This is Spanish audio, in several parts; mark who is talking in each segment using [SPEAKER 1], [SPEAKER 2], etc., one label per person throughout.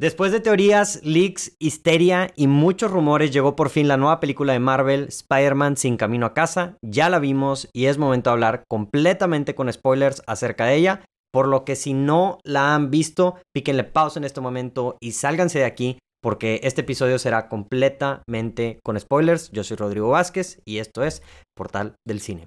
[SPEAKER 1] Después de teorías, leaks, histeria y muchos rumores, llegó por fin la nueva película de Marvel, Spider-Man Sin Camino a Casa. Ya la vimos y es momento de hablar completamente con spoilers acerca de ella. Por lo que si no la han visto, píquenle pausa en este momento y sálganse de aquí porque este episodio será completamente con spoilers. Yo soy Rodrigo Vázquez y esto es Portal del Cine.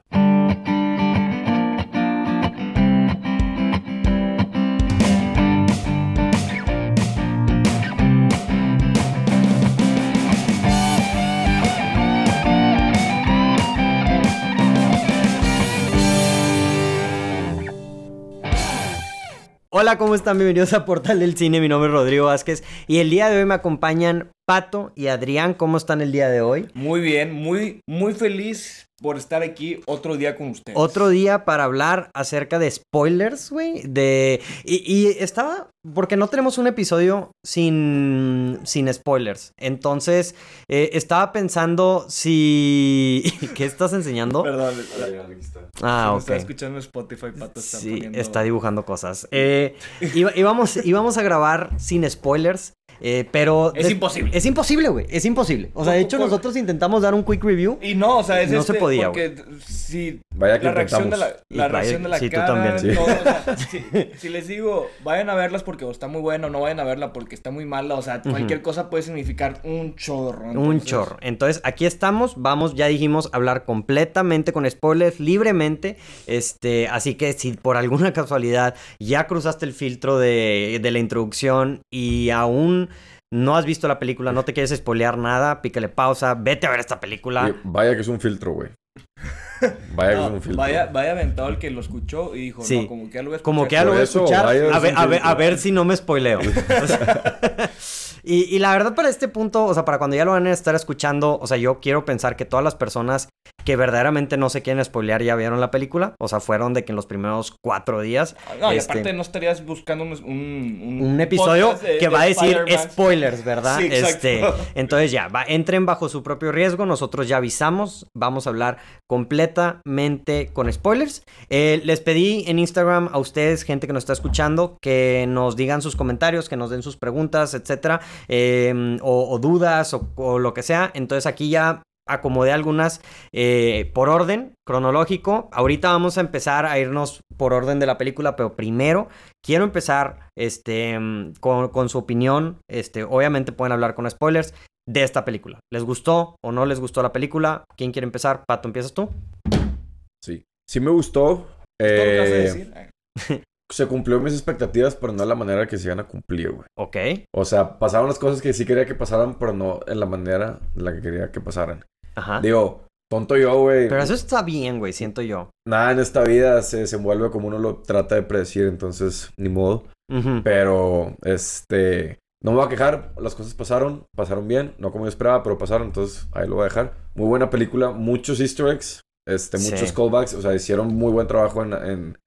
[SPEAKER 1] Hola, ¿cómo están? Bienvenidos a Portal del Cine. Mi nombre es Rodrigo Vázquez y el día de hoy me acompañan Pato y Adrián. ¿Cómo están el día de hoy?
[SPEAKER 2] Muy bien, muy, muy feliz por estar aquí otro día con ustedes.
[SPEAKER 1] Otro día para hablar acerca de spoilers, güey. De... Y, y estaba. Porque no tenemos un episodio sin, sin spoilers. Entonces, eh, estaba pensando si. ¿Qué estás enseñando?
[SPEAKER 2] Perdón, la-
[SPEAKER 1] Ah,
[SPEAKER 2] si me
[SPEAKER 1] ok.
[SPEAKER 2] está escuchando Spotify, Pato está
[SPEAKER 1] Sí,
[SPEAKER 2] poniendo-
[SPEAKER 1] está dibujando cosas. Eh, iba- íbamos, íbamos a grabar sin spoilers, eh, pero...
[SPEAKER 2] Es
[SPEAKER 1] des-
[SPEAKER 2] imposible.
[SPEAKER 1] Es imposible, güey. Es imposible. O sea, de hecho,
[SPEAKER 2] Por-
[SPEAKER 1] nosotros intentamos dar un quick review.
[SPEAKER 2] Y no, o sea, es
[SPEAKER 1] No se
[SPEAKER 2] este,
[SPEAKER 1] podía,
[SPEAKER 2] porque si
[SPEAKER 3] Vaya que
[SPEAKER 2] la reacción de la,
[SPEAKER 3] intentamos.
[SPEAKER 2] la
[SPEAKER 1] Y
[SPEAKER 2] reacción de
[SPEAKER 1] vaya-
[SPEAKER 2] la
[SPEAKER 1] sí, tú
[SPEAKER 2] cara,
[SPEAKER 1] también, sí.
[SPEAKER 2] todo, o sea, si, si les digo, vayan a verlas porque o está muy buena o no vayan a verla porque está muy mala, o sea, cualquier cosa puede significar un chorro.
[SPEAKER 1] Un
[SPEAKER 2] entonces-
[SPEAKER 1] chorro. Entonces, aquí estamos. Vamos, ya dijimos, a hablar completamente con spoilers, libremente. Este, así que si por alguna casualidad ya cruzaste el filtro de, de la introducción y aún no has visto la película, no te quieres spoilear nada, pícale pausa, vete a ver esta película.
[SPEAKER 3] Oye, Vaya que es un filtro, güey. Vaya que es
[SPEAKER 2] No,
[SPEAKER 3] un filtro.
[SPEAKER 2] vaya, vaya aventado el que lo escuchó y dijo,
[SPEAKER 1] Sí.
[SPEAKER 2] no, como que ya lo voy a escuchar.
[SPEAKER 1] Como que ya lo
[SPEAKER 3] Por
[SPEAKER 1] voy a
[SPEAKER 3] eso,
[SPEAKER 1] escuchar.
[SPEAKER 3] vaya,
[SPEAKER 1] A
[SPEAKER 3] es
[SPEAKER 1] ver,
[SPEAKER 3] un
[SPEAKER 1] a, ver, a
[SPEAKER 3] filtro.
[SPEAKER 1] ver si no me spoileo. O sea, y, y la verdad, para este punto, o sea, para cuando ya lo van a estar escuchando, o sea, yo quiero pensar que todas las personas que verdaderamente no se quieren spoilear ya vieron la película. O sea, fueron de que en los primeros cuatro días.
[SPEAKER 2] No, y
[SPEAKER 1] este,
[SPEAKER 2] aparte no estarías buscando un, un, un
[SPEAKER 1] un episodio
[SPEAKER 2] podcast de-
[SPEAKER 1] que
[SPEAKER 2] de
[SPEAKER 1] va a decir
[SPEAKER 2] Spider-Man.
[SPEAKER 1] spoilers, ¿verdad?
[SPEAKER 2] Sí, exacto.
[SPEAKER 1] este, entonces ya, va, entren bajo su propio riesgo, nosotros ya avisamos, vamos a hablar completamente con spoilers. Eh, les pedí en Instagram a ustedes, gente que nos está escuchando, que nos digan sus comentarios, que nos den sus preguntas, etcétera, eh, o, o dudas o, o lo que sea. Entonces aquí ya acomodé algunas eh, por orden cronológico. Ahorita vamos a empezar a irnos por orden de la película, pero primero quiero empezar este, mm, con, con su opinión. Este, obviamente pueden hablar con spoilers de esta película. ¿Les gustó o no les gustó la película? ¿Quién quiere empezar? Pato, ¿empiezas tú?
[SPEAKER 3] Sí. Sí me gustó.
[SPEAKER 2] ¿Todo lo que vas a
[SPEAKER 3] eh,
[SPEAKER 2] decir? Ay,
[SPEAKER 3] se cumplió mis expectativas, pero no de la manera que se iban a cumplir, güey.
[SPEAKER 1] Ok.
[SPEAKER 3] O sea, pasaron las cosas que sí quería que pasaran, pero no en la manera en la que quería que pasaran.
[SPEAKER 2] Ah.
[SPEAKER 1] Ajá.
[SPEAKER 3] Digo, tonto yo, güey.
[SPEAKER 1] Pero eso está bien, güey, siento yo.
[SPEAKER 3] Nada en esta vida se desenvuelve como uno lo trata de predecir, entonces, ni modo.
[SPEAKER 1] Ujú.
[SPEAKER 3] Pero, este, no me voy a quejar, las cosas pasaron, pasaron bien, no como yo esperaba, pero pasaron, entonces ahí lo voy a dejar. Muy buena película, muchos easter eggs, este,
[SPEAKER 1] Sí.
[SPEAKER 3] muchos callbacks, o sea, hicieron muy buen trabajo en, en,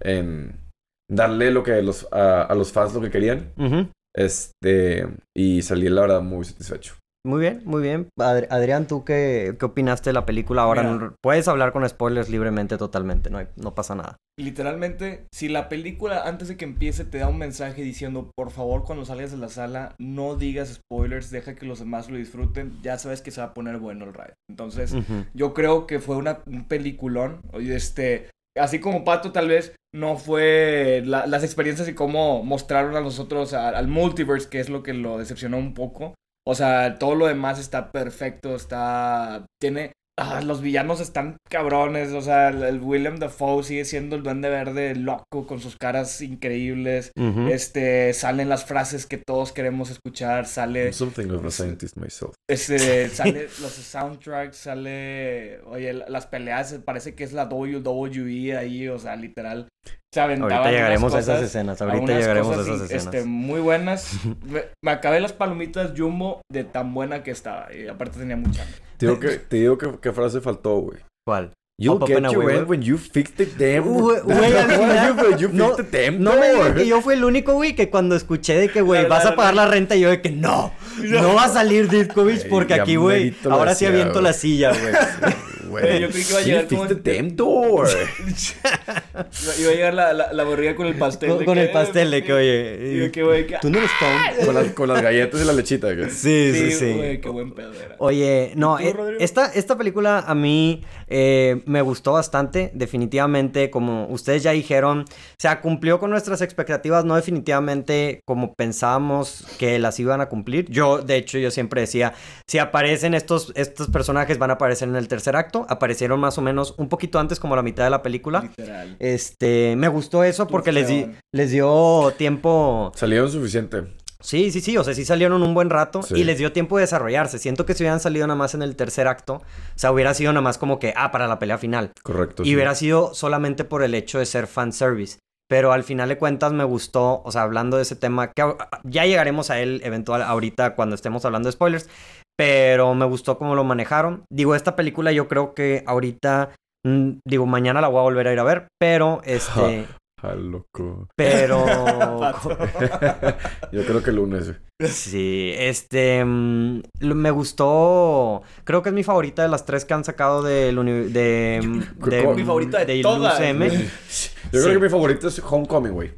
[SPEAKER 3] en darle lo que los, a, a los fans lo que querían,
[SPEAKER 1] Ujú.
[SPEAKER 3] este, y salí la verdad muy satisfecho.
[SPEAKER 1] Muy bien, muy bien. Adri- Adrián, ¿tú qué, qué opinaste de la película? Ahora
[SPEAKER 2] Mira.
[SPEAKER 1] no- puedes hablar con spoilers libremente totalmente, no, hay- no pasa nada.
[SPEAKER 2] Literalmente, si la película antes de que empiece te da un mensaje diciendo, por favor, cuando salgas de la sala, no digas spoilers, deja que los demás lo disfruten, ya sabes que se va a poner bueno el ride. Entonces,
[SPEAKER 1] Ujú.
[SPEAKER 2] yo creo que fue una, un peliculón. Oye, este, así como Pato, tal vez no fue la- las experiencias y cómo mostraron a nosotros a- al multiverse, que es lo que lo decepcionó un poco. O sea, todo lo demás está perfecto, está. Tiene. ah, los villanos están cabrones, o sea, el, el William Dafoe sigue siendo el duende verde loco con sus caras increíbles.
[SPEAKER 1] Ujú.
[SPEAKER 2] Este, salen las frases que todos queremos escuchar, sale
[SPEAKER 3] I'm something of a scientist myself.
[SPEAKER 2] este, sale los soundtracks, sale, oye, la- las peleas, parece que es la WWE ahí, o sea, literal. Se aventaban
[SPEAKER 1] Ahorita
[SPEAKER 2] unas
[SPEAKER 1] llegaremos a
[SPEAKER 2] cosas,
[SPEAKER 1] esas escenas, ahorita
[SPEAKER 2] unas
[SPEAKER 1] llegaremos a
[SPEAKER 2] cosas,
[SPEAKER 1] esas
[SPEAKER 2] sí,
[SPEAKER 1] escenas.
[SPEAKER 2] este, muy buenas. Me, me acabé las palomitas Jumbo de tan buena que estaba, y aparte tenía mucha. hambre.
[SPEAKER 3] Te digo que, te digo que, que frase faltó, güey.
[SPEAKER 1] ¿Cuál?
[SPEAKER 3] You'll
[SPEAKER 1] Up, up
[SPEAKER 3] get
[SPEAKER 1] and
[SPEAKER 3] your
[SPEAKER 1] away,
[SPEAKER 3] end when you fix the damn...
[SPEAKER 1] Güey, güey, al final-
[SPEAKER 3] But you fix
[SPEAKER 1] no-
[SPEAKER 3] the damn
[SPEAKER 1] No me digan
[SPEAKER 3] door.
[SPEAKER 1] que yo fui el único, güey, que cuando escuché de que, güey,
[SPEAKER 2] La-
[SPEAKER 1] vas
[SPEAKER 2] la-
[SPEAKER 1] a pagar la renta, yo de que no, no va a salir Ditkovich
[SPEAKER 3] Ey,
[SPEAKER 1] porque
[SPEAKER 3] ya
[SPEAKER 1] aquí, güey,
[SPEAKER 3] merito lo
[SPEAKER 1] ahora sí
[SPEAKER 3] hacía,
[SPEAKER 1] aviento
[SPEAKER 3] güey.
[SPEAKER 1] la silla, güey.
[SPEAKER 2] Güey,
[SPEAKER 4] güey.
[SPEAKER 2] yo creí que iba a llegar como-
[SPEAKER 4] fix the damn door.
[SPEAKER 2] Iba a llegar la, la, la borriga con el pastel.
[SPEAKER 1] Con,
[SPEAKER 2] de
[SPEAKER 1] con
[SPEAKER 2] que-
[SPEAKER 1] el pastel de que,
[SPEAKER 2] Y
[SPEAKER 1] oye.
[SPEAKER 2] de que, güey, que-
[SPEAKER 1] ¿Tú no eres Tom?
[SPEAKER 4] con, las, con las galletas y la lechita. güey.
[SPEAKER 1] Sí, sí, sí.
[SPEAKER 2] güey, qué buen pedo era.
[SPEAKER 1] Oye, no,
[SPEAKER 2] tú,
[SPEAKER 1] eh,
[SPEAKER 2] Rodrigo?
[SPEAKER 1] esta, esta película a mí eh, me gustó bastante, definitivamente, como ustedes ya dijeron, o sea, cumplió con nuestras expectativas, no definitivamente como pensábamos que las iban a cumplir. Yo, de hecho, yo siempre decía, si aparecen estos, estos personajes van a aparecer en el tercer acto, aparecieron más o menos un poquito antes, como a la mitad de la película.
[SPEAKER 2] Literal.
[SPEAKER 1] Este, me gustó eso porque les, di-
[SPEAKER 2] Tufeón.
[SPEAKER 1] les dio tiempo
[SPEAKER 4] Salieron suficiente.
[SPEAKER 1] Sí, sí, sí, o sea, sí salieron un buen rato
[SPEAKER 4] Sí.
[SPEAKER 1] y les dio tiempo de desarrollarse. Siento que si hubieran salido nada más en el tercer acto, o sea, hubiera sido nada más como que, ah, para la pelea final.
[SPEAKER 4] Correcto.
[SPEAKER 1] y
[SPEAKER 4] Pues sí.
[SPEAKER 1] hubiera sido solamente por el hecho de ser fanservice. Pero al final de cuentas me gustó, o sea, hablando de ese tema, que a- a- ya llegaremos a él eventual ahorita cuando estemos hablando de spoilers, pero me gustó cómo lo manejaron. Digo, esta película yo creo que ahorita, mm, digo, mañana la voy a volver a ir a ver, pero este,
[SPEAKER 4] Ah, loco.
[SPEAKER 1] pero...
[SPEAKER 4] Yo creo que el lunes. güey.
[SPEAKER 1] Sí, este. mm, lo- me gustó. Creo que es mi favorita de las tres que han sacado del. uni- de,
[SPEAKER 4] creo que- Mi
[SPEAKER 2] favorita de todas,
[SPEAKER 1] UCM.
[SPEAKER 2] güey.
[SPEAKER 4] Yo
[SPEAKER 1] Sí.
[SPEAKER 4] creo que mi favorito es Homecoming, güey.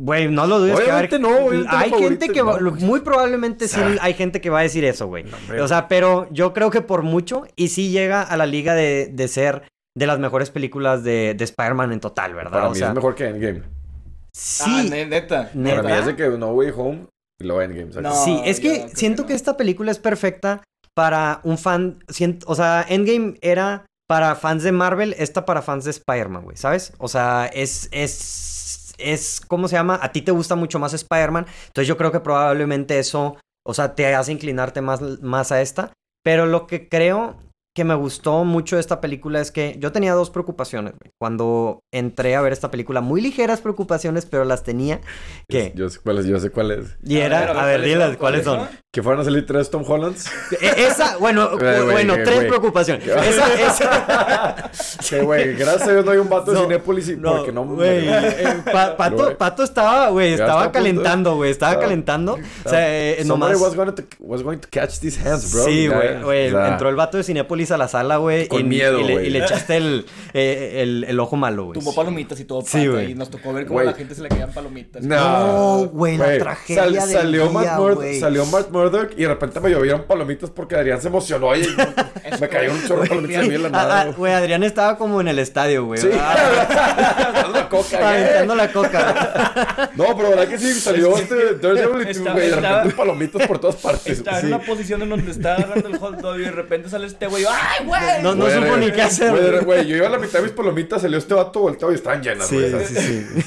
[SPEAKER 1] Güey, no lo dudes. que va a haber-
[SPEAKER 4] Obviamente no, obviamente
[SPEAKER 1] Hay
[SPEAKER 4] la favorita
[SPEAKER 1] gente que. va-
[SPEAKER 4] no, pues. Ah.
[SPEAKER 1] lo-
[SPEAKER 4] güey.
[SPEAKER 1] muy probablemente sí hay gente que va a decir eso, güey.
[SPEAKER 4] hombre.
[SPEAKER 1] O sea, pero yo creo que por mucho. Y sí llega a la liga de, de ser de las mejores películas de, de Spider-Man en total, ¿verdad?
[SPEAKER 4] Para
[SPEAKER 1] o
[SPEAKER 4] mí
[SPEAKER 1] sea,
[SPEAKER 4] es mejor que Endgame.
[SPEAKER 2] Ah,
[SPEAKER 1] sí.
[SPEAKER 2] ne- neta.
[SPEAKER 1] Neta.
[SPEAKER 4] Para mí es de que No Way Home y luego Endgame. ¿sabes?
[SPEAKER 2] No.
[SPEAKER 1] sí, es
[SPEAKER 2] yo
[SPEAKER 1] que
[SPEAKER 2] creo que
[SPEAKER 1] siento
[SPEAKER 2] no.
[SPEAKER 1] que esta película es perfecta para un fan. sien- o sea, Endgame era para fans de Marvel, esta para fans de Spider-Man, güey, ¿sabes? O sea, es. es es, ¿cómo se llama? A ti te gusta mucho más Spider-Man, entonces yo creo que probablemente eso, o sea, te hace inclinarte más, más a esta, pero lo que creo que me gustó mucho de esta película es que yo tenía dos preocupaciones, güey, cuando entré a ver esta película, muy ligeras preocupaciones, pero las tenía, que,
[SPEAKER 4] Yo sé cuál es, yo sé cuál es.
[SPEAKER 1] y era, a ver, dilas, ¿cuáles son?
[SPEAKER 4] Que fueron a salir tres Tom Hollands.
[SPEAKER 1] E- Esa, bueno,
[SPEAKER 4] Güey,
[SPEAKER 1] cu-
[SPEAKER 4] güey,
[SPEAKER 1] bueno,
[SPEAKER 4] güey,
[SPEAKER 1] tres
[SPEAKER 4] güey.
[SPEAKER 1] preocupaciones. Esa, esa.
[SPEAKER 4] que, güey, gracias a Dios no hay un vato
[SPEAKER 1] No,
[SPEAKER 4] de Cinépolis y- porque no,
[SPEAKER 1] güey. eh, Pa- Pato,
[SPEAKER 4] Güey.
[SPEAKER 1] Pato estaba, güey,
[SPEAKER 4] Ya
[SPEAKER 1] estaba
[SPEAKER 4] está a punto. ¿eh?
[SPEAKER 1] calentando, güey, estaba
[SPEAKER 4] Estaba-
[SPEAKER 1] calentando. O sea, eh,
[SPEAKER 4] Somebody
[SPEAKER 1] nomás.
[SPEAKER 4] was going, to, was going to catch these hands, bro.
[SPEAKER 1] sí,
[SPEAKER 4] Ya,
[SPEAKER 1] güey, güey,
[SPEAKER 4] o sea,
[SPEAKER 1] entró el vato de Cinépolis a la sala, güey.
[SPEAKER 4] Con
[SPEAKER 1] y,
[SPEAKER 4] miedo,
[SPEAKER 1] y le,
[SPEAKER 4] güey.
[SPEAKER 1] y le echaste el, eh, el, el ojo malo, güey.
[SPEAKER 2] Tuvo palomitas y todo.
[SPEAKER 1] Sí,
[SPEAKER 2] pato,
[SPEAKER 1] güey.
[SPEAKER 2] Y nos tocó ver cómo a
[SPEAKER 4] Pues Güey.
[SPEAKER 2] la gente se le caían palomitas.
[SPEAKER 4] No,
[SPEAKER 1] No, güey, la tragedia del
[SPEAKER 4] salió,
[SPEAKER 1] día,
[SPEAKER 4] Matt Murd-
[SPEAKER 1] güey.
[SPEAKER 4] salió Matt Murdock y de repente me llovieron palomitas porque Adrián se emocionó y me cayó un chorro de palomitas de mí de la
[SPEAKER 1] Ah, ah,
[SPEAKER 4] nada.
[SPEAKER 1] Güey, Adrián estaba como en el estadio, güey.
[SPEAKER 4] Sí.
[SPEAKER 1] Ah,
[SPEAKER 4] Dando coca, güey.
[SPEAKER 1] Aventando la coca. güey.
[SPEAKER 4] No, pero verdad que sí, salió este Daredevil y tú,
[SPEAKER 2] Estaba-
[SPEAKER 4] güey, de
[SPEAKER 2] estaba-
[SPEAKER 4] repente palomitas por todas partes.
[SPEAKER 2] Está en
[SPEAKER 4] güey.
[SPEAKER 2] una posición en donde está agarrando el hot dog y de repente sale este güey. ¡Ay, güey!
[SPEAKER 1] No, no
[SPEAKER 4] Güey,
[SPEAKER 1] supo ni qué hacer.
[SPEAKER 4] güey,
[SPEAKER 1] güey.
[SPEAKER 4] Güey, yo iba a la mitad de mis palomitas, salió este vato volteado y estaban llenas, güey.
[SPEAKER 1] Sí, sí,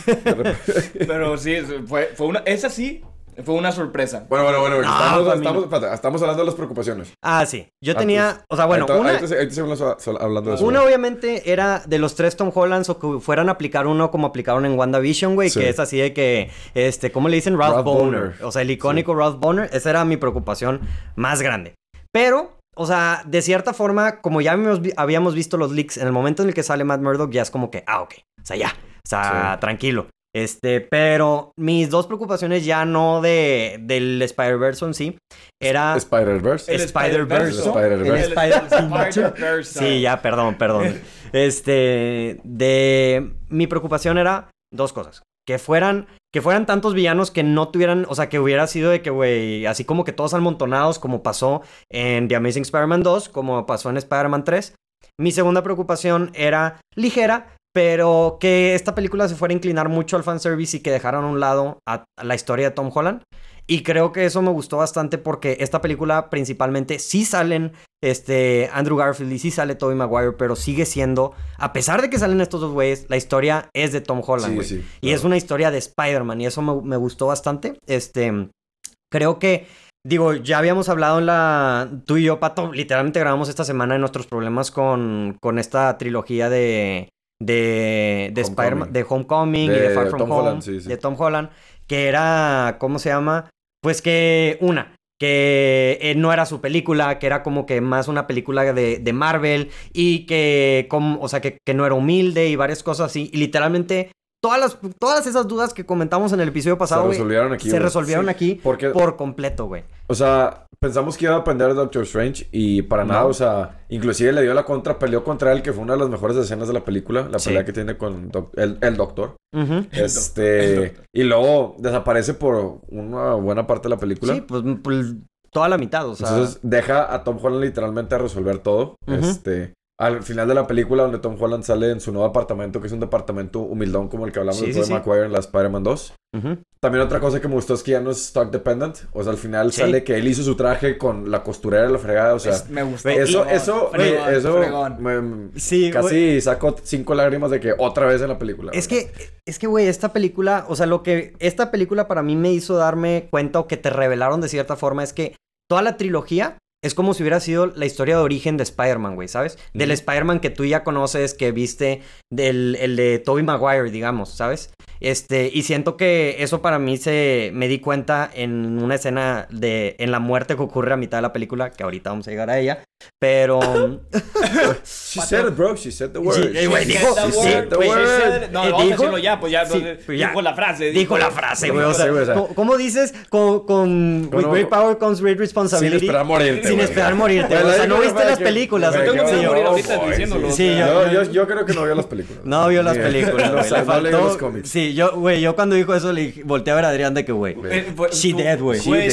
[SPEAKER 1] sí.
[SPEAKER 4] De repente-
[SPEAKER 2] Pero sí, fue, fue una. Esa sí fue una sorpresa.
[SPEAKER 4] Bueno, bueno, bueno, güey,
[SPEAKER 1] No,
[SPEAKER 4] estamos,
[SPEAKER 1] para mí
[SPEAKER 4] estamos,
[SPEAKER 1] no.
[SPEAKER 4] espérate, estamos hablando de las preocupaciones.
[SPEAKER 1] Ah, sí. Yo
[SPEAKER 4] Ah,
[SPEAKER 1] tenía,
[SPEAKER 4] pues.
[SPEAKER 1] o sea, bueno,
[SPEAKER 4] ahorita,
[SPEAKER 1] una,
[SPEAKER 4] ahorita se- ahorita seguimos so- so- hablando de eso.
[SPEAKER 1] Una
[SPEAKER 4] güey.
[SPEAKER 1] obviamente era de los tres Tom Hollands o que fueran a aplicar uno como aplicaron en WandaVision, güey,
[SPEAKER 4] Sí.
[SPEAKER 1] que es así de que, este, ¿cómo le dicen? Ralph,
[SPEAKER 4] Ralph
[SPEAKER 1] Boner.
[SPEAKER 4] Boner.
[SPEAKER 1] O sea, el icónico Ralph Boner. Esa era mi preocupación más grande. Pero, o sea, de cierta forma, como ya habíamos, vi- habíamos visto los leaks, en el momento en el que sale Matt Murdock ya es como que, ah, ok. O sea, ya. O sea,
[SPEAKER 4] Sí.
[SPEAKER 1] tranquilo. Este, pero mis dos preocupaciones ya no de, del Spider-Verse en sí, era...
[SPEAKER 4] Spider-Verse.
[SPEAKER 1] Eh,
[SPEAKER 2] El
[SPEAKER 1] Spider-Verse.
[SPEAKER 2] Spider-Verse.
[SPEAKER 4] Spider-Verse.
[SPEAKER 1] El Spider-
[SPEAKER 2] Spider-Verse.
[SPEAKER 1] Sí, ya, perdón, perdón. Este, de mi preocupación era dos cosas, que fueran que fueran tantos villanos que no tuvieran, o sea, que hubiera sido de que güey, así como que todos amontonados como pasó en The Amazing Spider-Man 2, como pasó en Spider-Man 3. Mi segunda preocupación era ligera, pero que esta película se fuera a inclinar mucho al fanservice y que dejaran a un lado a a la historia de Tom Holland. Y creo que eso me gustó bastante porque esta película principalmente sí salen este, Andrew Garfield y sí sale Tobey Maguire, pero sigue siendo, a pesar de que salen estos dos güeyes, la historia es de Tom Holland,
[SPEAKER 4] Sí,
[SPEAKER 1] güey.
[SPEAKER 4] sí,
[SPEAKER 1] Y es una historia de Spider-Man y eso me, me gustó bastante. Este, creo que, digo, ya habíamos hablado en la... Tú y yo, Pato, literalmente grabamos esta semana de nuestros problemas con, con esta trilogía de... De, de
[SPEAKER 4] Homecoming.
[SPEAKER 1] Spider-Man, de Homecoming y
[SPEAKER 4] De-
[SPEAKER 1] de Far
[SPEAKER 4] de
[SPEAKER 1] From
[SPEAKER 4] Tom
[SPEAKER 1] Home,
[SPEAKER 4] Holland, sí, sí.
[SPEAKER 1] de Tom Holland, que era, ¿cómo se llama? Pues que, una, que eh, no era su película, que era como que más una película de, de Marvel y que, como, o sea, que, que no era humilde y varias cosas así. Y literalmente todas, las, todas esas dudas que comentamos en el episodio
[SPEAKER 4] Se
[SPEAKER 1] pasado, güey,
[SPEAKER 4] resolvieron aquí.
[SPEAKER 1] se
[SPEAKER 4] güey.
[SPEAKER 1] resolvieron
[SPEAKER 4] Sí.
[SPEAKER 1] aquí
[SPEAKER 4] Porque,
[SPEAKER 1] por completo, güey.
[SPEAKER 4] o sea, pensamos que iba a aprender de Doctor Strange y para nada,
[SPEAKER 1] No.
[SPEAKER 4] o sea, inclusive le dio la contra, peleó contra él, que fue una de las mejores escenas de la película, la
[SPEAKER 1] Sí.
[SPEAKER 4] pelea que tiene con doc- el, el doctor.
[SPEAKER 1] Ujú.
[SPEAKER 2] El doc-
[SPEAKER 4] este,
[SPEAKER 2] el doctor.
[SPEAKER 4] y luego desaparece por una buena parte de la película.
[SPEAKER 1] Sí, pues, mm, pues, toda la mitad, o sea.
[SPEAKER 4] Entonces deja a Tom Holland literalmente a resolver todo.
[SPEAKER 1] Ujú.
[SPEAKER 4] Este, al final de la película donde Tom Holland sale en su nuevo apartamento, que es un departamento humildón como el que hablamos
[SPEAKER 1] Sí,
[SPEAKER 4] de
[SPEAKER 1] sí,
[SPEAKER 4] Tobey
[SPEAKER 1] sí.
[SPEAKER 4] Maguire en la Spider-Man 2.
[SPEAKER 1] ujú.
[SPEAKER 4] También otra cosa que me gustó es que ya no es stock dependent. O sea, al final
[SPEAKER 1] Sí.
[SPEAKER 4] sale que él hizo su traje con la costurera de la fregada. O sea,
[SPEAKER 2] Es- me gustó.
[SPEAKER 4] eso,
[SPEAKER 2] Fregón,
[SPEAKER 4] eso,
[SPEAKER 2] fregón,
[SPEAKER 4] me- eso
[SPEAKER 2] fregón.
[SPEAKER 4] me-
[SPEAKER 1] Sí, güey,
[SPEAKER 4] casi sacó cinco lágrimas de que otra vez en la película.
[SPEAKER 1] Es
[SPEAKER 4] güey.
[SPEAKER 1] que, es que, güey, esta película, o sea, lo que esta película para mí me hizo darme cuenta o que te revelaron de cierta forma es que toda la trilogía es como si hubiera sido la historia de origen de Spider-Man, güey, ¿sabes? Del
[SPEAKER 4] Ujú.
[SPEAKER 1] Spider-Man que tú ya conoces, que viste, del el de Tobey Maguire, digamos, ¿sabes? Este, y siento que eso para mí se me di cuenta en una escena de en la muerte que ocurre a mitad de la película, que ahorita vamos a llegar a ella, pero
[SPEAKER 4] She said it, bro. She said the word.
[SPEAKER 1] Sí, güey,
[SPEAKER 2] She
[SPEAKER 1] dijo-
[SPEAKER 2] said the
[SPEAKER 1] sí,
[SPEAKER 2] word,
[SPEAKER 1] güey.
[SPEAKER 2] she said- No,
[SPEAKER 1] Eh,
[SPEAKER 2] vamos a
[SPEAKER 1] dijo-
[SPEAKER 2] decirlo ya, pues ya,
[SPEAKER 1] sí,
[SPEAKER 2] pues,
[SPEAKER 1] pues ya.
[SPEAKER 2] dijo la frase.
[SPEAKER 1] Dijo la frase, güey. O
[SPEAKER 4] Sí,
[SPEAKER 1] sea,
[SPEAKER 4] güey, o sea.
[SPEAKER 1] ¿cómo, cómo dices? Con, con
[SPEAKER 4] Con-
[SPEAKER 1] with great power comes great
[SPEAKER 4] Sin
[SPEAKER 1] responsibility.
[SPEAKER 4] esperar morirte.
[SPEAKER 1] Sin
[SPEAKER 4] güey.
[SPEAKER 1] esperar morirte. güey.
[SPEAKER 4] Güey,
[SPEAKER 1] O
[SPEAKER 4] la
[SPEAKER 1] sea, no
[SPEAKER 4] dijo,
[SPEAKER 1] viste
[SPEAKER 4] güey,
[SPEAKER 1] las
[SPEAKER 4] que-
[SPEAKER 1] películas.
[SPEAKER 4] güey,
[SPEAKER 1] ¿no?
[SPEAKER 2] tengo
[SPEAKER 4] que-
[SPEAKER 2] miedo de
[SPEAKER 1] Sí,
[SPEAKER 2] morir
[SPEAKER 1] yo-
[SPEAKER 2] ahorita
[SPEAKER 4] boy,
[SPEAKER 2] diciéndolo.
[SPEAKER 4] sí,
[SPEAKER 1] Sí,
[SPEAKER 4] sí.
[SPEAKER 1] yo-
[SPEAKER 4] yo,
[SPEAKER 1] yo-
[SPEAKER 4] yo- yo creo que no vio las películas.
[SPEAKER 1] No vio las
[SPEAKER 4] Ni-
[SPEAKER 1] películas.
[SPEAKER 4] no
[SPEAKER 1] güey.
[SPEAKER 4] sabe-
[SPEAKER 1] Le
[SPEAKER 4] no leyó
[SPEAKER 1] faltó-
[SPEAKER 4] los cómics.
[SPEAKER 1] Sí, yo, güey, yo cuando dijo eso le dije- volteé a ver a Adrián de que, güey.
[SPEAKER 2] Eh, fue-
[SPEAKER 1] She
[SPEAKER 2] tú-
[SPEAKER 1] dead, güey.
[SPEAKER 4] She
[SPEAKER 2] Güey,
[SPEAKER 4] dead,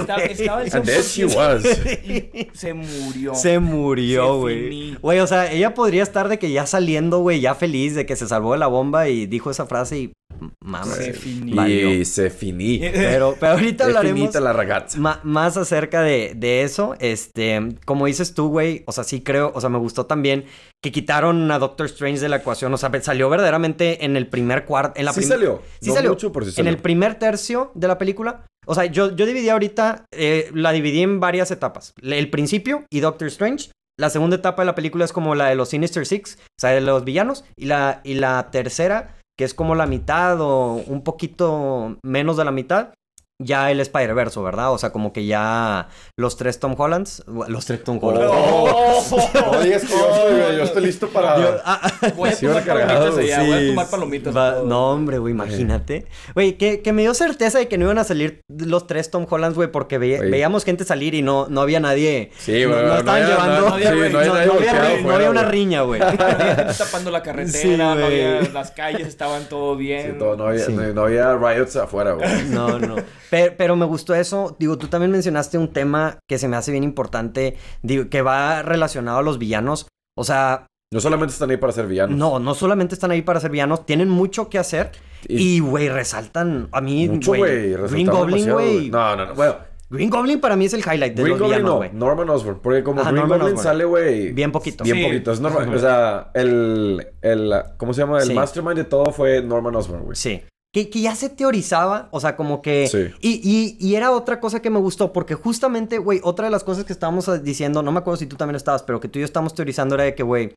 [SPEAKER 2] esta-
[SPEAKER 1] güey.
[SPEAKER 2] Estaba en
[SPEAKER 4] And there she
[SPEAKER 2] subconsciente
[SPEAKER 4] was.
[SPEAKER 2] y Se murió.
[SPEAKER 1] Se murió,
[SPEAKER 2] Se
[SPEAKER 1] güey.
[SPEAKER 2] finí.
[SPEAKER 1] Güey, o sea, ella podría estar de que ya saliendo, güey, ya feliz de que se salvó de la bomba y dijo esa frase y mames.
[SPEAKER 2] Se finí.
[SPEAKER 4] Y se finí.
[SPEAKER 1] Pero, pero ahorita
[SPEAKER 4] Es
[SPEAKER 1] hablaremos.
[SPEAKER 4] finita la ragazza.
[SPEAKER 1] Ma- más acerca de, de eso, este, como dices tú, güey, o sea, sí creo, o sea, me gustó también que quitaron a Doctor Strange de la ecuación, o sea, pe- salió verdaderamente en el primer cuarto, en la
[SPEAKER 4] sí
[SPEAKER 1] prim-
[SPEAKER 4] salió.
[SPEAKER 1] Sí
[SPEAKER 4] no
[SPEAKER 1] salió.
[SPEAKER 4] mucho, pero sí
[SPEAKER 1] en
[SPEAKER 4] salió.
[SPEAKER 1] el primer tercio de la película. O sea, yo, yo dividí ahorita, eh, la dividí en varias etapas. Le- El principio y Doctor Strange. La segunda etapa de la película es como la de los Sinister Six, o sea, de los villanos. Y la, y la tercera, que es como la mitad o un poquito menos de la mitad, ya el Spider-Verse, ¿verdad? O sea, como que ya los tres Tom Hollands. Los tres Tom Hollands.
[SPEAKER 4] No digas que yo estoy, yo estoy listo para.
[SPEAKER 1] Dios, ah,
[SPEAKER 2] Voy a
[SPEAKER 4] Sí, iba
[SPEAKER 2] tomar
[SPEAKER 4] cargado,
[SPEAKER 2] palomitas allá, voy a
[SPEAKER 1] Sí,
[SPEAKER 2] tomar palomitas.
[SPEAKER 1] va-
[SPEAKER 2] a todo.
[SPEAKER 1] no, hombre, güey, imagínate. Güey, que, que me dio certeza de que no iban a salir los tres Tom Hollands, güey, porque ve-
[SPEAKER 4] Oye.
[SPEAKER 1] veíamos gente salir y no, no había nadie.
[SPEAKER 4] Sí,
[SPEAKER 1] no,
[SPEAKER 4] güey.
[SPEAKER 1] no estaban
[SPEAKER 4] había-
[SPEAKER 1] llevando.
[SPEAKER 4] No, sí, no
[SPEAKER 1] no-
[SPEAKER 4] había nadie
[SPEAKER 1] no había,
[SPEAKER 4] volteado
[SPEAKER 1] ri- no
[SPEAKER 4] afuera,
[SPEAKER 1] había una
[SPEAKER 4] güey.
[SPEAKER 1] riña, güey.
[SPEAKER 2] tapando la carretera,
[SPEAKER 1] Sí,
[SPEAKER 2] no
[SPEAKER 1] güey.
[SPEAKER 2] había- las calles estaban todo bien.
[SPEAKER 4] Sí, todo, no, había,
[SPEAKER 1] Sí.
[SPEAKER 4] no, no había riots afuera, güey.
[SPEAKER 1] No, no. Pero, pero me gustó eso. Digo, tú también mencionaste un tema que se me hace bien importante, digo, que va relacionado a los villanos. O sea,
[SPEAKER 4] No solamente están ahí para ser villanos.
[SPEAKER 1] no, no solamente están ahí para ser villanos, tienen mucho que hacer.
[SPEAKER 4] Y-
[SPEAKER 1] Y, güey, resaltan. A mí,
[SPEAKER 4] mucho, güey.
[SPEAKER 1] güey. Green
[SPEAKER 4] resaltaron
[SPEAKER 1] Goblin,
[SPEAKER 4] demasiado,
[SPEAKER 1] güey.
[SPEAKER 4] No, no, no. Bueno,
[SPEAKER 1] Green Goblin para mí es el highlight de
[SPEAKER 4] Green
[SPEAKER 1] los
[SPEAKER 4] Goblin
[SPEAKER 1] villanos,
[SPEAKER 4] no.
[SPEAKER 1] güey.
[SPEAKER 4] Norman Osborn. Porque como
[SPEAKER 1] Ajá,
[SPEAKER 4] Green
[SPEAKER 1] Norman
[SPEAKER 4] Goblin
[SPEAKER 1] Osborn.
[SPEAKER 4] sale, güey.
[SPEAKER 1] Bien poquito.
[SPEAKER 4] Bien
[SPEAKER 2] Sí.
[SPEAKER 4] poquito. Es normal. O sea, el, el. ¿Cómo se llama? El
[SPEAKER 1] Sí.
[SPEAKER 4] mastermind de todo fue Norman Osborn, güey.
[SPEAKER 1] Sí. Que, que ya se teorizaba, o sea, como que...
[SPEAKER 4] Sí.
[SPEAKER 1] Y, y- y era otra cosa que me gustó, porque justamente, güey, otra de las cosas que estábamos ah, diciendo, no me acuerdo si tú también estabas, pero que tú y yo estábamos teorizando era de que, güey,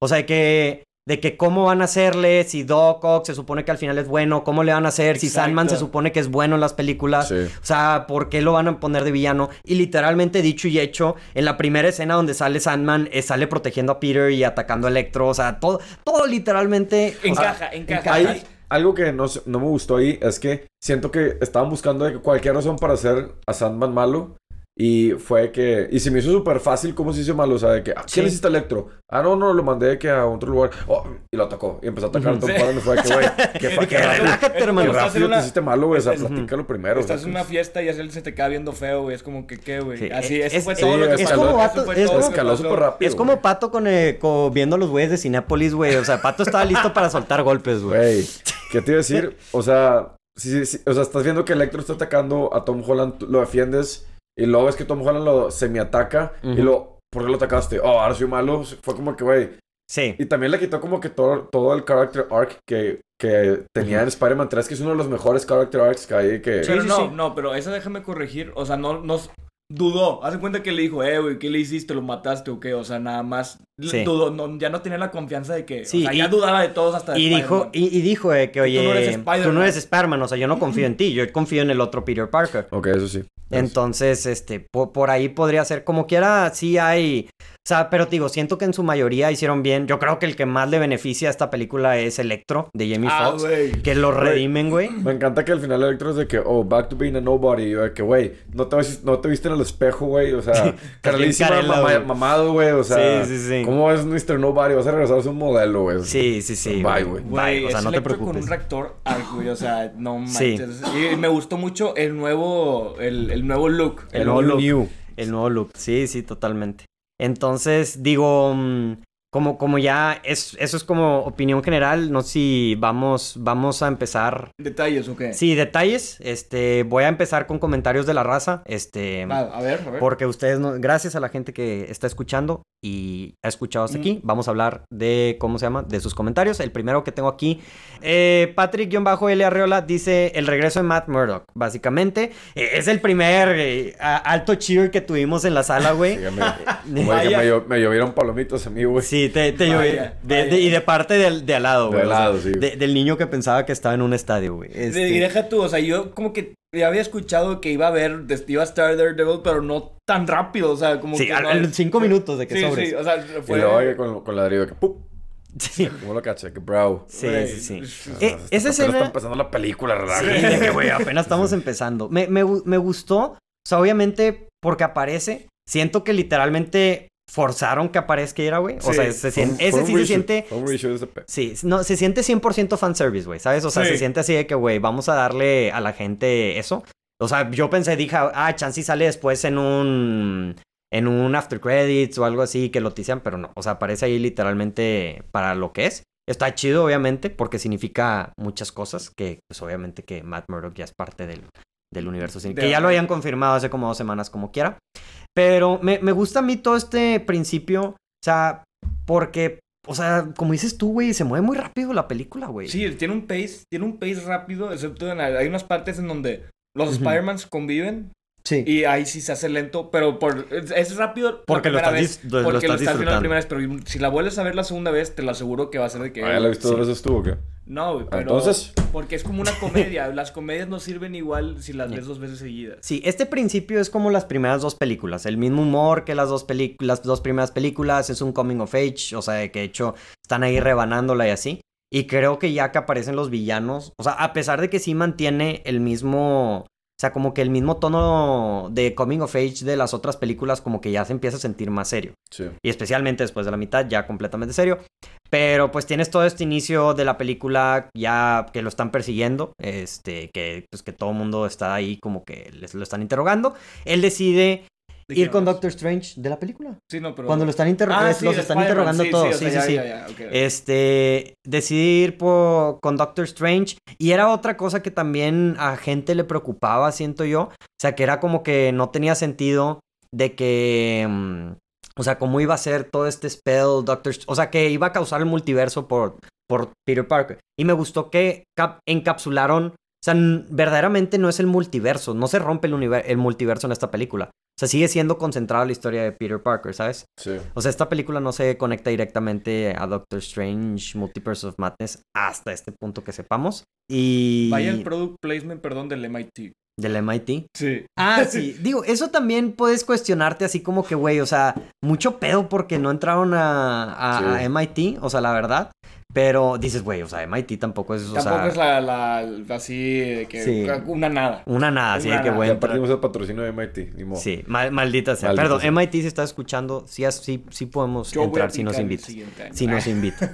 [SPEAKER 1] o sea, de que... De que cómo van a hacerle, si Doc Ock se supone que al final es bueno, cómo le van a hacer, si
[SPEAKER 2] Exacto.
[SPEAKER 1] Sandman se supone que es bueno en las películas.
[SPEAKER 4] Sí.
[SPEAKER 1] O sea, ¿por qué lo van a poner de villano? Y literalmente dicho y hecho, en la primera escena donde sale Sandman, eh, sale protegiendo a Peter y atacando a Electro. O sea, todo, todo literalmente. o sea,
[SPEAKER 2] Encaja, encaja.
[SPEAKER 4] Ah, Ahí, algo que no, se- no me gustó ahí es que siento que estaban buscando de que cualquier razón para hacer a Sandman malo. Y fue que... Y se me hizo súper fácil cómo se hizo malo. O sea, de que... ah,
[SPEAKER 1] Sí.
[SPEAKER 4] ¿Quién le hiciste a Electro? Ah, no, no. Lo mandé de que a otro lugar. Oh, y lo atacó. Y empezó a atacar a Tom Holland. Y fue de que, güey... Qué, fa- qué
[SPEAKER 1] que
[SPEAKER 4] rápido-
[SPEAKER 1] relájate,
[SPEAKER 4] qué
[SPEAKER 1] hermano.
[SPEAKER 2] Estás en
[SPEAKER 4] rápido
[SPEAKER 2] una-
[SPEAKER 4] te hiciste malo, güey. O sea,
[SPEAKER 2] Ujú.
[SPEAKER 4] platícalo primero. o sea, pues".
[SPEAKER 2] Estás en una fiesta y a él se te queda viendo feo, güey. Es como que, ¿qué, güey?
[SPEAKER 1] Sí,
[SPEAKER 2] Así,
[SPEAKER 1] es-
[SPEAKER 2] eso fue
[SPEAKER 1] es-
[SPEAKER 2] todo
[SPEAKER 4] sí, e,
[SPEAKER 2] lo que
[SPEAKER 4] es
[SPEAKER 2] pasó,
[SPEAKER 4] como
[SPEAKER 1] vato-
[SPEAKER 2] eso fue
[SPEAKER 1] es
[SPEAKER 2] todo lo que
[SPEAKER 4] Escaló
[SPEAKER 2] pasó.
[SPEAKER 4] súper rápido.
[SPEAKER 1] Es como Pato con, eh, co- viendo a los güeyes de Cinépolis, güey. O sea, Pato estaba listo para soltar golpes, güey.
[SPEAKER 4] Güey, ¿qué te iba a decir? O sea, sí, sí, sí, o sea, estás viendo que Electro está atacando a Tom Holland, tú lo defiendes y luego ves que Tom Holland lo semiataca
[SPEAKER 1] Ujú.
[SPEAKER 4] y lo ¿por qué lo atacaste? Oh, ahora soy malo. Fue como que, güey.
[SPEAKER 1] Sí.
[SPEAKER 4] Y también le quitó como que todo, todo el character arc que, que tenía en Spider-Man 3, que es uno de los mejores character arcs que hay. Que...
[SPEAKER 2] Pero
[SPEAKER 1] Sí, sí,
[SPEAKER 2] no,
[SPEAKER 1] sí.
[SPEAKER 2] no, pero eso déjame corregir. O sea, no nos dudó. Hace cuenta que le dijo, eh, güey, ¿qué le hiciste? ¿Lo mataste o qué? O sea, nada más l-
[SPEAKER 1] Sí.
[SPEAKER 2] dudó. no- ya no tenía la confianza de que.
[SPEAKER 1] Sí,
[SPEAKER 2] o sea,
[SPEAKER 1] y-
[SPEAKER 2] ya dudaba de todos hasta de
[SPEAKER 1] Y dijo,
[SPEAKER 2] Spider-Man.
[SPEAKER 1] y, y dijo eh, que,
[SPEAKER 2] tú no eres
[SPEAKER 1] oye, tú no
[SPEAKER 2] Spider-Man".
[SPEAKER 1] eres Spider-Man, o sea, yo no confío en ti, yo confío en el otro Peter Parker.
[SPEAKER 4] Ok, eso sí.
[SPEAKER 1] Entonces, este, po- por ahí podría ser como quiera, sí hay, sea, pero te digo, siento que en su mayoría hicieron bien. Yo creo que el que más le beneficia a esta película es Electro de Jamie
[SPEAKER 2] Ah,
[SPEAKER 1] Foxx.
[SPEAKER 2] güey.
[SPEAKER 1] Que lo redimen, güey.
[SPEAKER 3] Me encanta que al final Electro es de que, oh, back to being a nobody. Y Yo de que, güey, no te, ves- no te viste en el espejo, güey. O sea, carlísima,
[SPEAKER 1] Carela,
[SPEAKER 3] mama-
[SPEAKER 1] güey.
[SPEAKER 3] mamado, güey. O sea,
[SPEAKER 1] Sí, sí, sí.
[SPEAKER 3] ¿cómo es Mr. Nobody? Vas a regresar a ser un modelo, güey.
[SPEAKER 1] Sí, sí, sí.
[SPEAKER 3] Bye, güey.
[SPEAKER 1] Bye, o sea,
[SPEAKER 2] es
[SPEAKER 1] no te
[SPEAKER 2] Electro con
[SPEAKER 1] preocupes.
[SPEAKER 2] un reactor arc, güey, o sea, no
[SPEAKER 1] Sí.
[SPEAKER 2] manches. Y me gustó mucho el nuevo, el, el nuevo look.
[SPEAKER 1] El
[SPEAKER 3] El
[SPEAKER 1] nuevo
[SPEAKER 3] all
[SPEAKER 1] look.
[SPEAKER 3] new.
[SPEAKER 1] El nuevo look, sí, sí, totalmente. Entonces, digo, mm, como, como ya, es, eso es como opinión general, no sé si vamos, vamos a empezar.
[SPEAKER 2] ¿Detalles o qué?
[SPEAKER 1] Sí, detalles, este, voy a empezar con comentarios de la raza, este,
[SPEAKER 2] Va, Ah, a ver, a ver.
[SPEAKER 1] porque ustedes, no- gracias a la gente que está escuchando y ha escuchado hasta
[SPEAKER 2] Mm.
[SPEAKER 1] aquí, vamos a hablar de, ¿cómo se llama? De sus comentarios. El primero que tengo aquí, eh, Patrick-L. Arreola dice, el regreso de Matt Murdock, básicamente. eh, es el primer eh, a- alto cheer que tuvimos en la sala, güey.
[SPEAKER 3] Dígame, güey, que
[SPEAKER 1] Vaya.
[SPEAKER 3] me, llo- me llovieron palomitos a mí, güey.
[SPEAKER 1] Sí, te, te
[SPEAKER 2] Vaya,
[SPEAKER 1] llovió. De-
[SPEAKER 2] vaya.
[SPEAKER 1] de- y de parte del- de al lado, güey.
[SPEAKER 3] De al
[SPEAKER 1] o sea,
[SPEAKER 3] lado, sí.
[SPEAKER 1] de- del niño que pensaba que estaba en un estadio, güey.
[SPEAKER 2] De-
[SPEAKER 1] Este,
[SPEAKER 2] y deja tú, o sea, yo como que ya había escuchado que iba a ver, des- iba a estar Daredevil, pero no tan rápido, o sea, como
[SPEAKER 1] sí,
[SPEAKER 2] que...
[SPEAKER 1] a-
[SPEAKER 2] no-
[SPEAKER 1] a los cinco minutos de que
[SPEAKER 2] Sí,
[SPEAKER 1] sobres.
[SPEAKER 2] sí, o sea,
[SPEAKER 3] Y
[SPEAKER 2] fue...
[SPEAKER 3] luego oye, con, con ladrillo, que, ¡pup!
[SPEAKER 1] Sí,
[SPEAKER 3] ¿Cómo lo caché? Que, bro.
[SPEAKER 1] sí,
[SPEAKER 2] Güey,
[SPEAKER 1] sí, sí.
[SPEAKER 2] es-
[SPEAKER 1] Eh,
[SPEAKER 3] Apenas
[SPEAKER 1] esa
[SPEAKER 3] Está
[SPEAKER 1] escena...
[SPEAKER 3] empezando la película, ¿verdad?
[SPEAKER 1] Sí, de que, güey, apenas estamos empezando. Me, me gu- me gustó, o sea, obviamente, porque aparece. Siento que literalmente forzaron que aparezca Ira, güey. O
[SPEAKER 2] Sí.
[SPEAKER 1] sea, se
[SPEAKER 3] Fue
[SPEAKER 1] sien-
[SPEAKER 3] un- fue
[SPEAKER 1] ese
[SPEAKER 3] un
[SPEAKER 1] sí se
[SPEAKER 3] reshoot,
[SPEAKER 1] siente...
[SPEAKER 3] fue un reshoot ese pe-
[SPEAKER 1] Sí, no, se siente 100% fanservice, güey, ¿sabes? O sea,
[SPEAKER 2] Sí.
[SPEAKER 1] se siente así de que, güey, vamos a darle a la gente eso. O sea, yo pensé, dije, ah, Chansey sale después en un... En un after credits o algo así que lo tisean, pero no. O sea, aparece ahí literalmente para lo que es. Está chido, obviamente, porque significa muchas cosas. Que, pues, obviamente que Matt Murdock ya es parte del, del universo. cin- que
[SPEAKER 2] De
[SPEAKER 1] ya lo
[SPEAKER 2] acuerdo.
[SPEAKER 1] habían confirmado hace como dos semanas, como quiera. Pero me, me gusta a mí todo este principio. O sea, porque, o sea, como dices tú, güey, se mueve muy rápido la película, güey.
[SPEAKER 2] Sí, tiene un pace, tiene un pace rápido, excepto en la- hay unas partes en donde los
[SPEAKER 1] Ujú.
[SPEAKER 2] Spider-Mans conviven
[SPEAKER 1] sí.
[SPEAKER 2] y ahí sí se hace lento, pero por es, es rápido la
[SPEAKER 1] Porque lo
[SPEAKER 2] primera
[SPEAKER 1] estás
[SPEAKER 2] vez,
[SPEAKER 1] dis- lo- lo
[SPEAKER 2] porque lo
[SPEAKER 1] estás
[SPEAKER 2] estás viendo la
[SPEAKER 1] disfrutando.
[SPEAKER 2] primera vez, pero si la vuelves a ver la segunda vez, te lo aseguro que va a ser de que
[SPEAKER 3] Ah, ¿Ya la he visto dos veces tú o qué?
[SPEAKER 2] No, güey, pero
[SPEAKER 3] Entonces.
[SPEAKER 2] porque es como una comedia, las comedias no sirven igual si las ves dos veces seguidas.
[SPEAKER 1] Sí, este principio es como las primeras dos películas, el mismo humor que las dos películas, las dos primeras películas, es un coming of age, o sea, de que de hecho están ahí rebanándola y así. Y creo que ya que aparecen los villanos, o sea, a pesar de que sí mantiene el mismo, o sea, como que el mismo tono de coming of age de las otras películas, como que ya se empieza a sentir más serio.
[SPEAKER 3] Sí.
[SPEAKER 1] y especialmente después de la mitad, ya completamente serio. Pero pues tienes todo este inicio de la película ya que lo están persiguiendo, este, que pues que todo el mundo está ahí como que les lo están interrogando. Él decide
[SPEAKER 2] ¿De qué
[SPEAKER 1] ir con
[SPEAKER 2] hablas?
[SPEAKER 1] Doctor Strange de la película.
[SPEAKER 2] Sí, no, pero
[SPEAKER 1] Cuando lo están interro-
[SPEAKER 2] Ah,
[SPEAKER 1] les-
[SPEAKER 2] sí,
[SPEAKER 1] los
[SPEAKER 2] de
[SPEAKER 1] están
[SPEAKER 2] Spider-Man,
[SPEAKER 1] interrogando
[SPEAKER 2] sí,
[SPEAKER 1] todos,
[SPEAKER 2] sí,
[SPEAKER 1] sí,
[SPEAKER 2] o sea,
[SPEAKER 1] sí, sí.
[SPEAKER 2] ya, ya, ya, ok, ok.
[SPEAKER 1] Este, decidir por, con Doctor Strange. Y era otra cosa que también a gente le preocupaba, siento yo. O sea, que era como que no tenía sentido de que... mm, o sea, cómo iba a ser todo este spell, Doctor... Str- O sea, que iba a causar el multiverso por, por Peter Parker. Y me gustó que cap- encapsularon... O sea, n- verdaderamente no es el multiverso. No se rompe el, univer- el multiverso en esta película. O sea, sigue siendo concentrada la historia de Peter Parker, ¿sabes?
[SPEAKER 3] Sí.
[SPEAKER 1] O sea, esta película no se conecta directamente a Doctor Strange, Multiverse of Madness, hasta este punto que sepamos. Y
[SPEAKER 2] Vaya el product placement, perdón, del MIT.
[SPEAKER 1] del MIT.
[SPEAKER 2] Sí.
[SPEAKER 1] Ah, sí. Digo, eso también puedes cuestionarte así como que, güey, o sea, mucho pedo porque no entraron a, a-
[SPEAKER 3] Sí.
[SPEAKER 1] a MIT, o sea, la verdad. Pero dices, güey, o sea, MIT tampoco es, o
[SPEAKER 2] Tampoco
[SPEAKER 1] sea,
[SPEAKER 2] es la, la así de que
[SPEAKER 1] Sí.
[SPEAKER 2] una nada.
[SPEAKER 1] una nada,
[SPEAKER 2] es
[SPEAKER 1] así de que,
[SPEAKER 2] nada.
[SPEAKER 1] güey,
[SPEAKER 3] Ya
[SPEAKER 1] entra-
[SPEAKER 3] perdimos el patrocinio de MIT, ni modo.
[SPEAKER 1] Sí, mal- maldita sea.
[SPEAKER 3] Maldita
[SPEAKER 1] Perdón,
[SPEAKER 3] sea.
[SPEAKER 1] MIT si está escuchando, sí, as- sí, sí podemos
[SPEAKER 2] Yo voy a
[SPEAKER 1] entrar si nos
[SPEAKER 2] aplicar el
[SPEAKER 1] invitas.
[SPEAKER 2] siguiente año. Ah,
[SPEAKER 1] si nos invita.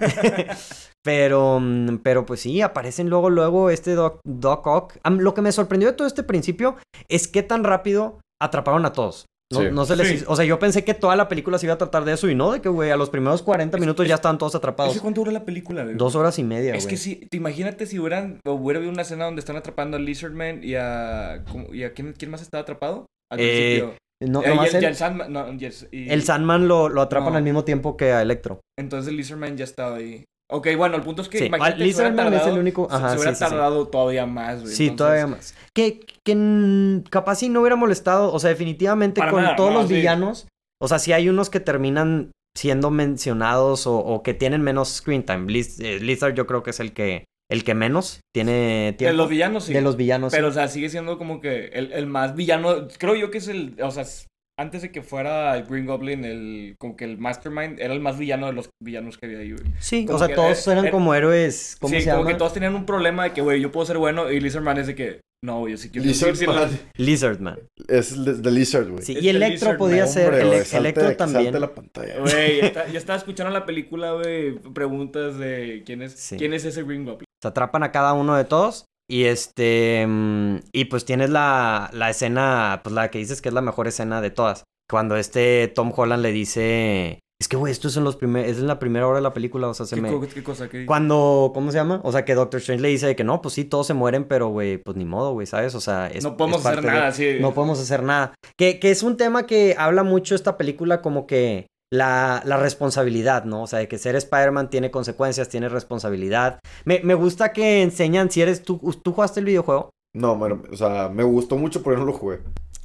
[SPEAKER 1] pero, mm, pero pues sí, aparecen luego, luego este Doc, Doc Ock. Am- lo que me sorprendió de todo este principio es que tan rápido atraparon a todos. No,
[SPEAKER 3] Sí.
[SPEAKER 1] no se les
[SPEAKER 2] Sí.
[SPEAKER 1] hizo- O sea, yo pensé que toda la película se iba a tratar de eso y no, de que, güey, a los primeros 40 minutos ya estaban todos atrapados.
[SPEAKER 2] ¿Ese cuánto dura la película, güey?
[SPEAKER 1] Dos horas y media, güey.
[SPEAKER 2] Es que sí, te imagínate si hubieran, o hubiera habido una escena donde están atrapando a Lizardman y a. ¿cómo- ¿Y a quién, quién más estaba atrapado? Al
[SPEAKER 1] Eh,
[SPEAKER 2] principio.
[SPEAKER 1] No,
[SPEAKER 2] Eh,
[SPEAKER 1] nomás
[SPEAKER 2] y el,
[SPEAKER 1] el,
[SPEAKER 2] y el Sandman. no, y el- y-
[SPEAKER 1] el Sandman lo, lo atrapan
[SPEAKER 2] No.
[SPEAKER 1] al mismo tiempo que a Electro.
[SPEAKER 2] Entonces el Lizardman ya estaba ahí. Ok, bueno, el punto es que.
[SPEAKER 1] Sí,
[SPEAKER 2] imagínate,
[SPEAKER 1] al-
[SPEAKER 2] se hubiera
[SPEAKER 1] Lizardman es el
[SPEAKER 2] tardado-
[SPEAKER 1] único-
[SPEAKER 2] se-
[SPEAKER 1] ajá,
[SPEAKER 2] se
[SPEAKER 1] sí,
[SPEAKER 2] hubiera
[SPEAKER 1] sí, sí.
[SPEAKER 2] tardado todavía más, güey.
[SPEAKER 1] Sí,
[SPEAKER 2] entonces-
[SPEAKER 1] todavía más. Que, que mm, capaz sí no hubiera molestado, o sea, definitivamente
[SPEAKER 2] Para
[SPEAKER 1] con
[SPEAKER 2] nada,
[SPEAKER 1] todos
[SPEAKER 2] no,
[SPEAKER 1] los
[SPEAKER 2] sí.
[SPEAKER 1] villanos, o sea, sí hay unos que terminan siendo mencionados o, o que tienen menos screen time. Liz- eh, Lizard yo creo que es el que el que menos tiene
[SPEAKER 2] De
[SPEAKER 1] tiempo
[SPEAKER 2] los villanos, sí.
[SPEAKER 1] de los villanos.
[SPEAKER 2] Pero, o sea, sigue siendo como que el, el más villano. Creo yo que es el. O sea, es- antes de que fuera el Green Goblin, el, como que el Mastermind era el más villano de los villanos que había ahí, güey.
[SPEAKER 1] Sí,
[SPEAKER 2] Como
[SPEAKER 1] o sea,
[SPEAKER 2] que
[SPEAKER 1] todos
[SPEAKER 2] era-
[SPEAKER 1] eran
[SPEAKER 2] era-
[SPEAKER 1] como héroes. ¿Cómo
[SPEAKER 2] Sí,
[SPEAKER 1] se
[SPEAKER 2] como
[SPEAKER 1] llama?
[SPEAKER 2] que todos tenían un problema de que, güey, yo puedo ser bueno y Lizard Man es de que, no, güey, yo sí quiero
[SPEAKER 4] Lizard
[SPEAKER 2] sí,
[SPEAKER 4] Man.
[SPEAKER 1] Lizardman.
[SPEAKER 4] Es el de, de Lizard, güey.
[SPEAKER 1] Sí,
[SPEAKER 2] Es
[SPEAKER 1] y
[SPEAKER 2] que
[SPEAKER 1] Electro
[SPEAKER 2] Lizardman,
[SPEAKER 1] podía ser.
[SPEAKER 4] Hombre,
[SPEAKER 1] Ele-
[SPEAKER 4] güey, salte
[SPEAKER 1] Electro
[SPEAKER 4] de- salte
[SPEAKER 1] también.
[SPEAKER 4] de la pantalla.
[SPEAKER 2] Güey, está- yo estaba escuchando la película, güey, preguntas de quién es,
[SPEAKER 1] Sí.
[SPEAKER 2] quién es ese Green Goblin.
[SPEAKER 1] Se atrapan a cada uno de todos. Y este. mm, Y pues tienes la, la escena, pues la que dices que es la mejor escena de todas. Cuando este Tom Holland le dice. Es que, güey, esto es en los primer, es en la primera hora de la película, o sea, se
[SPEAKER 2] ¿Qué,
[SPEAKER 1] me.
[SPEAKER 2] co- qué cosa? ¿Qué
[SPEAKER 1] Cuando, ¿cómo se llama? O sea, que Doctor Strange le dice de que no, pues sí, todos se mueren, pero, güey, pues ni modo, güey, ¿sabes? O sea, es,
[SPEAKER 2] no podemos
[SPEAKER 1] es
[SPEAKER 2] hacer
[SPEAKER 1] parte de-
[SPEAKER 2] nada, sí.
[SPEAKER 1] No podemos hacer nada. Que, que es un tema que habla mucho esta película, como que la, la responsabilidad, ¿no? O sea, de que ser Spider-Man tiene consecuencias, tiene responsabilidad. Me, me gusta que enseñan, si eres tú, tú jugaste el videojuego.
[SPEAKER 4] No, bueno, o sea, me gustó mucho, pero yo no lo jugué.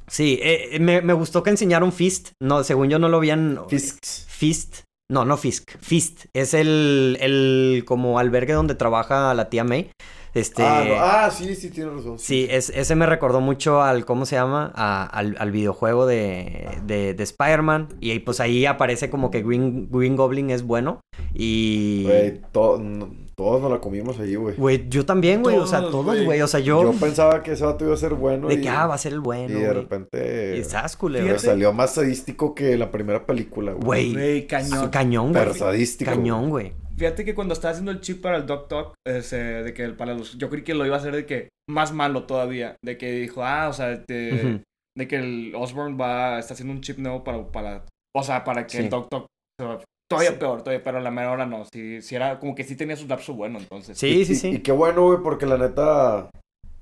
[SPEAKER 1] Sí, eh, eh, me, me gustó que enseñaron Fist. No, según yo no lo habían...
[SPEAKER 4] Fisks.
[SPEAKER 1] Fist. No, no Fisk. Fist. Es el, el como albergue donde trabaja la tía May. Este...
[SPEAKER 4] Ah, no, ah, sí, sí, tienes razón.
[SPEAKER 1] Sí, es- ese me recordó mucho al, ¿cómo se llama? A- al, al videojuego de, de, de Spider-Man. Y ahí, pues ahí aparece como que Green, Green Goblin es bueno. Y...
[SPEAKER 4] Güey, to- no- todos nos la comimos allí, güey.
[SPEAKER 1] Güey, yo también, güey. O sea,
[SPEAKER 2] Todos,
[SPEAKER 1] todos,
[SPEAKER 2] güey.
[SPEAKER 1] güey. O sea,
[SPEAKER 4] Yo...
[SPEAKER 1] yo...
[SPEAKER 4] pensaba que ese vato iba a ser bueno.
[SPEAKER 1] de
[SPEAKER 4] y,
[SPEAKER 1] que, ah, va a ser el
[SPEAKER 4] y
[SPEAKER 1] bueno,
[SPEAKER 4] de
[SPEAKER 1] güey.
[SPEAKER 4] repente.
[SPEAKER 1] Y estás,
[SPEAKER 4] me
[SPEAKER 1] culero.
[SPEAKER 2] Fíjate.
[SPEAKER 4] salió más sadístico que la primera película,
[SPEAKER 1] Güey.
[SPEAKER 4] güey.
[SPEAKER 2] Güey, cañón.
[SPEAKER 1] Su Cañón,
[SPEAKER 4] Pero
[SPEAKER 1] güey.
[SPEAKER 4] sadístico.
[SPEAKER 1] Cañón, güey.
[SPEAKER 2] Fíjate que cuando estaba haciendo el chip para el Doc Talk, de que el- para los, yo creí que lo iba a hacer de que más malo todavía, de que dijo, ah, o sea, te-
[SPEAKER 1] Ujú.
[SPEAKER 2] de que el Osborn va, está haciendo un chip nuevo para, para o sea, para que
[SPEAKER 1] Sí.
[SPEAKER 2] el Doc Talk, todavía
[SPEAKER 1] Sí.
[SPEAKER 2] peor, todavía, pero a la mera hora no, si, si era, como que sí tenía su lapso bueno, entonces.
[SPEAKER 1] Sí,
[SPEAKER 4] Y-
[SPEAKER 1] sí, sí.
[SPEAKER 4] Y qué bueno, güey, porque la neta.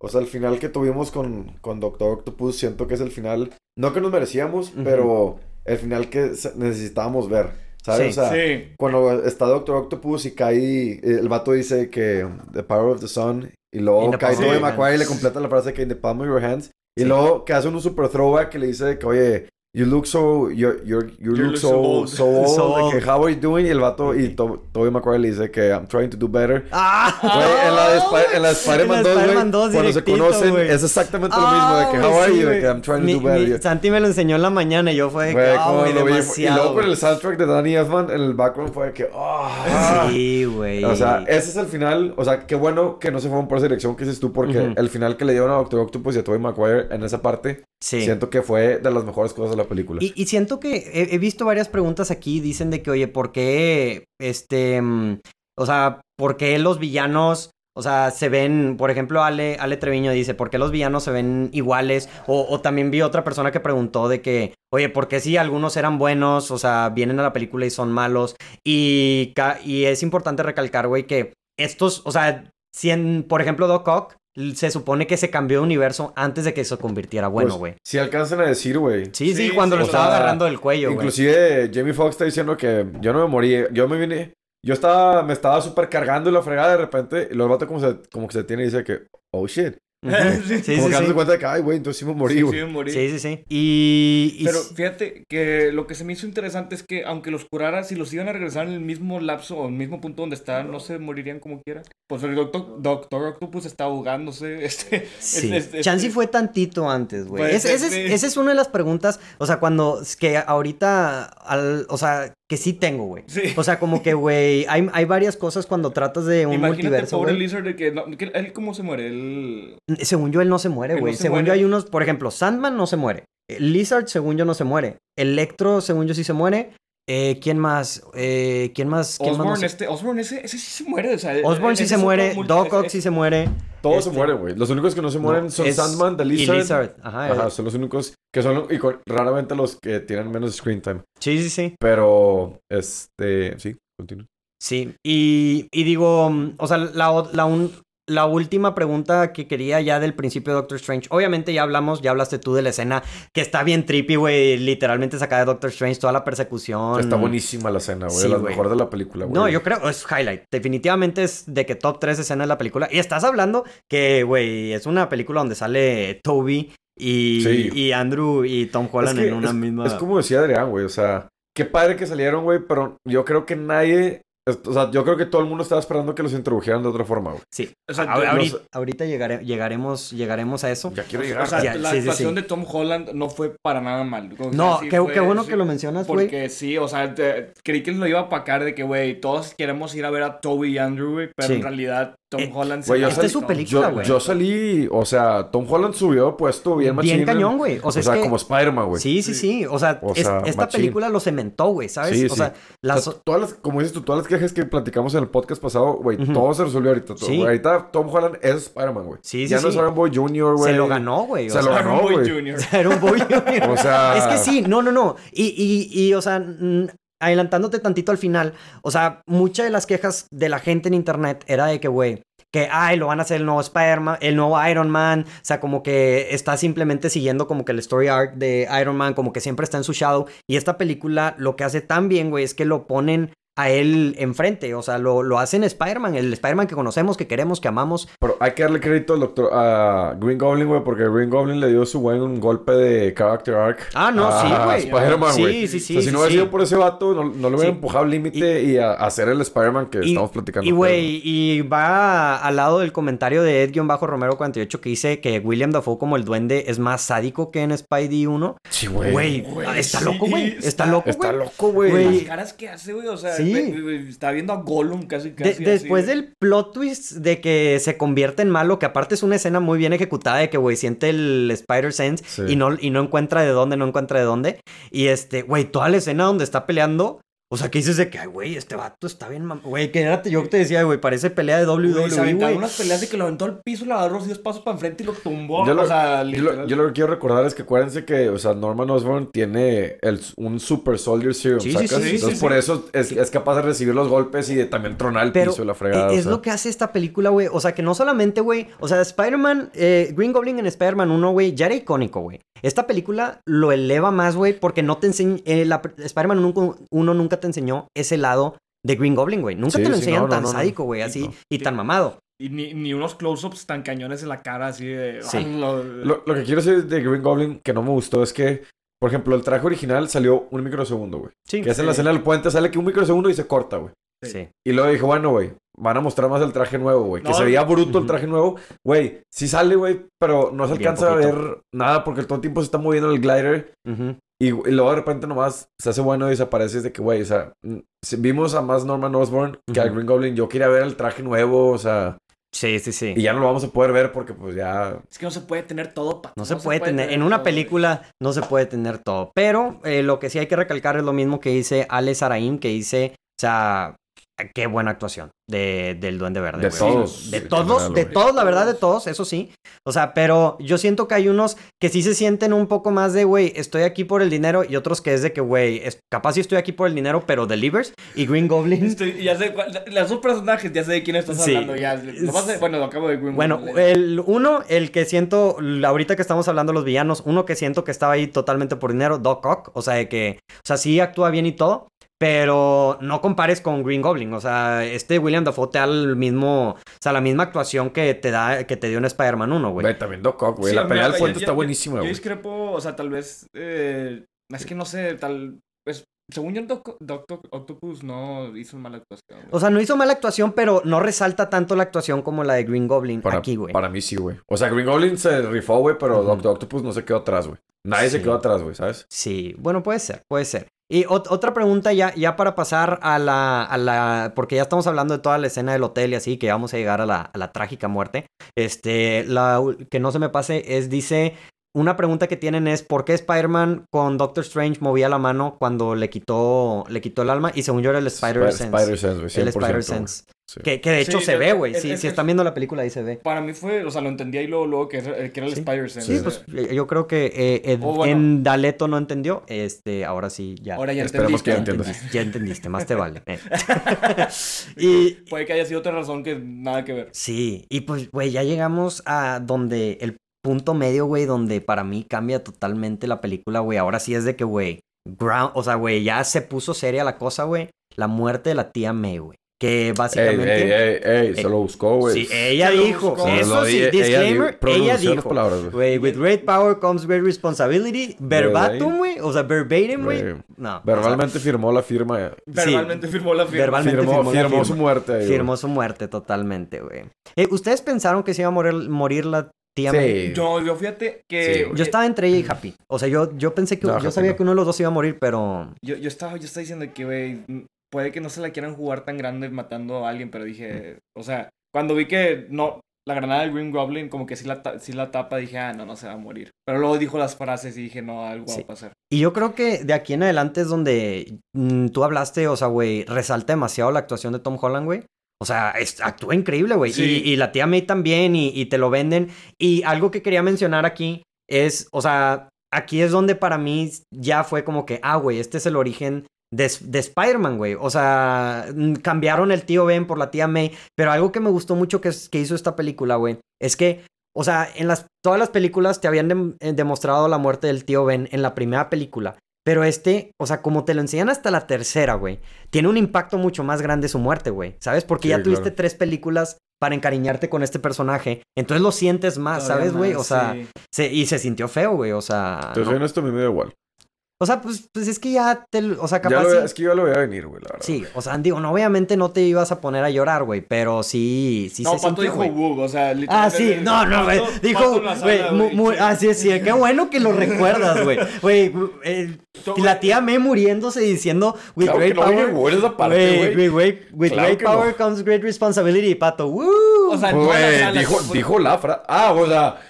[SPEAKER 4] O sea, el final que tuvimos con, con Doctor Octopus, siento que es el final. No que nos merecíamos,
[SPEAKER 1] Ujú.
[SPEAKER 4] pero el final que se- necesitábamos ver. ¿Sabes?
[SPEAKER 1] Sí.
[SPEAKER 4] o sea,
[SPEAKER 2] Sí,
[SPEAKER 4] cuando está Doctor Octopus y cae. eh, El vato dice que. The power of the sun. Y
[SPEAKER 1] In
[SPEAKER 4] luego
[SPEAKER 1] the
[SPEAKER 4] cae
[SPEAKER 1] palm of your
[SPEAKER 4] Tobey Maguire y le
[SPEAKER 1] hands.
[SPEAKER 4] completa la frase que in the palm of your hands. Y
[SPEAKER 1] Sí.
[SPEAKER 4] luego que hace un super throwback que le dice que, oye. You look so, you're, you're- you
[SPEAKER 2] You
[SPEAKER 4] look so, old. so old,
[SPEAKER 1] So
[SPEAKER 4] de que, how are you doing? Y el vato, y
[SPEAKER 1] Sí.
[SPEAKER 4] To- Tobey Maguire le dice que I'm trying to do better.
[SPEAKER 1] ¡Ah!
[SPEAKER 4] Güey, en la de, Spi- en la de
[SPEAKER 1] En
[SPEAKER 4] Spider-Man
[SPEAKER 1] la
[SPEAKER 4] 2, güey,
[SPEAKER 1] Spider-Man 2,
[SPEAKER 4] cuando se
[SPEAKER 1] directito,
[SPEAKER 4] conocen,
[SPEAKER 1] güey.
[SPEAKER 4] es exactamente lo mismo,
[SPEAKER 1] Ah,
[SPEAKER 4] de que
[SPEAKER 1] güey,
[SPEAKER 4] how
[SPEAKER 1] sí,
[SPEAKER 4] are you, de
[SPEAKER 1] güey.
[SPEAKER 4] que I'm trying to
[SPEAKER 1] Mi-
[SPEAKER 4] do better.
[SPEAKER 1] mi-
[SPEAKER 4] Yo-
[SPEAKER 1] Santi me lo enseñó en la mañana y yo fue de que,
[SPEAKER 4] Güey,
[SPEAKER 1] ah,
[SPEAKER 4] cómo
[SPEAKER 1] güey,
[SPEAKER 4] lo vi, y
[SPEAKER 1] demasiado.
[SPEAKER 4] luego con
[SPEAKER 1] güey.
[SPEAKER 4] el soundtrack de Danny Elfman en el background fue de que, ah.
[SPEAKER 1] Sí, güey.
[SPEAKER 4] O sea, ese es el final. O sea, qué bueno que no se fueron por esa dirección que dices tú, porque
[SPEAKER 1] Ujú.
[SPEAKER 4] el final que le dieron a Doctor Octopus y a Tobey Maguire en esa parte,
[SPEAKER 1] sí.
[SPEAKER 4] siento que fue de las mejores cosas de la película.
[SPEAKER 1] Y, y siento que he, he visto varias preguntas aquí, dicen de que, oye, ¿por qué, este, mm, o sea, por qué los villanos, o sea, se ven, por ejemplo, Ale, Ale Treviño dice, ¿por qué los villanos se ven iguales? O, o también vi otra persona que preguntó de que, oye, ¿por qué si algunos eran buenos, o sea, vienen a la película y son malos? Y, ca- y es importante recalcar, güey, que estos, o sea, si en, por ejemplo, Doc Ock, l- se supone que se cambió de universo antes de que se convirtiera bueno,
[SPEAKER 4] Pues,
[SPEAKER 1] güey.
[SPEAKER 4] Si alcanzan a decir, güey.
[SPEAKER 1] Sí, sí,
[SPEAKER 2] Sí,
[SPEAKER 1] cuando
[SPEAKER 2] sí,
[SPEAKER 1] lo
[SPEAKER 4] o
[SPEAKER 1] estaba
[SPEAKER 4] sea,
[SPEAKER 1] agarrando del cuello, güey.
[SPEAKER 4] Inclusive Jamie Foxx está diciendo que yo no me morí, yo me vine, yo estaba, me estaba super cargando y la fregada de repente, y los vatos como, se, como que se tiene y dice que, oh shit.
[SPEAKER 1] Ujú.
[SPEAKER 2] Sí,
[SPEAKER 1] Sí,
[SPEAKER 4] como
[SPEAKER 1] sí,
[SPEAKER 4] que dándose
[SPEAKER 1] sí.
[SPEAKER 4] cuenta de que, ay, güey, entonces sí me morí,
[SPEAKER 2] sí,
[SPEAKER 4] güey.
[SPEAKER 2] sí, morí.
[SPEAKER 1] Sí, sí, sí. Y, y
[SPEAKER 2] Pero
[SPEAKER 1] s-
[SPEAKER 2] fíjate que lo que se me hizo interesante es que aunque los curara, si los iban a regresar en el mismo lapso o en el mismo punto donde estaban, no se morirían como quiera. Pues el Doctor, Doctor Octopus está ahogándose. Este,
[SPEAKER 1] sí.
[SPEAKER 2] este- este-
[SPEAKER 1] Chance y fue tantito antes, güey.
[SPEAKER 2] Pues,
[SPEAKER 1] Es- ese es-
[SPEAKER 2] sí.
[SPEAKER 1] esa es una de las preguntas, o sea, cuando, es que ahorita, al- o sea, que sí tengo, güey.
[SPEAKER 2] Sí.
[SPEAKER 1] O sea, como que, güey, hay, hay varias cosas cuando tratas de Pues, un
[SPEAKER 2] Imagínate
[SPEAKER 1] multiverso,
[SPEAKER 2] pobre
[SPEAKER 1] güey.
[SPEAKER 2] Lizard de que, no- que él cómo se muere. Él...
[SPEAKER 1] Según yo, él no se muere,
[SPEAKER 2] Él no
[SPEAKER 1] güey.
[SPEAKER 2] se
[SPEAKER 1] según
[SPEAKER 2] muere.
[SPEAKER 1] yo, hay unos, por ejemplo, Sandman no se muere. Eh, Lizard, según yo, no se muere. Electro, según yo, sí se muere. Eh, ¿Quién más? Eh, ¿Quién más? ¿Quién más no
[SPEAKER 2] Osborn,
[SPEAKER 1] se-
[SPEAKER 2] este, Osborn ese, ese sí se muere. O sea,
[SPEAKER 1] Osborn sí
[SPEAKER 2] ese
[SPEAKER 1] se
[SPEAKER 2] es otro
[SPEAKER 1] muere.
[SPEAKER 2] multi-
[SPEAKER 1] Doc
[SPEAKER 2] ese-
[SPEAKER 1] Ock
[SPEAKER 2] ese-
[SPEAKER 1] sí se muere.
[SPEAKER 4] Todos
[SPEAKER 1] Este-
[SPEAKER 4] se mueren, güey. Los únicos que no se mueren
[SPEAKER 1] No,
[SPEAKER 4] son
[SPEAKER 1] es-
[SPEAKER 4] Sandman, The Lizard.
[SPEAKER 1] Y Lizard. Ajá.
[SPEAKER 4] Ajá,
[SPEAKER 1] eh.
[SPEAKER 4] son los únicos que son, y con- raramente los que tienen menos screen time.
[SPEAKER 1] Sí, sí, sí.
[SPEAKER 4] Pero, este, sí, continúa.
[SPEAKER 1] Sí, y, y digo, mm, o sea, la, o- la, un- la última pregunta que quería ya del principio de Doctor Strange. Obviamente ya hablamos, ya hablaste tú de la escena que está bien trippy, güey. Literalmente sacada de Doctor Strange, toda la persecución.
[SPEAKER 4] Está buenísima la escena, güey.
[SPEAKER 1] Sí,
[SPEAKER 4] la
[SPEAKER 1] güey.
[SPEAKER 4] mejor de la película, güey.
[SPEAKER 1] No, yo creo, es highlight. Definitivamente es de que top 3 escena de la película. Y estás hablando que, güey, es una película donde sale Toby y,
[SPEAKER 4] Sí.
[SPEAKER 1] y Andrew y Tom Holland
[SPEAKER 4] que
[SPEAKER 1] en una misma.
[SPEAKER 4] Es como decía Adrián, güey. O sea, qué padre que salieron, güey. Pero yo creo que nadie es- o sea, yo creo que todo el mundo estaba esperando que los introdujeran de otra forma, güey.
[SPEAKER 1] Sí.
[SPEAKER 2] O sea,
[SPEAKER 1] A-
[SPEAKER 2] yo-
[SPEAKER 1] ahorita ahorita llegare- llegaremos, llegaremos a eso.
[SPEAKER 4] Ya quiero
[SPEAKER 2] o
[SPEAKER 4] llegar.
[SPEAKER 2] sea,
[SPEAKER 1] Ya,
[SPEAKER 2] la
[SPEAKER 1] sí, sí,
[SPEAKER 2] actuación
[SPEAKER 1] sí.
[SPEAKER 2] de Tom Holland no fue para nada mal. O sea,
[SPEAKER 1] No,
[SPEAKER 2] sí
[SPEAKER 1] qué,
[SPEAKER 2] fue-
[SPEAKER 4] pues,
[SPEAKER 1] qué bueno
[SPEAKER 2] sí-
[SPEAKER 1] que lo mencionas, güey.
[SPEAKER 2] Porque sí, o sea, te- creí que lo iba a pacar de que, güey, todos queremos ir a ver a Toby y Andrew, güey, pero
[SPEAKER 1] Sí.
[SPEAKER 2] en realidad Tom
[SPEAKER 1] Eh,
[SPEAKER 2] Holland
[SPEAKER 4] güey,
[SPEAKER 2] la
[SPEAKER 4] esta es
[SPEAKER 1] su
[SPEAKER 2] aventó.
[SPEAKER 1] película.
[SPEAKER 4] yo,
[SPEAKER 1] güey.
[SPEAKER 4] yo salí, o sea, Tom Holland subió puesto bien machín.
[SPEAKER 1] Bien
[SPEAKER 4] en-
[SPEAKER 1] cañón, güey. O
[SPEAKER 4] O sea,
[SPEAKER 1] sea, es que-
[SPEAKER 4] como Spider-Man, güey.
[SPEAKER 1] Sí, sí, sí. O sea,
[SPEAKER 4] O
[SPEAKER 1] es-
[SPEAKER 4] sea,
[SPEAKER 1] esta
[SPEAKER 4] machín.
[SPEAKER 1] película lo cementó, güey, ¿sabes?
[SPEAKER 4] Sí,
[SPEAKER 1] o
[SPEAKER 4] sí.
[SPEAKER 1] sea,
[SPEAKER 4] O
[SPEAKER 1] las...
[SPEAKER 4] sea, todas las, como dices tú, todas las quejas que platicamos en el podcast pasado, güey,
[SPEAKER 1] Ujú.
[SPEAKER 4] todo se resolvió ahorita. todo,
[SPEAKER 1] Sí.
[SPEAKER 4] güey. Ahorita Tom Holland es Spider-Man, güey.
[SPEAKER 1] Sí, sí,
[SPEAKER 4] Ya no es
[SPEAKER 1] sí.
[SPEAKER 4] Iron Boy Jr., güey.
[SPEAKER 1] se lo ganó, güey. o
[SPEAKER 4] Se lo
[SPEAKER 1] sea,
[SPEAKER 4] ganó,
[SPEAKER 2] Boy
[SPEAKER 4] güey.
[SPEAKER 2] Jr.
[SPEAKER 1] Era un boy.
[SPEAKER 4] O sea,
[SPEAKER 1] Es que sí, no, no, no. Y, y, y, o sea, mm, adelantándote tantito al final, o sea, muchas de las quejas de la gente en internet era de que, güey, que, ay, lo van a hacer el nuevo Spider-Man, el nuevo Iron Man, o sea, como que está simplemente siguiendo como que el story arc de Iron Man, como que siempre está en su shadow. Y esta película lo que hace tan bien, güey, es que lo ponen a él enfrente, o sea, lo, lo hacen Spider-Man, el Spider-Man que conocemos, que queremos, que amamos.
[SPEAKER 4] Pero hay que darle crédito al doctor a Green Goblin, güey, porque Green Goblin le dio su buen golpe de character arc.
[SPEAKER 1] Ah, no,
[SPEAKER 4] a
[SPEAKER 1] sí, güey.
[SPEAKER 4] Spider-Man,
[SPEAKER 1] sí,
[SPEAKER 4] güey.
[SPEAKER 1] sí, sí,
[SPEAKER 4] o sea, si
[SPEAKER 1] sí,
[SPEAKER 4] no hubiera
[SPEAKER 1] sí.
[SPEAKER 4] sido por ese vato, no, no lo hubiera
[SPEAKER 1] Sí.
[SPEAKER 4] empujado al límite y, a, a hacer el Spider-Man que
[SPEAKER 1] Y-
[SPEAKER 4] estamos platicando.
[SPEAKER 1] Y güey, y va al lado del comentario de Ed-Romero48 que dice que William Dafoe como el duende es más sádico que en Spidey 1.
[SPEAKER 4] Sí,
[SPEAKER 1] Güey, ah,
[SPEAKER 2] güey,
[SPEAKER 1] está
[SPEAKER 2] sí,
[SPEAKER 1] loco, güey. Está
[SPEAKER 2] está-
[SPEAKER 1] loco, güey.
[SPEAKER 4] Está loco, güey.
[SPEAKER 1] Güey.
[SPEAKER 2] Las caras que hace, güey, o sea,
[SPEAKER 1] Sí.
[SPEAKER 2] güey, güey, güey, está viendo a Gollum casi,
[SPEAKER 1] De-
[SPEAKER 2] casi. así,
[SPEAKER 1] después
[SPEAKER 2] güey.
[SPEAKER 1] del plot twist de que se convierte en malo, que aparte es una escena muy bien ejecutada de que, güey, siente el Spider-Sense
[SPEAKER 4] Sí.
[SPEAKER 1] y, no, y no encuentra de dónde, no encuentra de dónde. Y este, güey, toda la escena donde está peleando, o sea, que dices de que, ay, güey, este vato está bien, mam- güey, que era, yo te decía, güey, parece pelea de
[SPEAKER 2] Güey,
[SPEAKER 1] WWE,
[SPEAKER 2] se aventaron
[SPEAKER 1] güey.
[SPEAKER 2] unas peleas de que lo aventó al piso, lo agarró así dos pasos para enfrente y lo tumbó.
[SPEAKER 4] Yo lo-
[SPEAKER 2] o sea,
[SPEAKER 4] Yo lo,
[SPEAKER 2] literal.
[SPEAKER 4] yo lo que quiero recordar es que acuérdense que, o sea, Norman Osborn tiene el, un Super Soldier Serum,
[SPEAKER 1] Sí, sí,
[SPEAKER 4] ¿sacas?
[SPEAKER 1] sí, sí,
[SPEAKER 4] Entonces,
[SPEAKER 2] sí,
[SPEAKER 4] por eso es, es capaz de recibir los golpes y de también tronar el
[SPEAKER 1] Pero
[SPEAKER 4] piso y la fregada.
[SPEAKER 1] Eh,
[SPEAKER 4] o
[SPEAKER 1] Es
[SPEAKER 4] sea.
[SPEAKER 1] lo que hace esta película, güey. O sea, que no solamente, güey. O sea, Spider-Man, eh, Green Goblin en Spider-Man 1, güey, ya era icónico, güey. Esta película lo eleva más, güey, porque no te enseña. eh, Spider-Man 1, nunca te enseñó ese lado de Green Goblin, güey. Nunca
[SPEAKER 4] Sí,
[SPEAKER 1] te lo
[SPEAKER 4] sí,
[SPEAKER 1] enseñan
[SPEAKER 4] no, no,
[SPEAKER 1] tan
[SPEAKER 4] no, no.
[SPEAKER 1] sádico, güey, así
[SPEAKER 4] No.
[SPEAKER 1] y tan mamado.
[SPEAKER 2] Y ni, ni unos close-ups tan cañones en la cara, así de.
[SPEAKER 1] Sí.
[SPEAKER 2] Ah, lo-
[SPEAKER 4] Lo, lo que quiero decir de Green Goblin que no me gustó es que, por ejemplo, el traje original salió un microsegundo, güey.
[SPEAKER 1] Sí.
[SPEAKER 4] Que es en la escena del puente, sale que un microsegundo y se corta, güey.
[SPEAKER 1] Sí.
[SPEAKER 4] Y luego dije, bueno, güey, van a mostrar más el traje nuevo, güey. Que
[SPEAKER 2] No,
[SPEAKER 4] se veía bruto el
[SPEAKER 1] ujú.
[SPEAKER 4] traje nuevo. Güey, sí sale, güey, pero no se
[SPEAKER 1] Bien
[SPEAKER 4] alcanza a
[SPEAKER 1] poquito.
[SPEAKER 4] ver nada porque todo el tiempo se está moviendo el glider.
[SPEAKER 1] Ujú.
[SPEAKER 4] Y, y luego de repente nomás se hace bueno y desaparece. Es de que, güey, o sea, mm, si- vimos a más Norman Osborn que al
[SPEAKER 1] Ujú.
[SPEAKER 4] Green Goblin. Yo quería ver el traje nuevo, o sea,
[SPEAKER 1] Sí, sí, sí.
[SPEAKER 4] y ya no lo vamos a poder ver porque, pues ya.
[SPEAKER 2] Es que no se puede tener todo, pa-
[SPEAKER 1] No se puede tener, en
[SPEAKER 2] todo,
[SPEAKER 1] una
[SPEAKER 2] güey.
[SPEAKER 1] película no se puede tener todo. Pero eh, lo que sí hay que recalcar es lo mismo que dice Ale Saraim, que dice, o sea, qué buena actuación de, del Duende Verde.
[SPEAKER 4] De
[SPEAKER 1] Ah, güey.
[SPEAKER 4] todos.
[SPEAKER 1] De
[SPEAKER 4] En
[SPEAKER 1] todos,
[SPEAKER 4] general,
[SPEAKER 1] de
[SPEAKER 4] güey.
[SPEAKER 1] todos, la verdad, de todos, eso sí. O sea, pero yo siento que hay unos que sí se sienten un poco más de, güey, estoy aquí por el dinero, y otros que es de que, güey, es- capaz sí estoy aquí por el dinero, pero delivers. Y Green Goblin.
[SPEAKER 2] Estoy- ya sé, cuál- los dos personajes, ya sé de quién estás
[SPEAKER 1] Sí.
[SPEAKER 2] hablando. Ya, nomás de- bueno, lo acabo de Green
[SPEAKER 1] Bueno,
[SPEAKER 2] Goblin.
[SPEAKER 1] el uno, el que siento, ahorita que estamos hablando de los villanos, uno que siento que estaba ahí totalmente por dinero, Doc Ock, o sea, de que, o sea, sí actúa bien y todo, pero no compares con Green Goblin, o sea, este William Dafoe te da el mismo, o sea, la misma actuación que te da, que te dio en Spider-Man 1, güey.
[SPEAKER 4] Güey, también Doc Ock, güey.
[SPEAKER 2] Sí,
[SPEAKER 4] la
[SPEAKER 2] mira,
[SPEAKER 4] pelea del
[SPEAKER 2] yo-
[SPEAKER 4] puente
[SPEAKER 2] yo-
[SPEAKER 4] está
[SPEAKER 2] yo-
[SPEAKER 4] buenísima,
[SPEAKER 2] Yo
[SPEAKER 4] güey.
[SPEAKER 2] discrepo, o sea, tal vez. eh, es que no sé, tal. Pues, según yo, Doc, Doc- Doc- Octopus no hizo mala actuación. güey.
[SPEAKER 1] O sea, no hizo mala actuación, pero no resalta tanto la actuación como la de Green Goblin
[SPEAKER 4] Para,
[SPEAKER 1] aquí, güey.
[SPEAKER 4] para mí sí, güey. O sea, Green Goblin se rifó, güey, pero
[SPEAKER 1] Ujú.
[SPEAKER 4] Doctor Octopus no se quedó atrás, güey. Nadie se
[SPEAKER 1] Sí.
[SPEAKER 4] quedó atrás, güey, ¿sabes?
[SPEAKER 1] Sí, bueno, puede ser, puede ser. Y ot- otra pregunta ya, ya para pasar a la, a la, porque ya estamos hablando de toda la escena del hotel y así, que ya vamos a llegar a la, a la trágica muerte. Este, la u- que no se me pase es, dice, una pregunta que tienen es, ¿por qué Spider-Man con Doctor Strange movía la mano cuando le quitó, le quitó el alma? Y según yo era el Spider-Sense.
[SPEAKER 4] Spider-Sense, güey, 100%.
[SPEAKER 1] el Spider-Sense.
[SPEAKER 4] sí.
[SPEAKER 1] Que, que de hecho
[SPEAKER 2] Sí,
[SPEAKER 1] se
[SPEAKER 2] el-
[SPEAKER 1] ve, güey.
[SPEAKER 2] el-
[SPEAKER 1] Sí,
[SPEAKER 2] el-
[SPEAKER 1] si están viendo la película, ahí se ve.
[SPEAKER 2] Para mí fue, o sea, lo entendí ahí luego, luego que, era- que era el
[SPEAKER 1] Sí.
[SPEAKER 2] Spider-Sense.
[SPEAKER 1] Sí,
[SPEAKER 2] o sea,
[SPEAKER 1] pues eh, yo creo que eh, Ed-
[SPEAKER 2] O Oh, bueno.
[SPEAKER 1] en Daleto no entendió. Este, ahora sí, ya.
[SPEAKER 2] Ahora ya
[SPEAKER 4] Esperemos que ya
[SPEAKER 2] entendí.
[SPEAKER 4] entiendas.
[SPEAKER 1] Ya entendiste, más te vale. eh. y
[SPEAKER 2] Puede que haya sido otra razón que nada que ver.
[SPEAKER 1] sí, y pues, güey, ya llegamos a donde el punto medio, güey, donde para mí cambia totalmente la película, güey. Ahora sí es de que, güey, ground, o sea, güey, ya se puso seria la cosa, güey. La muerte de la tía May, güey. que
[SPEAKER 4] Ey,
[SPEAKER 1] básicamente... Eh,
[SPEAKER 4] ey, ey, ey, se lo buscó, güey.
[SPEAKER 1] Sí, ella
[SPEAKER 2] Se lo
[SPEAKER 1] dijo.
[SPEAKER 2] buscó.
[SPEAKER 4] Se
[SPEAKER 1] Eso
[SPEAKER 4] lo
[SPEAKER 1] sí,
[SPEAKER 4] di- ella di-
[SPEAKER 1] disclaimer, ella
[SPEAKER 4] pronunció las
[SPEAKER 1] dijo.
[SPEAKER 4] palabras, güey.
[SPEAKER 1] Güey, with great power comes great responsibility. Verbatim,
[SPEAKER 4] Verbatim.
[SPEAKER 1] güey. O sea, verbatim, güey.
[SPEAKER 4] Güey.
[SPEAKER 1] No.
[SPEAKER 4] Verbalmente firmó la firma. eh.
[SPEAKER 2] Verbalmente firmó la firma.
[SPEAKER 1] Verbalmente
[SPEAKER 4] Firmó,
[SPEAKER 1] firmó la
[SPEAKER 4] firmó
[SPEAKER 1] firma.
[SPEAKER 4] su muerte.
[SPEAKER 1] o
[SPEAKER 4] ahí,
[SPEAKER 1] sea, firmó su muerte totalmente, güey. Eh, ¿Ustedes pensaron que se iba a morir, morir la tía
[SPEAKER 4] güey.
[SPEAKER 1] May?
[SPEAKER 4] Sí.
[SPEAKER 2] Yo, yo fíjate que.
[SPEAKER 4] Sí,
[SPEAKER 1] Yo estaba entre ella y Happy. O sea, yo, yo pensé que...
[SPEAKER 4] No,
[SPEAKER 1] yo
[SPEAKER 4] Happy
[SPEAKER 1] sabía
[SPEAKER 4] no.
[SPEAKER 1] que uno de los dos iba a morir, pero...
[SPEAKER 2] Yo, yo estaba, yo estaba diciendo que, güey, m- puede que no se la quieran jugar tan grande matando a alguien, pero dije, o sea, cuando vi que no, la granada del Green Goblin, como que sí la, ta- sí la tapa, dije, ah, no, no se va a morir. Pero luego dijo las frases y dije, no, algo
[SPEAKER 1] Sí.
[SPEAKER 2] va a pasar.
[SPEAKER 1] Y yo creo que de aquí en adelante es donde mm, tú hablaste, o sea, güey, resalta demasiado la actuación de Tom Holland, güey. O sea, es- actúa increíble, güey.
[SPEAKER 2] Sí.
[SPEAKER 1] Y, y la tía May también, y, y te lo venden. Y algo que quería mencionar aquí es, o sea, aquí es donde para mí ya fue como que, ah, güey, este es el origen de, S- de Spider-Man, güey. O sea, mm, cambiaron el tío Ben por la tía May. Pero algo que me gustó mucho que, es- que hizo esta película, güey, es que, o sea, en las, todas las películas te habían dem- eh, demostrado la muerte del tío Ben en la primera película. Pero este, o sea, como te lo enseñan hasta la tercera, güey, tiene un impacto mucho más grande su muerte, güey. ¿Sabes? Porque
[SPEAKER 4] Sí,
[SPEAKER 1] ya tuviste
[SPEAKER 4] claro.
[SPEAKER 1] tres películas para encariñarte con este personaje. Entonces lo sientes más,
[SPEAKER 2] Todavía
[SPEAKER 1] Ah, ¿sabes, güey?
[SPEAKER 2] más,
[SPEAKER 1] O sea,
[SPEAKER 2] sí.
[SPEAKER 1] se- y se sintió feo, güey. O sea,
[SPEAKER 4] Entonces,
[SPEAKER 1] no.
[SPEAKER 4] en esto a mí me da igual.
[SPEAKER 1] o sea, pues, pues es que ya te, lo- o sea,
[SPEAKER 4] Ya
[SPEAKER 1] capaz
[SPEAKER 4] lo
[SPEAKER 1] sí-
[SPEAKER 4] veía- Es que yo lo voy a venir, güey, la verdad.
[SPEAKER 1] Sí, o sea, digo, no, obviamente no te ibas a poner a llorar, güey, pero sí, sí
[SPEAKER 2] no,
[SPEAKER 1] se
[SPEAKER 2] Pato
[SPEAKER 1] sintió,
[SPEAKER 2] dijo
[SPEAKER 1] güey.
[SPEAKER 2] Wug, o sea,
[SPEAKER 1] Ah, sí,
[SPEAKER 2] literalmente-
[SPEAKER 1] no, no, güey.
[SPEAKER 2] Pato- Pato
[SPEAKER 1] Dijo,
[SPEAKER 2] en la
[SPEAKER 1] güey,
[SPEAKER 2] sala,
[SPEAKER 1] mu- mu- ah,
[SPEAKER 2] sí.
[SPEAKER 1] así es, sí, qué bueno que lo recuerdas, güey. Güey, eh, y
[SPEAKER 2] Tú, güey,
[SPEAKER 1] la tía May muriéndose diciendo, with
[SPEAKER 4] Claro
[SPEAKER 1] great
[SPEAKER 4] que no,
[SPEAKER 1] power.
[SPEAKER 4] güey, esa parte,
[SPEAKER 1] Güey,
[SPEAKER 4] güey.
[SPEAKER 1] güey, güey, with
[SPEAKER 4] Claro
[SPEAKER 1] great
[SPEAKER 4] que no.
[SPEAKER 1] power comes great responsibility, pato. Woo.
[SPEAKER 2] O sea, en todas las
[SPEAKER 4] Güey,
[SPEAKER 2] salas,
[SPEAKER 4] dijo,
[SPEAKER 2] fue-
[SPEAKER 4] dijo la frase. Ah, o sea.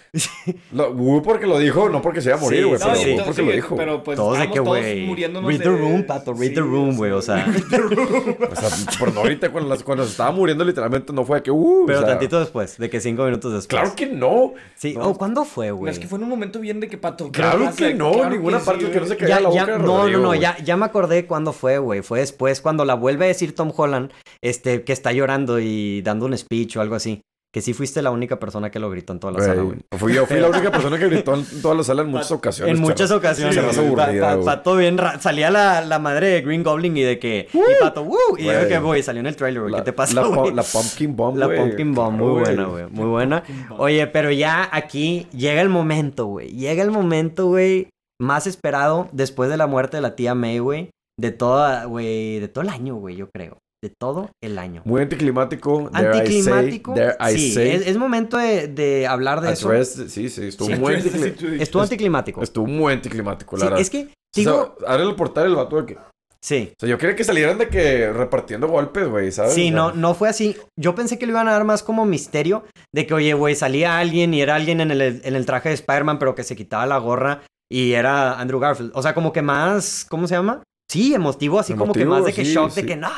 [SPEAKER 4] lo- güey, porque lo dijo, no porque sea morir,
[SPEAKER 1] Sí,
[SPEAKER 4] güey.
[SPEAKER 1] sí,
[SPEAKER 4] pero
[SPEAKER 1] sí.
[SPEAKER 4] güey,
[SPEAKER 1] No,
[SPEAKER 4] porque
[SPEAKER 2] sí,
[SPEAKER 4] lo dijo.
[SPEAKER 2] Pero pues
[SPEAKER 1] todos de
[SPEAKER 2] estábamos
[SPEAKER 1] que, güey.
[SPEAKER 2] muriéndonos
[SPEAKER 1] Read the
[SPEAKER 2] de-
[SPEAKER 1] room, pato, read the
[SPEAKER 2] sí,
[SPEAKER 1] room,
[SPEAKER 2] sí.
[SPEAKER 1] güey, o sea.
[SPEAKER 4] O sea, pero no ahorita cuando, las- cuando se estaba muriendo, literalmente no fue de que. Uh, o
[SPEAKER 1] Pero
[SPEAKER 4] sea,
[SPEAKER 1] tantito después, de que cinco minutos después.
[SPEAKER 4] Claro que no.
[SPEAKER 1] Sí,
[SPEAKER 4] no.
[SPEAKER 1] oh, ¿cuándo fue,
[SPEAKER 2] No,
[SPEAKER 1] güey?
[SPEAKER 2] Es que fue en un momento bien de que pato. ¿qué
[SPEAKER 4] Claro
[SPEAKER 2] pasa?
[SPEAKER 4] que no.
[SPEAKER 2] Claro
[SPEAKER 4] ninguna
[SPEAKER 2] sí,
[SPEAKER 4] parte que no
[SPEAKER 2] güey.
[SPEAKER 4] se caiga la boca.
[SPEAKER 1] no,
[SPEAKER 4] de Rodrigo,
[SPEAKER 1] no, no,
[SPEAKER 4] güey.
[SPEAKER 1] ya, ya me acordé cuándo fue, güey. Fue después, cuando la vuelve a decir Tom Holland, este, que está llorando y dando un speech o algo así. Que sí fuiste la única persona que lo gritó en toda la
[SPEAKER 4] Güey,
[SPEAKER 1] sala, güey.
[SPEAKER 4] Fui yo, fui la única persona que gritó en todas las salas en muchas ocasiones.
[SPEAKER 1] En muchas
[SPEAKER 4] charras.
[SPEAKER 1] ocasiones.
[SPEAKER 4] se me hace
[SPEAKER 1] güey, pa-
[SPEAKER 4] aburrida,
[SPEAKER 1] pa-
[SPEAKER 4] güey.
[SPEAKER 1] Pato bien ra- salía la, la madre de Green Goblin y de que. Y Pato, "Woo", Y yo
[SPEAKER 4] Güey.
[SPEAKER 1] que, güey, salió en el trailer, güey. ¿Qué
[SPEAKER 4] La-
[SPEAKER 1] te pasa,
[SPEAKER 4] la, pu-
[SPEAKER 1] güey?
[SPEAKER 4] la Pumpkin Bomb,
[SPEAKER 1] La
[SPEAKER 4] güey.
[SPEAKER 1] Pumpkin Bomb,
[SPEAKER 4] Claro,
[SPEAKER 1] muy buena, güey. Muy buena. Oye, pero ya aquí llega el momento, güey. Llega el momento, güey, más esperado después de la muerte de la tía May, güey. De toda, güey, de todo el año, güey, yo creo. De todo el año.
[SPEAKER 4] Muy anticlimático. dare I say,
[SPEAKER 1] Anticlimático.
[SPEAKER 4] dare I
[SPEAKER 1] sí,
[SPEAKER 4] say,
[SPEAKER 1] es, es momento de, de hablar de eso.
[SPEAKER 4] address- sí, sí, estuvo
[SPEAKER 1] Sí.
[SPEAKER 4] muy
[SPEAKER 2] Address the
[SPEAKER 4] anticlimático.
[SPEAKER 2] situation.
[SPEAKER 1] Estuvo anticlimático.
[SPEAKER 4] Estuvo muy anticlimático, la
[SPEAKER 1] Sí,
[SPEAKER 4] verdad.
[SPEAKER 1] es que, digo,
[SPEAKER 4] O sea, abre el portal el vato de que... O
[SPEAKER 1] sí.
[SPEAKER 4] sea, yo quería que salieran de que repartiendo golpes, güey, ¿sabes?
[SPEAKER 1] Sí,
[SPEAKER 4] O sea,
[SPEAKER 1] no, no fue así. Yo pensé que lo iban a dar más como misterio de que, oye, güey, salía alguien y era alguien en el, en el traje de Spider-Man, pero que se quitaba la gorra y era Andrew Garfield. O sea, como que más, ¿cómo se llama? Sí, emotivo, así como que
[SPEAKER 4] Emotivo,
[SPEAKER 1] más de que
[SPEAKER 4] sí,
[SPEAKER 1] shock, de
[SPEAKER 4] sí.
[SPEAKER 1] que no.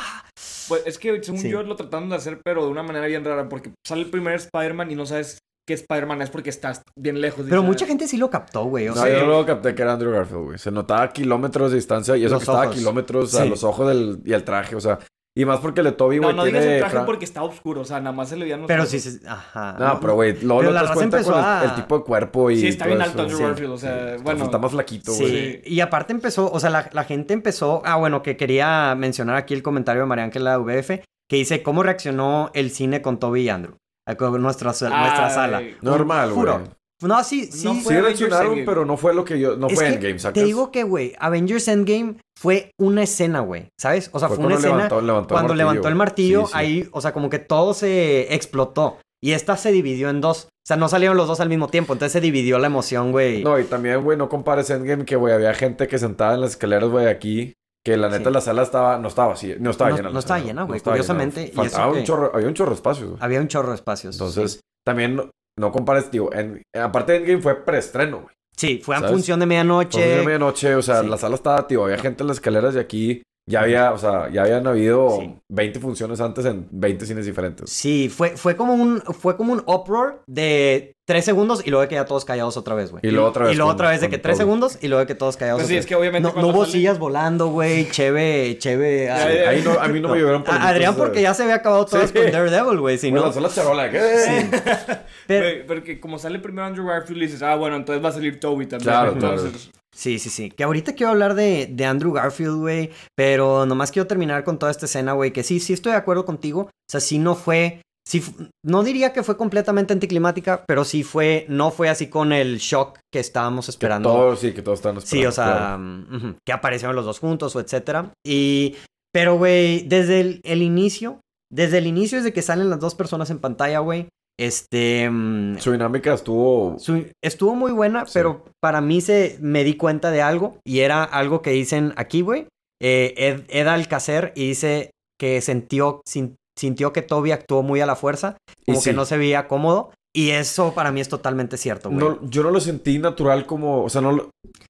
[SPEAKER 2] Pues es que según
[SPEAKER 1] Sí.
[SPEAKER 2] yo lo trataron de hacer, pero de una manera bien rara, porque sale el primer Spider-Man y no sabes qué Spider-Man es porque estás bien lejos.
[SPEAKER 1] Pero
[SPEAKER 2] dices,
[SPEAKER 1] mucha gente sí lo captó, güey. O
[SPEAKER 4] No,
[SPEAKER 1] sea,
[SPEAKER 4] yo luego capté que era Andrew Garfield, güey. Se notaba a kilómetros de distancia y eso
[SPEAKER 1] Los
[SPEAKER 4] que estaba a
[SPEAKER 1] ojos.
[SPEAKER 4] kilómetros a
[SPEAKER 1] Sí.
[SPEAKER 4] los ojos del, y el traje, o sea. Y más porque le Toby,
[SPEAKER 2] No,
[SPEAKER 4] güey,
[SPEAKER 2] no
[SPEAKER 4] tiene...
[SPEAKER 2] digas el traje
[SPEAKER 4] fra-
[SPEAKER 2] porque está oscuro, o sea, nada más se le veían los
[SPEAKER 1] pero
[SPEAKER 2] ojos.
[SPEAKER 1] sí, sí, ajá.
[SPEAKER 4] No, pero güey, luego
[SPEAKER 1] Pero la
[SPEAKER 4] no te das
[SPEAKER 1] raza
[SPEAKER 4] cuenta
[SPEAKER 1] empezó
[SPEAKER 4] con el,
[SPEAKER 1] a-
[SPEAKER 4] el tipo de cuerpo y
[SPEAKER 2] Sí, está
[SPEAKER 4] todo
[SPEAKER 2] bien
[SPEAKER 4] eso.
[SPEAKER 2] alto Andrew
[SPEAKER 1] pues, sí.
[SPEAKER 2] Garfield, o sea,
[SPEAKER 4] Está-
[SPEAKER 2] bueno.
[SPEAKER 4] Está más flaquito, güey.
[SPEAKER 1] Sí, y aparte empezó, o sea, la, la gente empezó, ah, bueno, que quería mencionar aquí el comentario de María Ángela VF, que dice, ¿cómo reaccionó el cine con Toby y Andrew? Ah, con Nuestra, nuestra
[SPEAKER 2] Ay,
[SPEAKER 1] sala.
[SPEAKER 4] Normal,
[SPEAKER 1] Juro.
[SPEAKER 4] güey.
[SPEAKER 1] No, sí, sí.
[SPEAKER 2] No fue
[SPEAKER 4] Sí reaccionaron,
[SPEAKER 2] Avengers
[SPEAKER 4] pero no fue lo que yo... No
[SPEAKER 1] Es
[SPEAKER 4] fue
[SPEAKER 1] que
[SPEAKER 4] Endgame, ¿sacas?
[SPEAKER 1] Te digo que, güey, Avengers Endgame fue una escena, güey, ¿sabes? O sea, fue, una
[SPEAKER 4] cuando
[SPEAKER 1] escena
[SPEAKER 4] levantó- levantó el
[SPEAKER 1] cuando
[SPEAKER 4] martillo.
[SPEAKER 1] levantó el martillo,
[SPEAKER 4] Sí, sí.
[SPEAKER 1] ahí, o sea, como que todo se explotó. Y esta se dividió en dos. O sea, no salieron los dos al mismo tiempo, entonces se dividió la emoción, güey.
[SPEAKER 4] No, y también, güey, no compares Endgame que, güey, había gente que sentada en las escaleras, güey, aquí. Que la neta
[SPEAKER 1] Sí.
[SPEAKER 4] la sala estaba... No estaba así. No estaba
[SPEAKER 1] No-
[SPEAKER 4] llena. la
[SPEAKER 1] no estaba
[SPEAKER 4] sala,
[SPEAKER 1] llena, güey,
[SPEAKER 4] estaba llena.
[SPEAKER 1] curiosamente, y eso
[SPEAKER 4] Faltaba un
[SPEAKER 1] que-
[SPEAKER 4] chorro... Había un chorro de espacios, güey.
[SPEAKER 1] Había un chorro de espacios.
[SPEAKER 4] Entonces,
[SPEAKER 1] sí.
[SPEAKER 4] también no, no compares, digo... En, aparte de Endgame fue preestreno, güey.
[SPEAKER 1] Sí, fue en
[SPEAKER 4] ¿sabes?
[SPEAKER 1] función de
[SPEAKER 4] Fue a
[SPEAKER 1] medianoche.
[SPEAKER 4] medianoche, o sea,
[SPEAKER 1] Sí.
[SPEAKER 4] la sala estaba, tío, había gente en las escaleras de aquí. Ya había, o sea, ya habían habido
[SPEAKER 1] Sí.
[SPEAKER 4] 20 funciones antes en 20 cines diferentes.
[SPEAKER 1] Sí, fue, fue como un fue como un uproar de tres segundos y luego de que ya todos callados otra vez, güey.
[SPEAKER 4] Y luego otra vez
[SPEAKER 1] Y luego
[SPEAKER 4] con-
[SPEAKER 1] otra vez de
[SPEAKER 4] con
[SPEAKER 1] que tres
[SPEAKER 4] Toby.
[SPEAKER 1] segundos y luego de que todos callados
[SPEAKER 2] Pues
[SPEAKER 1] otra
[SPEAKER 2] sí,
[SPEAKER 1] vez.
[SPEAKER 2] es que obviamente
[SPEAKER 1] No, no
[SPEAKER 2] cuando
[SPEAKER 1] hubo
[SPEAKER 2] sale-
[SPEAKER 1] sillas volando, güey. Cheve, cheve.
[SPEAKER 2] Ya, ya, ya.
[SPEAKER 4] Ahí no, a mí no, me llevaron
[SPEAKER 1] A- Adrián, porque ya se había acabado todas
[SPEAKER 4] Sí.
[SPEAKER 1] con Daredevil, güey. Si
[SPEAKER 4] Me
[SPEAKER 1] no.
[SPEAKER 4] lanzó la charola. ¿qué?
[SPEAKER 1] Pero-
[SPEAKER 2] Güey, porque como sale primero Andrew Garfield, dices, ah, bueno, entonces va a salir Toby también.
[SPEAKER 4] Claro,
[SPEAKER 2] entonces,
[SPEAKER 1] Sí, sí, sí. Que ahorita quiero hablar de, de Andrew Garfield, güey. Pero nomás quiero terminar con toda esta escena, güey. Que sí, sí estoy de acuerdo contigo. O sea, sí no fue. Sí, fu- no diría que fue completamente anticlimática, pero sí fue. No fue así con el shock que estábamos
[SPEAKER 4] Que
[SPEAKER 1] esperando.
[SPEAKER 4] todos, sí, que todos están esperando.
[SPEAKER 1] Sí, o sea,
[SPEAKER 4] claro.
[SPEAKER 1] mm, ujú, que aparecieron los dos juntos o etcétera. Y, pero, güey, desde el, el inicio, desde el inicio, desde que salen las dos personas en pantalla, güey, este, mm,
[SPEAKER 4] Su dinámica estuvo.
[SPEAKER 1] su- estuvo muy buena, pero para mí se, me di cuenta de algo y era algo que dicen aquí, güey, eh, Ed, Ed Alcacer y dice que sintió, sin- sintió que Toby actuó muy a la fuerza, como que
[SPEAKER 4] sí.
[SPEAKER 1] no se veía cómodo. Y eso para mí es totalmente cierto, güey.
[SPEAKER 4] no- yo no lo sentí natural como. O sea, no lo.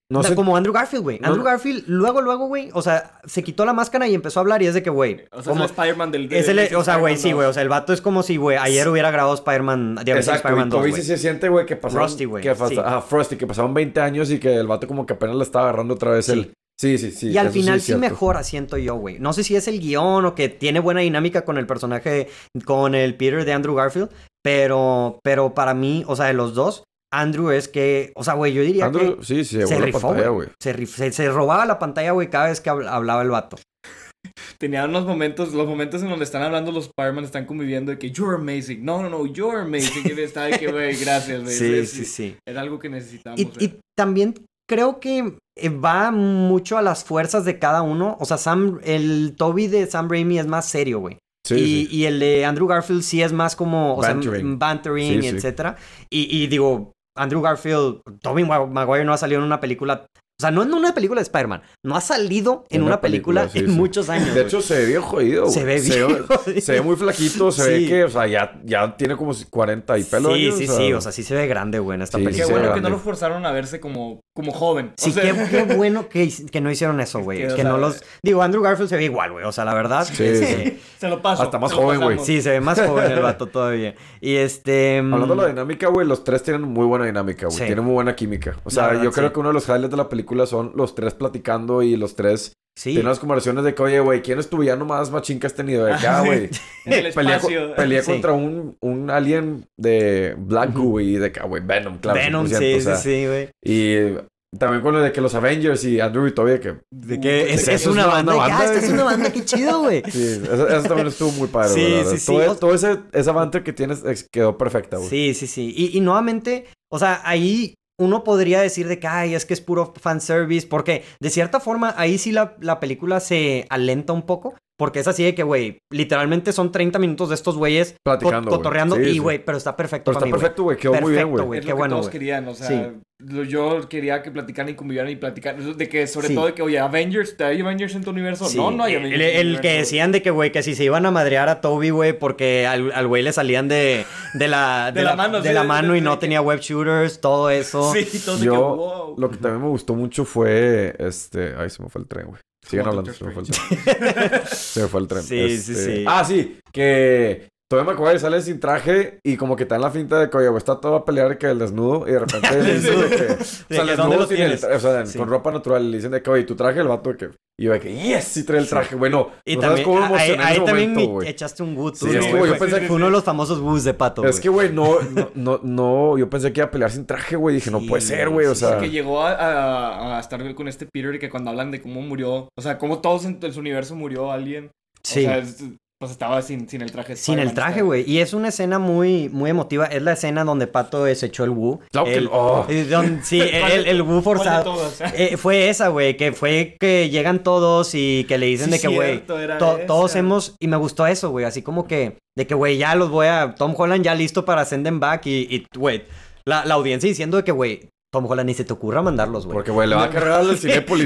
[SPEAKER 4] No
[SPEAKER 1] O sea,
[SPEAKER 4] sé.
[SPEAKER 1] como Andrew Garfield, güey.
[SPEAKER 4] no-
[SPEAKER 1] Andrew Garfield, luego, luego, güey. O sea, se quitó la máscara y empezó a hablar y es de que, güey.
[SPEAKER 2] O sea,
[SPEAKER 1] como-
[SPEAKER 2] es el Spider-Man del...
[SPEAKER 1] es el-
[SPEAKER 2] del-
[SPEAKER 1] o sea, güey, sí,
[SPEAKER 2] Spider-Man
[SPEAKER 1] güey. O sea, el vato es como si, güey, ayer hubiera grabado Spider-Man, The Amazing
[SPEAKER 4] Exacto,
[SPEAKER 1] Spider-Man
[SPEAKER 4] y
[SPEAKER 1] 2,
[SPEAKER 4] Toby
[SPEAKER 1] güey.
[SPEAKER 4] sí se siente, güey, que pasaron...
[SPEAKER 1] Frosty, güey,
[SPEAKER 4] que pasa-
[SPEAKER 1] sí.
[SPEAKER 4] ajá, Frosty, que pasaron 20 años y que el vato como que apenas le estaba agarrando otra vez
[SPEAKER 1] Sí.
[SPEAKER 4] el... Sí, sí, sí.
[SPEAKER 1] Y al
[SPEAKER 4] eso
[SPEAKER 1] final
[SPEAKER 4] es
[SPEAKER 1] sí,
[SPEAKER 4] cierto.
[SPEAKER 1] mejora, siento yo, güey. No sé si es el guión o que tiene buena dinámica con el personaje, con el Peter de Andrew Garfield, pero, pero para mí, o sea, de los dos, Andrew es que, o sea, güey, yo diría
[SPEAKER 4] Andrew,
[SPEAKER 1] que
[SPEAKER 4] sí, sí,
[SPEAKER 1] se
[SPEAKER 4] se la
[SPEAKER 1] rifó,
[SPEAKER 4] pantalla, güey.
[SPEAKER 1] se, rif- se, se robaba la pantalla, güey, cada vez que habl- hablaba el vato.
[SPEAKER 2] Tenía unos momentos, los momentos en donde están hablando los Spider-Man, están conviviendo de que you're amazing. No, no, no, you're amazing. Y está de que, güey, gracias, güey. Es-
[SPEAKER 1] sí.
[SPEAKER 2] Era algo que necesitamos.
[SPEAKER 1] Y, y
[SPEAKER 2] güey.
[SPEAKER 1] también creo que eh, va mucho a las fuerzas de cada uno. O sea, Sam, el Toby de Sam Raimi es más serio, güey.
[SPEAKER 4] Sí,
[SPEAKER 1] y,
[SPEAKER 4] sí.
[SPEAKER 1] y el de Andrew Garfield sí es más como o sea,
[SPEAKER 4] Bantering.
[SPEAKER 1] m- bantering,
[SPEAKER 4] Sí, sí.
[SPEAKER 1] etcétera. Y, y digo, Andrew Garfield, Toby Mag- Maguire no ha salido en una película. O sea, no en una película de Spider-Man. No ha salido en una,
[SPEAKER 4] Una
[SPEAKER 1] película,
[SPEAKER 4] película, sí,
[SPEAKER 1] en
[SPEAKER 4] sí.
[SPEAKER 1] muchos años.
[SPEAKER 4] De
[SPEAKER 1] güey.
[SPEAKER 4] hecho, se ve bien jodido,
[SPEAKER 1] se ve
[SPEAKER 4] güey.
[SPEAKER 1] bien. güey.
[SPEAKER 4] Se ve muy flaquito, se
[SPEAKER 1] Sí.
[SPEAKER 4] ve que, o sea, ya, ya tiene como 40 y pelo.
[SPEAKER 1] Sí,
[SPEAKER 4] años,
[SPEAKER 1] sí, sí. O sea, sí se ve grande, güey, en esta
[SPEAKER 4] Sí,
[SPEAKER 2] Qué
[SPEAKER 4] sí
[SPEAKER 1] película.
[SPEAKER 4] se ve
[SPEAKER 2] bueno que
[SPEAKER 4] grande.
[SPEAKER 2] no lo forzaron a verse como, como joven.
[SPEAKER 1] Sí,
[SPEAKER 2] O sea,
[SPEAKER 1] qué, qué bueno que, hic- que no hicieron eso, güey.
[SPEAKER 2] que,
[SPEAKER 1] Que,
[SPEAKER 2] o sea,
[SPEAKER 1] no los... Digo, Andrew Garfield se ve igual, güey. O sea, la verdad.
[SPEAKER 4] Sí,
[SPEAKER 1] este,
[SPEAKER 4] sí.
[SPEAKER 2] se lo paso.
[SPEAKER 4] Hasta más
[SPEAKER 2] se lo
[SPEAKER 4] joven, güey.
[SPEAKER 2] pasamos.
[SPEAKER 1] sí, se ve más joven el vato todavía. Y este... mm,
[SPEAKER 4] Hablando de la dinámica, güey, los tres tienen muy buena dinámica, güey.
[SPEAKER 1] Sí.
[SPEAKER 4] Tienen muy buena química. O
[SPEAKER 1] La
[SPEAKER 4] sea,
[SPEAKER 1] verdad,
[SPEAKER 4] yo creo
[SPEAKER 1] sí.
[SPEAKER 4] que uno de los highlights de la película son los tres platicando y los tres
[SPEAKER 1] Sí.
[SPEAKER 4] tienen las conversaciones de que, oye, güey, ¿quién es tu villano más machín que has tenido? De acá, güey.
[SPEAKER 2] En el
[SPEAKER 4] Pelea, co-
[SPEAKER 2] espacio.
[SPEAKER 4] pelea
[SPEAKER 1] Sí.
[SPEAKER 4] contra un, un alien de Black Goo y de acá, güey, Venom, claro.
[SPEAKER 1] Venom,
[SPEAKER 4] 100%,
[SPEAKER 1] sí,
[SPEAKER 4] o sea,
[SPEAKER 1] sí, sí, güey.
[SPEAKER 4] Y también con lo de que los Avengers y Andrew y Toby, que
[SPEAKER 1] De
[SPEAKER 2] Uh,
[SPEAKER 1] que Mm, es,
[SPEAKER 2] sí,
[SPEAKER 1] es
[SPEAKER 4] eso
[SPEAKER 1] una
[SPEAKER 4] es una
[SPEAKER 1] banda. de que,
[SPEAKER 4] banda,
[SPEAKER 1] ah, esta es
[SPEAKER 4] güey.
[SPEAKER 1] una banda, qué chido, güey.
[SPEAKER 4] Sí, eso, eso también estuvo muy padre.
[SPEAKER 1] Sí,
[SPEAKER 4] la verdad.
[SPEAKER 1] sí, sí.
[SPEAKER 4] Todo, e-,
[SPEAKER 1] O-
[SPEAKER 4] todo ese, esa banter que tienes ex- quedó perfecta, güey.
[SPEAKER 1] Sí, sí, sí. Y, y nuevamente, o sea, ahí uno podría decir de que, ay, es que es puro fanservice, porque de cierta forma ahí sí la, la película se alenta un poco, porque es así de que, güey, literalmente son 30 minutos de estos güeyes co-
[SPEAKER 4] Platicando. güey.
[SPEAKER 1] cotorreando
[SPEAKER 4] Sí,
[SPEAKER 1] y,
[SPEAKER 4] sí.
[SPEAKER 1] güey, pero está perfecto
[SPEAKER 4] Pero
[SPEAKER 1] para
[SPEAKER 4] está
[SPEAKER 1] mí, güey.
[SPEAKER 4] perfecto, güey. Quedó muy bien,
[SPEAKER 1] Perfecto,
[SPEAKER 4] güey.
[SPEAKER 1] güey.
[SPEAKER 2] Es
[SPEAKER 1] qué
[SPEAKER 2] lo que
[SPEAKER 1] bueno,
[SPEAKER 2] todos
[SPEAKER 1] güey.
[SPEAKER 2] querían, o sea,
[SPEAKER 1] Sí.
[SPEAKER 2] lo- yo quería que platicaran y convivieran y platicaran. De que, sobre
[SPEAKER 1] Sí.
[SPEAKER 2] todo, de que, oye, Avengers, ¿hay Avengers en tu universo?
[SPEAKER 1] Sí.
[SPEAKER 2] No, no hay
[SPEAKER 1] el,
[SPEAKER 2] Avengers. en tu
[SPEAKER 1] el que
[SPEAKER 2] universo.
[SPEAKER 1] decían de que, güey, que si se iban a madrear a Toby, güey, porque al al güey le salían de, de la, de, la, mano, de
[SPEAKER 2] sí,
[SPEAKER 1] la
[SPEAKER 2] de-
[SPEAKER 1] mano
[SPEAKER 2] de-
[SPEAKER 1] y no
[SPEAKER 2] de que-
[SPEAKER 1] tenía web shooters, todo eso.
[SPEAKER 2] Sí, todos de que,
[SPEAKER 4] Yo,
[SPEAKER 2] wow.
[SPEAKER 4] lo que también me gustó mucho fue este. Ay, se me fue el tren, güey. Sigan
[SPEAKER 2] Como
[SPEAKER 4] hablando, se me
[SPEAKER 2] Doctor
[SPEAKER 4] fue el tren. se me fue el tren.
[SPEAKER 1] Sí, sí, sí.
[SPEAKER 4] Ah, sí, que. Todavía me acuerdo sale sin traje y como que está en la finta de que, oye, güey, está todo a pelear que el desnudo y de repente le dicen de que... O
[SPEAKER 1] De
[SPEAKER 4] sea,
[SPEAKER 1] que,
[SPEAKER 4] el
[SPEAKER 1] ¿dónde
[SPEAKER 4] desnudo
[SPEAKER 1] lo
[SPEAKER 4] sin el
[SPEAKER 1] tienes?
[SPEAKER 4] tra- o sea,
[SPEAKER 1] Sí.
[SPEAKER 4] con ropa natural le dicen de que, oye, tu traje el vato de que... Y yo de que, yes, sí trae el traje. Bueno,
[SPEAKER 1] Y
[SPEAKER 4] no Pues, sabes
[SPEAKER 1] también,
[SPEAKER 4] cómo me
[SPEAKER 1] ahí,
[SPEAKER 4] emocioné en
[SPEAKER 1] ahí
[SPEAKER 4] ese
[SPEAKER 1] también
[SPEAKER 4] momento,
[SPEAKER 1] me
[SPEAKER 4] güey.
[SPEAKER 1] echaste un gut.
[SPEAKER 4] Sí,
[SPEAKER 1] tú,
[SPEAKER 4] es
[SPEAKER 1] ¿no,
[SPEAKER 4] que,
[SPEAKER 1] güey?
[SPEAKER 4] yo pensé
[SPEAKER 1] fue
[SPEAKER 4] que-
[SPEAKER 1] uno de los famosos bus de pato.
[SPEAKER 4] Es que,
[SPEAKER 1] güey.
[SPEAKER 4] güey, no, no, no, no, yo pensé que iba a pelear sin traje, güey. Dije, no
[SPEAKER 1] Sí,
[SPEAKER 4] puede ser, güey, o
[SPEAKER 1] sí,
[SPEAKER 4] sea...
[SPEAKER 2] que llegó a, a- a estar con este Peter y que cuando hablan de cómo murió, o sea, cómo todos en, en su universo murió alguien.
[SPEAKER 1] Sí.
[SPEAKER 2] O sea, es- pues estaba sin, sin el traje. de
[SPEAKER 1] sin el
[SPEAKER 2] Spider-Man,
[SPEAKER 1] traje,
[SPEAKER 2] está-
[SPEAKER 1] güey. Y es una escena muy, muy emotiva. Es la escena donde Pato eh, se echó el Wu.
[SPEAKER 4] Claro que
[SPEAKER 1] El-
[SPEAKER 4] no. Oh.
[SPEAKER 1] eh, don- sí, el, el, el Wu
[SPEAKER 2] ¿Cuál de
[SPEAKER 1] forzado.
[SPEAKER 2] todos?
[SPEAKER 1] Eh, fue esa, güey, que fue que llegan todos y que le dicen de
[SPEAKER 2] Sí,
[SPEAKER 1] que, güey,
[SPEAKER 2] cierto, era
[SPEAKER 1] to-
[SPEAKER 2] esa.
[SPEAKER 1] todos hemos, y me gustó eso, güey, así como que, de que, güey, ya los voy a, Tom Holland ya listo para send them back y, y, güey, la, la audiencia diciendo de que, güey, Tom Holland ni se te ocurra mandarlos, güey.
[SPEAKER 4] Porque, güey, le va a cargar al Cinépolis,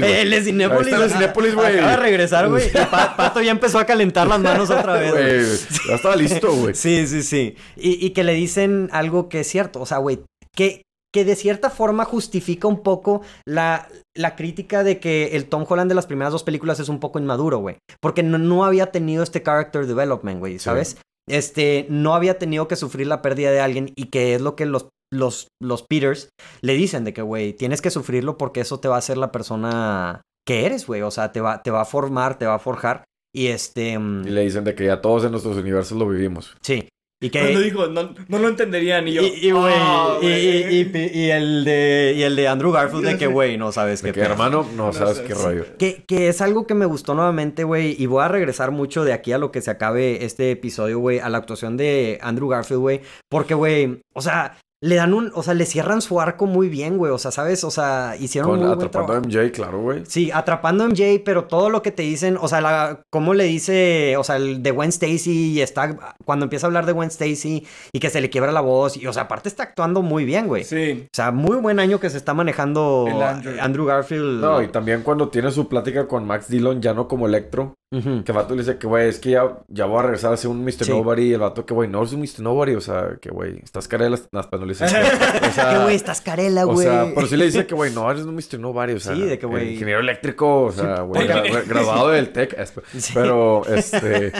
[SPEAKER 4] güey.
[SPEAKER 1] El de Cinépolis.
[SPEAKER 4] Ahí está el de Cinépolis, güey.
[SPEAKER 1] Acaba de regresar, güey. Y Pa- Pato ya empezó a calentar las manos otra vez, güey.
[SPEAKER 4] Güey, ya estaba listo, güey.
[SPEAKER 1] Sí, sí, sí. Y, y que le dicen algo que es cierto. O sea, güey, que, que de cierta forma justifica un poco la, la crítica de que el Tom Holland de las primeras dos películas es un poco inmaduro, güey. Porque no, no había tenido este character development, güey, ¿sabes? Este, no había tenido que sufrir la pérdida de alguien y que es lo que los, los, los Peters le dicen de que, güey, tienes que sufrirlo porque eso te va a hacer la persona que eres, güey. O sea, te va, te va a formar, te va a forjar. Y este... mm,
[SPEAKER 4] Y le dicen de que ya todos en nuestros universos lo vivimos.
[SPEAKER 1] Sí. Y
[SPEAKER 2] Cuando
[SPEAKER 1] que...
[SPEAKER 2] dijo, no, no lo entenderían y
[SPEAKER 1] Y,
[SPEAKER 2] yo.
[SPEAKER 1] y, güey,
[SPEAKER 2] "Ah,
[SPEAKER 1] y-
[SPEAKER 2] güey".
[SPEAKER 1] y- y- y el de, y el de Andrew Garfield de que, güey, no sabes qué
[SPEAKER 4] Que
[SPEAKER 1] pedo.
[SPEAKER 4] hermano, no
[SPEAKER 2] No
[SPEAKER 4] sabes
[SPEAKER 2] sé,
[SPEAKER 4] qué
[SPEAKER 2] sí.
[SPEAKER 4] rollo.
[SPEAKER 1] Que, que es algo que me gustó nuevamente, güey. Y voy a regresar mucho de aquí a lo que se acabe este episodio, güey. A la actuación de Andrew Garfield, güey. Porque, güey, o sea, le dan un. O sea, le cierran su arco muy bien, güey. O sea, ¿sabes? O sea, hicieron
[SPEAKER 4] Con
[SPEAKER 1] muy buen
[SPEAKER 4] atrapando a
[SPEAKER 1] trabajo.
[SPEAKER 4] MJ, claro, güey.
[SPEAKER 1] Sí, atrapando a MJ, pero todo lo que te dicen, o sea, la, cómo le dice, o sea, el de Gwen Stacy y está, cuando empieza a hablar de Gwen Stacy y que se le quiebra la voz, y o sea, aparte está actuando muy bien, güey.
[SPEAKER 2] Sí.
[SPEAKER 1] O sea, muy buen año que se está manejando eh,
[SPEAKER 2] El Andrew.
[SPEAKER 1] Andrew Garfield.
[SPEAKER 4] No, y también cuando tiene su plática con Max Dillon, ya no como Electro,
[SPEAKER 1] Ujú.
[SPEAKER 4] que el vato le dice que, güey, es que ya, ya voy a regresar a ser un Mr.
[SPEAKER 1] Sí.
[SPEAKER 4] Nobody. Y el vato que, güey, no es un Mr. Nobody. O sea, que, güey, estás cara de las... No, pues no le dice eso. O sea,
[SPEAKER 1] Que, güey, estás carela,
[SPEAKER 4] O
[SPEAKER 1] güey.
[SPEAKER 4] sea, pero sí le dice que, güey, no, eres un Mr. Nobody, o sea.
[SPEAKER 1] Sí, de que, güey.
[SPEAKER 4] el Ingeniero eléctrico, o sea, güey,
[SPEAKER 2] porque-
[SPEAKER 4] gra- gra- graduado del TEC. es-
[SPEAKER 1] Sí.
[SPEAKER 4] Pero, este,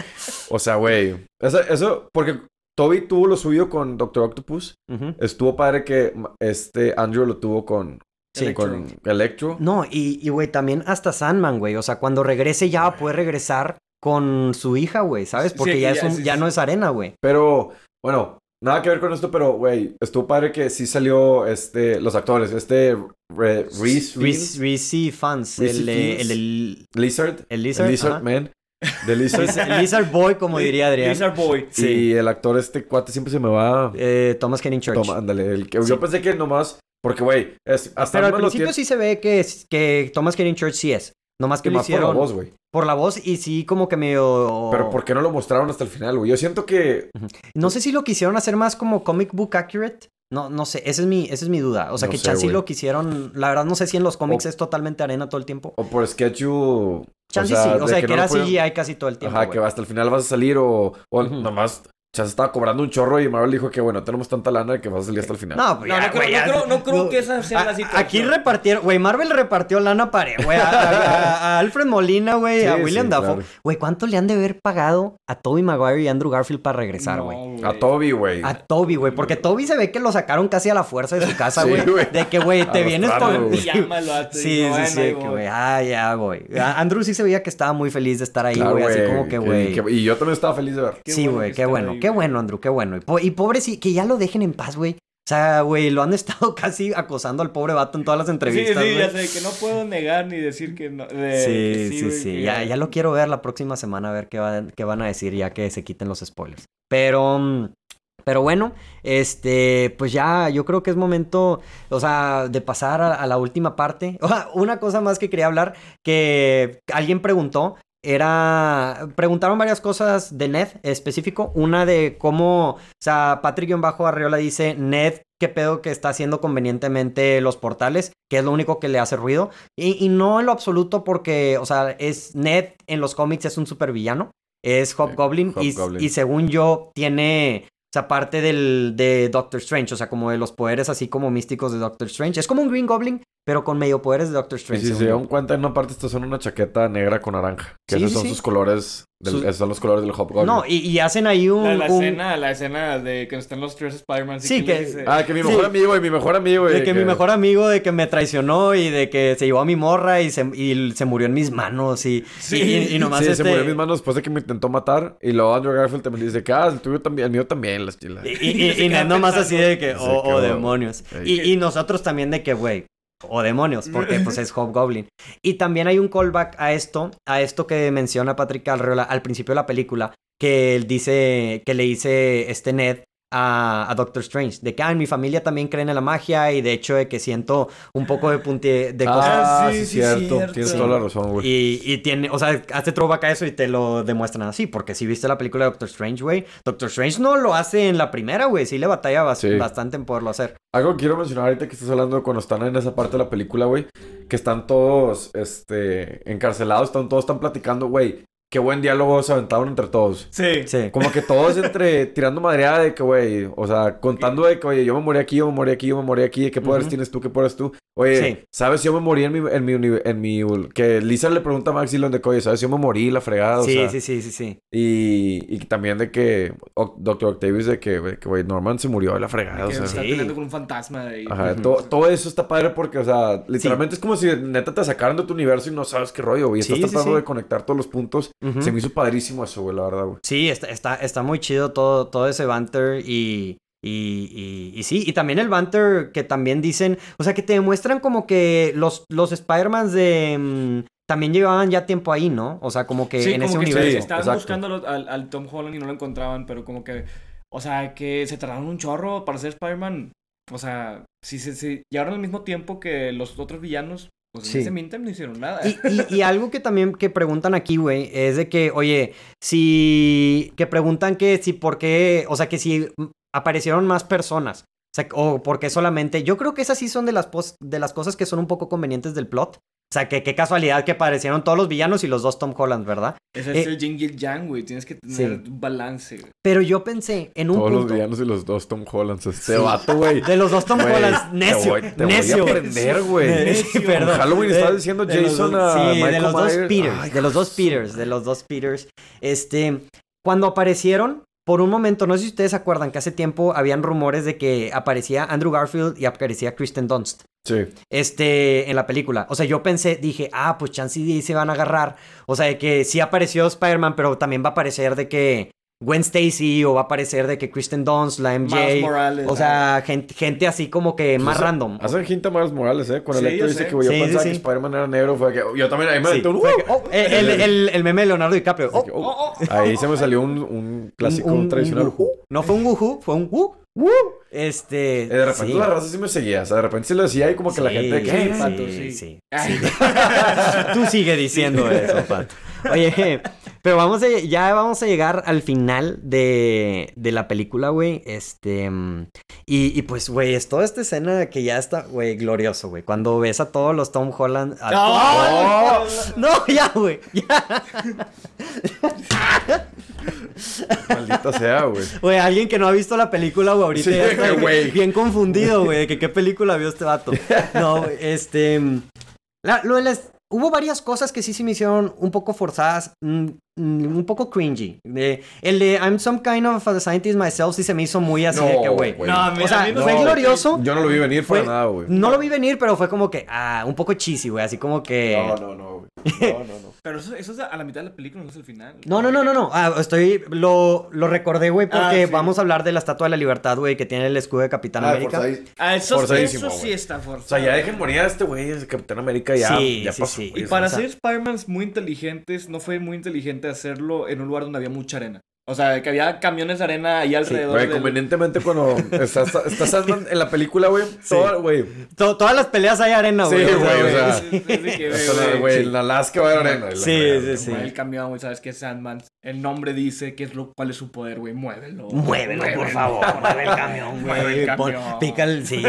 [SPEAKER 4] o sea, güey. Eso, eso, porque Toby tuvo lo suyo con Doctor Octopus.
[SPEAKER 1] Ujú.
[SPEAKER 4] Estuvo padre que ma- este Andrew lo tuvo con,
[SPEAKER 1] Sí.
[SPEAKER 4] con Electro.
[SPEAKER 1] No, y, y, güey, también hasta Sandman, güey. O sea, cuando regrese ya va a poder regresar con su hija, güey, ¿sabes?
[SPEAKER 2] Sí,
[SPEAKER 1] Porque
[SPEAKER 2] sí,
[SPEAKER 1] ya,
[SPEAKER 2] ya,
[SPEAKER 1] es un-
[SPEAKER 2] sí,
[SPEAKER 1] ya
[SPEAKER 2] sí.
[SPEAKER 1] no es arena, güey.
[SPEAKER 4] Pero, bueno, nada que ver con esto, pero, güey, estuvo padre que sí salió, este, los actores. Este, Re- Reese, Fields,
[SPEAKER 1] Reese Reese Fans,
[SPEAKER 4] Reese
[SPEAKER 1] el, eh,
[SPEAKER 4] Fields.
[SPEAKER 1] el, el,
[SPEAKER 4] Lizard,
[SPEAKER 1] el
[SPEAKER 4] Lizard,
[SPEAKER 1] Lizard. ajá.
[SPEAKER 4] Man, de Lizard.
[SPEAKER 1] Lizard- el Lizard Boy, como diría Adrián.
[SPEAKER 2] Lizard Boy.
[SPEAKER 1] Sí.
[SPEAKER 4] Y el actor este cuate siempre se me va.
[SPEAKER 1] Eh, Thomas Henning Church.
[SPEAKER 4] Toma, ándale. el que-
[SPEAKER 1] Sí.
[SPEAKER 4] Yo pensé que nomás. Porque, güey, es- hasta
[SPEAKER 1] Pero al
[SPEAKER 4] Ant-Man lo
[SPEAKER 1] principio
[SPEAKER 4] tiene-
[SPEAKER 1] sí se ve que, es- que Thomas Henning Church sí es. Nomás que
[SPEAKER 4] que
[SPEAKER 1] lo
[SPEAKER 4] más por la
[SPEAKER 1] hicieron
[SPEAKER 4] voz, güey.
[SPEAKER 1] por la voz y sí como que medio...
[SPEAKER 4] Pero ¿por qué no lo mostraron hasta el final, güey? Yo siento que.
[SPEAKER 1] No sé si lo quisieron hacer más como comic book accurate. No, no sé, esa es mi, esa es mi duda. O sea,
[SPEAKER 4] No
[SPEAKER 1] que
[SPEAKER 4] sé,
[SPEAKER 1] Chansey
[SPEAKER 4] güey.
[SPEAKER 1] lo quisieron. La verdad, no sé si en los cómics
[SPEAKER 4] O-
[SPEAKER 1] es totalmente arena todo el tiempo.
[SPEAKER 4] O por sketch you-
[SPEAKER 1] Chansey
[SPEAKER 4] sea,
[SPEAKER 1] sí, o
[SPEAKER 4] de
[SPEAKER 1] sea, que,
[SPEAKER 4] que no
[SPEAKER 1] era
[SPEAKER 4] lo pudieron-
[SPEAKER 1] CGI casi todo el tiempo.
[SPEAKER 4] Ajá,
[SPEAKER 1] güey.
[SPEAKER 4] que hasta el final vas a salir o. O
[SPEAKER 1] Ujú.
[SPEAKER 4] nomás. Ya se estaba cobrando un chorro y Marvel dijo que, bueno, tenemos tanta lana que vas a salir hasta el final.
[SPEAKER 1] No,
[SPEAKER 2] No,
[SPEAKER 1] pues
[SPEAKER 2] no,
[SPEAKER 1] ya,
[SPEAKER 2] creo,
[SPEAKER 1] güey,
[SPEAKER 2] no
[SPEAKER 1] ya-
[SPEAKER 2] creo- no creo
[SPEAKER 1] no.
[SPEAKER 2] que esa sea la
[SPEAKER 1] A-
[SPEAKER 2] situación.
[SPEAKER 1] Ah, Aquí repartieron, güey, Marvel repartió lana para, güey, a, a- a- a Alfred Molina, güey, a
[SPEAKER 4] Sí,
[SPEAKER 1] William
[SPEAKER 4] sí,
[SPEAKER 1] Dafoe.
[SPEAKER 4] claro.
[SPEAKER 1] Güey, ¿cuánto le han de haber pagado a Toby Maguire y Andrew Garfield para regresar,
[SPEAKER 2] No,
[SPEAKER 1] güey?
[SPEAKER 4] A Toby, güey.
[SPEAKER 1] A Toby, güey, porque Toby se ve que lo sacaron casi a la fuerza de su casa,
[SPEAKER 4] Sí,
[SPEAKER 1] güey.
[SPEAKER 4] güey.
[SPEAKER 1] de que, güey, te vienes
[SPEAKER 4] Arrastrarlo,
[SPEAKER 1] con...
[SPEAKER 4] güey.
[SPEAKER 2] Llámalo a
[SPEAKER 1] Sí, sí, sí, que, güey, ah, ya, güey. A- Andrew sí se veía que estaba muy feliz de estar ahí,
[SPEAKER 4] Claro,
[SPEAKER 1] güey, así
[SPEAKER 4] güey,
[SPEAKER 1] como que,
[SPEAKER 4] y-
[SPEAKER 1] güey.
[SPEAKER 4] que- Y yo también estaba feliz de ver.
[SPEAKER 2] qué
[SPEAKER 1] Sí,
[SPEAKER 2] bueno
[SPEAKER 1] güey,
[SPEAKER 2] que
[SPEAKER 1] qué
[SPEAKER 2] está
[SPEAKER 1] bueno,
[SPEAKER 2] ahí,
[SPEAKER 1] qué
[SPEAKER 2] güey.
[SPEAKER 1] bueno, Andrew, qué bueno. Y, po- y pobre sí, que ya lo dejen en paz, güey. O sea, güey, lo han estado casi acosando al pobre vato en todas las
[SPEAKER 2] Sí,
[SPEAKER 1] entrevistas,
[SPEAKER 2] sí,
[SPEAKER 1] güey.
[SPEAKER 2] ya sé, que no puedo negar ni decir que no. de- que
[SPEAKER 1] Sí, sí,
[SPEAKER 2] güey,
[SPEAKER 1] sí.
[SPEAKER 2] que-
[SPEAKER 1] Ya, ya lo quiero ver la próxima semana, a ver qué, van- qué van a decir ya que se quiten los spoilers. Pero, mm, pero bueno, este, pues ya yo creo que es momento, o sea, de pasar a, a la última parte. Una cosa más que quería hablar, que alguien preguntó, era, preguntaron varias cosas de Ned específico, una de cómo, o sea, Patrick-Bajo Arriola dice, Ned, qué pedo que está haciendo convenientemente los portales, que es lo único que le hace ruido. Y, y no en lo absoluto porque, o sea, es Ned en los cómics es un supervillano. Es Hobgoblin, y,
[SPEAKER 4] Hobgoblin.
[SPEAKER 1] y según yo tiene, o sea, parte del, de Doctor Strange, o sea, como de los poderes así como místicos de Doctor Strange. Es como un Green Goblin, pero con medio poderes de Doctor
[SPEAKER 4] Y
[SPEAKER 1] Strange.
[SPEAKER 4] si
[SPEAKER 1] según
[SPEAKER 4] se
[SPEAKER 1] yo.
[SPEAKER 4] dieron cuenta, en una parte estos son una chaqueta negra con naranja. Que
[SPEAKER 1] Sí,
[SPEAKER 4] esos
[SPEAKER 1] sí,
[SPEAKER 4] son
[SPEAKER 1] sí.
[SPEAKER 4] sus colores. del-
[SPEAKER 1] Sus-
[SPEAKER 4] Esos son los colores del Hobgoblin.
[SPEAKER 1] No, y, y hacen ahí un...
[SPEAKER 2] La, la
[SPEAKER 1] un-
[SPEAKER 2] escena, la escena de que están los tres Spider-Man.
[SPEAKER 1] Sí, que-
[SPEAKER 4] Ah, que mi mejor
[SPEAKER 1] Sí.
[SPEAKER 4] amigo y mi mejor amigo. eh, y
[SPEAKER 1] De que mi mejor amigo, de que me traicionó y de que se llevó a mi morra y se, y se murió en mis manos y,
[SPEAKER 2] Sí.
[SPEAKER 1] y, y- y nomás
[SPEAKER 4] Sí,
[SPEAKER 1] este-
[SPEAKER 4] se murió en mis manos después de que me intentó matar. Y luego Andrew Garfield también dice que, ah, el tuyo también, el mío también, las chilas.
[SPEAKER 1] Y, y, y, y
[SPEAKER 2] Se queda
[SPEAKER 1] Ned nomás así
[SPEAKER 2] pensando.
[SPEAKER 1] de que,
[SPEAKER 4] Se
[SPEAKER 1] oh, oh,
[SPEAKER 4] quedó.
[SPEAKER 1] demonios. Y,
[SPEAKER 4] Ey.
[SPEAKER 1] y nosotros también de que, güey, o demonios, porque pues es Hobgoblin. Y también hay un callback a esto, a esto que menciona Patrick Alreola al principio de la película, que él dice, que le dice este Ned a, a Doctor Strange, de que, ah, en mi familia también creen en la magia y de hecho de que siento un poco de punte de cosas.
[SPEAKER 4] Ah,
[SPEAKER 2] Ah,
[SPEAKER 4] sí,
[SPEAKER 2] sí, sí,
[SPEAKER 4] cierto.
[SPEAKER 2] cierto.
[SPEAKER 4] Tienes
[SPEAKER 1] Sí.
[SPEAKER 4] toda la razón, güey.
[SPEAKER 1] Y, y tiene, o sea, hace throwback a eso y te lo demuestran así, porque si viste la película de Doctor Strange, güey, Doctor Strange no lo hace en la primera, güey, sí le batalla bas-
[SPEAKER 4] Sí.
[SPEAKER 1] bastante en poderlo hacer.
[SPEAKER 4] Algo que quiero mencionar ahorita que estás hablando de cuando están en esa parte de la película, güey. Que están todos, este, encarcelados. Están, todos están platicando, güey. Qué buen diálogo se aventaron entre todos.
[SPEAKER 2] Sí.
[SPEAKER 1] Sí.
[SPEAKER 4] Como que todos entre tirando madreada de que, güey, o sea, contando de que, oye, yo me morí aquí, yo me morí aquí, yo me morí aquí, de qué poderes
[SPEAKER 1] Ujú.
[SPEAKER 4] tienes tú, qué poderes tú. Oye,
[SPEAKER 1] Sí.
[SPEAKER 4] ¿sabes? Yo me morí en mi, en mi, uni- en mi, ul- que Lisa le pregunta a Max Dillon de que, oye, ¿sabes? Yo me morí, la fregada,
[SPEAKER 1] Sí,
[SPEAKER 4] o sea.
[SPEAKER 1] sí, sí, sí, sí.
[SPEAKER 4] Y, y también de que Oc- Dr. Octavius de que, güey, que, güey, Norman se murió de la fregada, o
[SPEAKER 2] Que
[SPEAKER 4] sea.
[SPEAKER 2] está
[SPEAKER 1] ah, sí.
[SPEAKER 2] peleando con un fantasma de ahí.
[SPEAKER 4] Ajá,
[SPEAKER 1] Ujú.
[SPEAKER 4] todo, todo eso está padre porque, o sea, literalmente es como si neta te sacaran de tu universo y no sabes qué rollo, güey. Estás
[SPEAKER 1] Sí, sí,
[SPEAKER 4] tratando
[SPEAKER 1] sí.
[SPEAKER 4] de conectar todos los puntos
[SPEAKER 1] Ujú.
[SPEAKER 4] Se me hizo padrísimo eso, güey, la verdad, güey.
[SPEAKER 1] Sí, está, está, está muy chido todo, todo ese banter y, y, y, y sí, y también el banter que también dicen, o sea, que te demuestran como que los, los Spider-Mans de... mm, también llevaban ya tiempo ahí, ¿no? O sea, como que
[SPEAKER 2] Sí,
[SPEAKER 1] eh, en
[SPEAKER 2] como
[SPEAKER 1] ese
[SPEAKER 2] que
[SPEAKER 1] universo.
[SPEAKER 2] sí, estaban
[SPEAKER 4] exacto.
[SPEAKER 2] buscando al, al- al Tom Holland y no lo encontraban, pero como que. O sea, que se tardaron un chorro para ser Spider-Man. O sea, si se si llegaron al mismo tiempo que los otros villanos, pues
[SPEAKER 1] Sí.
[SPEAKER 2] en ese meantime no hicieron nada.
[SPEAKER 1] Y, y- y algo que también que preguntan aquí, güey, es de que, oye, si... Que preguntan que si por qué... O sea, que si mm, aparecieron más personas. O sea, o por qué solamente... Yo creo que esas sí son de las, pos- de las cosas que son un poco convenientes del plot. O sea, que qué casualidad que aparecieron todos los villanos y los dos Tom Holland, ¿verdad?
[SPEAKER 2] Ese es
[SPEAKER 1] eh,
[SPEAKER 2] el Jing y el Yang, güey. Tienes que tener
[SPEAKER 1] Sí.
[SPEAKER 2] un balance, güey.
[SPEAKER 1] Pero yo pensé en un
[SPEAKER 4] Todos los
[SPEAKER 1] punto...
[SPEAKER 4] villanos y los dos Tom Hollands. Este
[SPEAKER 1] Sí.
[SPEAKER 4] vato, güey.
[SPEAKER 1] de los dos Tom
[SPEAKER 4] Güey,
[SPEAKER 1] Hollands, necio,
[SPEAKER 4] Te voy, te voy
[SPEAKER 1] necio.
[SPEAKER 4] a aprender, güey.
[SPEAKER 1] Sí,
[SPEAKER 4] En
[SPEAKER 1] perdón.
[SPEAKER 4] Halloween estaba
[SPEAKER 1] De-
[SPEAKER 4] diciendo
[SPEAKER 1] de los
[SPEAKER 4] Jason
[SPEAKER 1] dos-
[SPEAKER 4] a
[SPEAKER 1] sí, de
[SPEAKER 4] Michael
[SPEAKER 1] los dos
[SPEAKER 4] Myers.
[SPEAKER 1] Peters,
[SPEAKER 4] Ay,
[SPEAKER 1] de los dos Peters, de los dos Peters. Este, cuando aparecieron, por un momento, no sé si ustedes se acuerdan que hace tiempo habían rumores de que aparecía Andrew Garfield y aparecía Kristen Dunst.
[SPEAKER 4] Sí.
[SPEAKER 1] Este, en la película. O sea, yo pensé, dije, ah, pues chance y se van a agarrar. O sea, de que sí apareció Spider-Man, pero también va a aparecer de que Gwen Stacy o va a aparecer de que Kristen Dunst, la
[SPEAKER 2] Miles
[SPEAKER 1] MJ.
[SPEAKER 2] Morales. ah,
[SPEAKER 1] O sea, gente, gente así como que más
[SPEAKER 4] Pues,
[SPEAKER 1] random.
[SPEAKER 4] Hacen jinta Miles Morales, ¿eh? Con el
[SPEAKER 2] Sí,
[SPEAKER 4] actor
[SPEAKER 2] yo
[SPEAKER 4] dice
[SPEAKER 2] sé.
[SPEAKER 4] que güey, yo
[SPEAKER 1] Sí, sí,
[SPEAKER 4] pensaba
[SPEAKER 1] sí.
[SPEAKER 4] que Spider-Man era negro. Fue que yo también ahí me
[SPEAKER 1] Sí,
[SPEAKER 4] aventé un
[SPEAKER 1] fue
[SPEAKER 4] ¡uh!
[SPEAKER 1] que- oh, eh, el, el- el meme de Leonardo DiCaprio. Oh,
[SPEAKER 4] Así que, oh. Ahí se me salió un, un clásico
[SPEAKER 1] un-
[SPEAKER 4] un,
[SPEAKER 1] un
[SPEAKER 4] tradicional.
[SPEAKER 1] wuhu. No fue un wuhu, fue un wu. Este.
[SPEAKER 4] Eh, de repente
[SPEAKER 1] sí.
[SPEAKER 4] la raza sí me seguía. O sea, de repente se lo decía y como que la
[SPEAKER 1] Sí,
[SPEAKER 4] gente.
[SPEAKER 1] sí,
[SPEAKER 4] ¿Qué?
[SPEAKER 1] sí,
[SPEAKER 2] Pato?
[SPEAKER 1] sí,
[SPEAKER 2] Sí. Ah,
[SPEAKER 1] sí.
[SPEAKER 2] Ay.
[SPEAKER 1] Tú sigue diciendo eso, Pato. Oye, pero vamos a, ya vamos a llegar al final de, de la película, güey. Este. mm, Y, y pues, güey, es toda esta escena que ya está, güey, glorioso, güey. Cuando ves a todos los Tom Holland. a
[SPEAKER 2] ¡No!
[SPEAKER 1] todos- No, ya, güey. Ya.
[SPEAKER 4] "Eh, Maldita sea, güey.
[SPEAKER 1] Güey, alguien que no ha visto la película, güey, ahorita
[SPEAKER 4] Sí,
[SPEAKER 1] ya está
[SPEAKER 4] güey.
[SPEAKER 1] bien confundido, güey, de que qué película vio este vato. No, güey, este... la- lo de las- Hubo varias cosas que sí se me hicieron un poco forzadas, mm, mm, un poco cringy. De- el de I'm some kind of a scientist myself sí se me hizo muy así de que, güey.
[SPEAKER 4] güey.
[SPEAKER 2] No, me-
[SPEAKER 1] O sea,
[SPEAKER 2] a mí no
[SPEAKER 1] fue
[SPEAKER 2] me-
[SPEAKER 1] glorioso.
[SPEAKER 4] Yo no lo vi venir para
[SPEAKER 1] Fue-
[SPEAKER 4] nada, güey.
[SPEAKER 1] No lo vi venir, pero fue como que, ah, un poco cheesy, güey, así como que...
[SPEAKER 4] No, no, no, güey. No, no, no.
[SPEAKER 2] Pero eso, eso es a la mitad de la película, no es el final.
[SPEAKER 1] No, no, no, no, no. Ah, estoy. Lo, lo recordé, güey,
[SPEAKER 2] Ah,
[SPEAKER 1] porque
[SPEAKER 2] sí.
[SPEAKER 1] vamos a hablar de la estatua de la libertad, güey, que tiene el escudo de Capitán
[SPEAKER 4] Ah,
[SPEAKER 1] América.
[SPEAKER 4] forzadis-
[SPEAKER 2] Ah, eso,
[SPEAKER 4] Forzadísimo,
[SPEAKER 2] eso sí
[SPEAKER 4] güey.
[SPEAKER 2] está
[SPEAKER 4] O
[SPEAKER 2] forzado.
[SPEAKER 4] sea, ya dejen morir a este güey, es Capitán América ya.
[SPEAKER 1] Sí,
[SPEAKER 4] ya
[SPEAKER 1] sí,
[SPEAKER 4] pasó,
[SPEAKER 1] sí.
[SPEAKER 4] güey.
[SPEAKER 2] Y para
[SPEAKER 1] o sea-
[SPEAKER 2] ser Spider-Mans muy inteligentes, no fue muy inteligente hacerlo en un lugar donde había mucha arena. O sea, que había camiones de arena ahí alrededor.
[SPEAKER 4] Güey,
[SPEAKER 2] del-
[SPEAKER 4] convenientemente cuando estás, estás Sandman en la película, güey, toda, güey,
[SPEAKER 1] To- todas las peleas hay arena,
[SPEAKER 4] Sí,
[SPEAKER 1] güey.
[SPEAKER 4] güey, o sea,
[SPEAKER 2] Sí, sí, sí, que,
[SPEAKER 4] hasta la-
[SPEAKER 2] güey,
[SPEAKER 4] güey,
[SPEAKER 2] sí.
[SPEAKER 4] en Alaska va a haber arena.
[SPEAKER 1] Sí, sí, sí.
[SPEAKER 2] Mueve el camión, güey, sabes que es Sandman. El nombre dice que es lo, cuál es su poder, güey. Muévelo.
[SPEAKER 1] Muévelo, por favor. Mueve el camión,
[SPEAKER 2] Mueve
[SPEAKER 1] güey.
[SPEAKER 2] el
[SPEAKER 1] Pon-
[SPEAKER 2] camión.
[SPEAKER 1] Pica el. Sí.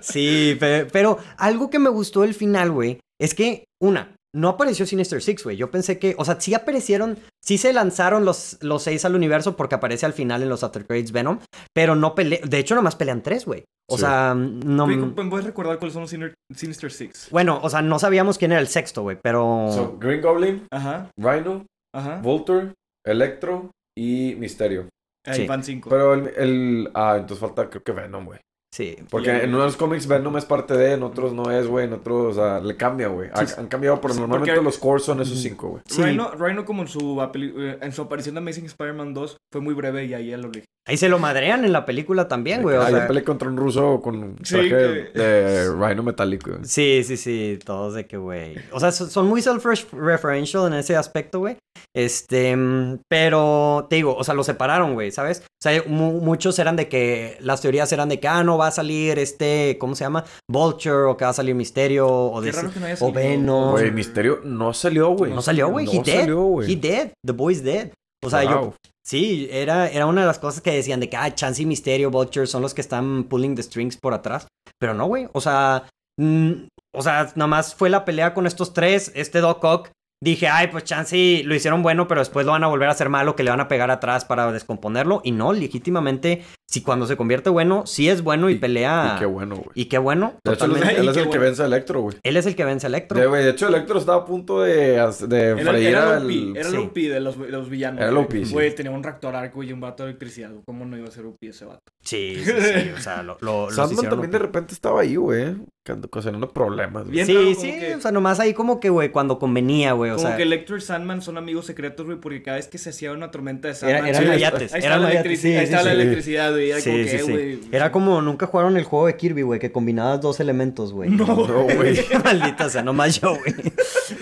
[SPEAKER 1] sí, pe- pero, algo que me gustó del final, güey, es que, una, no apareció Sinister Six, güey. Yo pensé que. O sea, sí aparecieron. Sí se lanzaron los, los seis al universo porque aparece al final en los After Credits Venom. Pero no pelean. De hecho, nomás pelean tres, güey. O
[SPEAKER 4] Sí.
[SPEAKER 1] sea, no.
[SPEAKER 2] Güey, ¿me ¿Puedes recordar cuáles son los Sinister- Sinister Six?
[SPEAKER 1] Bueno, o sea, no sabíamos quién era el sexto, güey, pero.
[SPEAKER 4] So, Green Goblin,
[SPEAKER 2] Ajá,
[SPEAKER 4] Rhino,
[SPEAKER 2] ajá.
[SPEAKER 4] Vulture, Electro y Misterio.
[SPEAKER 2] Ahí
[SPEAKER 1] Sí.
[SPEAKER 2] van cinco.
[SPEAKER 4] Pero el, el- Ah, entonces falta, creo que Venom, güey.
[SPEAKER 1] sí.
[SPEAKER 4] Porque
[SPEAKER 2] Ya.
[SPEAKER 4] en unos cómics Venom es parte de, en otros no es, güey. En otros, o sea, le cambia, güey. Han, han cambiado, pero
[SPEAKER 2] Sí,
[SPEAKER 4] normalmente
[SPEAKER 2] porque-
[SPEAKER 4] los cores son esos cinco, güey.
[SPEAKER 1] Sí.
[SPEAKER 2] Rhino, Rhino, como en su, apeli- eh, en su aparición de Amazing Spider-Man 2, fue muy breve y ahí ya lo dije.
[SPEAKER 1] Ahí se lo madrean en la película también, güey. o
[SPEAKER 4] Ayer
[SPEAKER 1] sea-
[SPEAKER 4] peleé contra un ruso con un
[SPEAKER 2] Sí,
[SPEAKER 4] traje
[SPEAKER 2] que-
[SPEAKER 4] de Rhino metálico. güey.
[SPEAKER 1] Sí, sí, sí, todos de que, güey. O sea, so- son muy self-referential en ese aspecto, güey. Este, mm, pero te digo, o sea, lo separaron, güey, ¿sabes? O sea, mu- muchos eran de que, las teorías eran de que, ah, no va a salir este, ¿cómo se llama? Vulture, o que va a salir Misterio, o,
[SPEAKER 2] Qué
[SPEAKER 1] de,
[SPEAKER 2] raro que no haya
[SPEAKER 1] o
[SPEAKER 2] salido.
[SPEAKER 1] Venom.
[SPEAKER 4] Güey, Misterio no salió, güey.
[SPEAKER 1] No salió, güey.
[SPEAKER 4] No
[SPEAKER 1] he dead.
[SPEAKER 4] salió, güey. Ah,
[SPEAKER 1] He dead. The boy's dead. O sea, yo,
[SPEAKER 4] Wow.
[SPEAKER 1] Sí, era, era una de las cosas que decían de que, ah, Chance y Misterio, Vulture son los que están pulling the strings por atrás. Pero no, güey. O sea, mm, o sea, nada más fue la pelea con estos tres. Este Doc Ock, dije, ay, pues Chance y lo hicieron bueno, pero después lo van a volver a hacer malo, que le van a pegar atrás para descomponerlo. Y no, legítimamente si cuando se convierte bueno, sí es bueno y,
[SPEAKER 4] Y-
[SPEAKER 1] pelea.
[SPEAKER 4] Y qué bueno, güey.
[SPEAKER 1] Y qué bueno,
[SPEAKER 4] De hecho, él es,
[SPEAKER 1] totalmente.
[SPEAKER 4] él es
[SPEAKER 2] Y
[SPEAKER 4] el
[SPEAKER 2] qué
[SPEAKER 4] que
[SPEAKER 2] bueno.
[SPEAKER 4] vence a Electro, güey.
[SPEAKER 1] Él es el que vence a Electro.
[SPEAKER 4] De, güey, de hecho, Electro estaba a punto de, as- de
[SPEAKER 2] Era,
[SPEAKER 4] freír
[SPEAKER 2] era
[SPEAKER 4] al.
[SPEAKER 2] el OP, era el
[SPEAKER 1] sí.
[SPEAKER 2] OP de los, de los villanos.
[SPEAKER 4] Era el
[SPEAKER 2] güey.
[SPEAKER 4] OP, sí.
[SPEAKER 2] Güey, tenía un reactor arco y un vato de electricidad. güey. ¿Cómo no iba a ser OP ese vato?
[SPEAKER 1] Sí, sí, sí. O sea, lo, lo, los
[SPEAKER 4] Sandman
[SPEAKER 1] hicieron
[SPEAKER 4] también
[SPEAKER 1] lo-
[SPEAKER 4] de repente estaba ahí, güey. can- Ocasionando problemas, güey.
[SPEAKER 2] Bien raro,
[SPEAKER 1] Sí,
[SPEAKER 2] como
[SPEAKER 1] sí,
[SPEAKER 2] que-
[SPEAKER 1] o sea, nomás ahí como que, güey, cuando convenía, güey, o
[SPEAKER 2] Como
[SPEAKER 1] sea,
[SPEAKER 2] que Electro y Sandman son amigos secretos, güey, porque cada vez que se hacía una tormenta de Sandman...
[SPEAKER 1] era, eran
[SPEAKER 2] sí,
[SPEAKER 1] yayates,
[SPEAKER 2] Ahí está
[SPEAKER 1] eran
[SPEAKER 2] la
[SPEAKER 1] yayates,
[SPEAKER 2] electricidad, ahí
[SPEAKER 1] sí,
[SPEAKER 2] está
[SPEAKER 1] sí,
[SPEAKER 2] la
[SPEAKER 1] sí.
[SPEAKER 2] electricidad, güey. Era
[SPEAKER 1] Sí,
[SPEAKER 2] como
[SPEAKER 1] sí,
[SPEAKER 2] que,
[SPEAKER 1] sí.
[SPEAKER 2] güey.
[SPEAKER 1] Era como nunca jugaron el juego de Kirby, güey, que combinabas dos elementos, güey.
[SPEAKER 2] No,
[SPEAKER 4] No, güey.
[SPEAKER 1] Maldita sea, nomás yo, güey.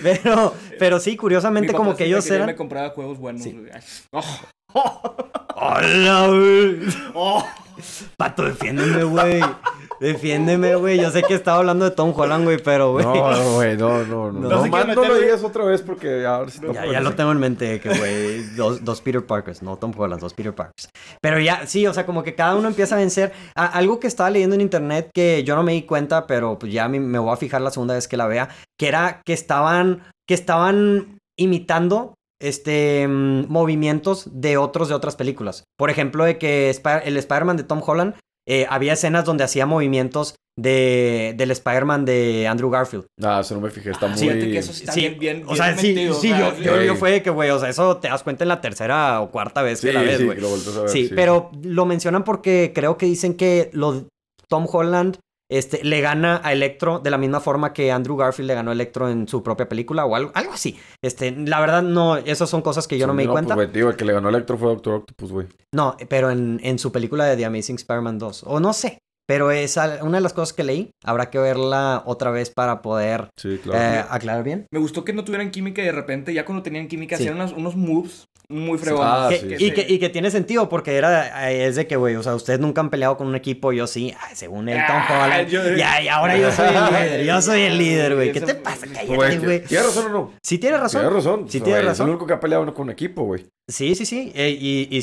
[SPEAKER 1] Pero, pero sí,
[SPEAKER 2] Mi
[SPEAKER 1] curiosamente,
[SPEAKER 2] papá
[SPEAKER 1] como que
[SPEAKER 2] siempre
[SPEAKER 1] ellos
[SPEAKER 2] quería,
[SPEAKER 1] eran.
[SPEAKER 2] me compraba juegos buenos,
[SPEAKER 1] Sí.
[SPEAKER 2] güey. Ay, oh,
[SPEAKER 1] ¡Hola, güey!
[SPEAKER 2] oh.
[SPEAKER 1] Pato, defiéndeme, güey. Defiéndeme, güey. Yo sé que estaba hablando de Tom Holland, güey, pero, güey.
[SPEAKER 4] No, güey, no,
[SPEAKER 1] No.
[SPEAKER 4] no, no.
[SPEAKER 1] No
[SPEAKER 4] No, no,
[SPEAKER 2] sé
[SPEAKER 4] más
[SPEAKER 2] qué
[SPEAKER 4] no lo
[SPEAKER 2] meterle.
[SPEAKER 4] digas otra vez porque a ver si
[SPEAKER 1] Ya, ya lo tengo en mente que, güey, dos, dos Peter Parkers, no Tom Holland, dos Peter Parkers. Pero ya, sí, o sea, como que cada uno empieza a vencer. A- algo que estaba leyendo en internet que yo no me di cuenta, pero pues ya me, me voy a fijar la segunda vez que la vea, que era que estaban, que estaban imitando este mm, movimientos de otros de otras películas. Por ejemplo, de que Spi- el Spider-Man de Tom Holland eh, había escenas donde hacía movimientos de, del Spider-Man de Andrew Garfield.
[SPEAKER 4] No, eso no me fijé, está muy.
[SPEAKER 2] Fíjate que eso está
[SPEAKER 1] Sí,
[SPEAKER 2] bien, bien,
[SPEAKER 1] o sea,
[SPEAKER 2] bien
[SPEAKER 1] sí,
[SPEAKER 2] metido,
[SPEAKER 1] sí,
[SPEAKER 2] o sea,
[SPEAKER 1] yo, yo, yo
[SPEAKER 4] sí.
[SPEAKER 1] fue de que, güey, o sea, eso te das cuenta en la tercera o cuarta vez
[SPEAKER 4] Sí,
[SPEAKER 1] que la ves,
[SPEAKER 4] sí,
[SPEAKER 1] güey.
[SPEAKER 4] que lo volteas a ver,
[SPEAKER 1] sí,
[SPEAKER 4] sí.
[SPEAKER 1] pero lo mencionan porque creo que dicen que lo, Tom Holland este, le gana a Electro de la misma forma que Andrew Garfield le ganó a Electro en su propia película o algo, algo así. Este, la verdad, no, esas son cosas que yo no me di cuenta.
[SPEAKER 4] Pues, güey, tío, el que le ganó Electro fue Doctor Octopus, güey.
[SPEAKER 1] No, pero en, en su película de The Amazing Spider-Man 2, o no sé. Pero es al- una de las cosas que leí. Habrá que verla otra vez para poder
[SPEAKER 4] Sí, claro.
[SPEAKER 1] eh, aclarar bien.
[SPEAKER 2] Me gustó que no tuvieran química y de repente, ya cuando tenían química,
[SPEAKER 1] Sí.
[SPEAKER 2] hacían unas- unos moves muy
[SPEAKER 4] Ah,
[SPEAKER 2] fregones.
[SPEAKER 1] Que-
[SPEAKER 4] sí,
[SPEAKER 1] y,
[SPEAKER 4] sí.
[SPEAKER 1] Que, y que tiene sentido porque era eh, es de que güey o sea ustedes nunca han peleado con un equipo yo sí ah, según el Tom
[SPEAKER 2] Ah,
[SPEAKER 1] Holland
[SPEAKER 2] yo-
[SPEAKER 1] ya y ahora yo soy el líder yo soy el líder güey qué te
[SPEAKER 2] Eso-
[SPEAKER 1] pasa cállate
[SPEAKER 4] Güey,
[SPEAKER 1] güey
[SPEAKER 4] ¿Tienes razón o no?
[SPEAKER 1] sí tienes
[SPEAKER 4] Tienes
[SPEAKER 1] razón
[SPEAKER 4] razón.
[SPEAKER 1] Sí,
[SPEAKER 4] güey,
[SPEAKER 1] tienes
[SPEAKER 4] Es
[SPEAKER 1] razón.
[SPEAKER 4] el único que ha peleado con un equipo, güey.
[SPEAKER 1] sí sí sí eh, y, y-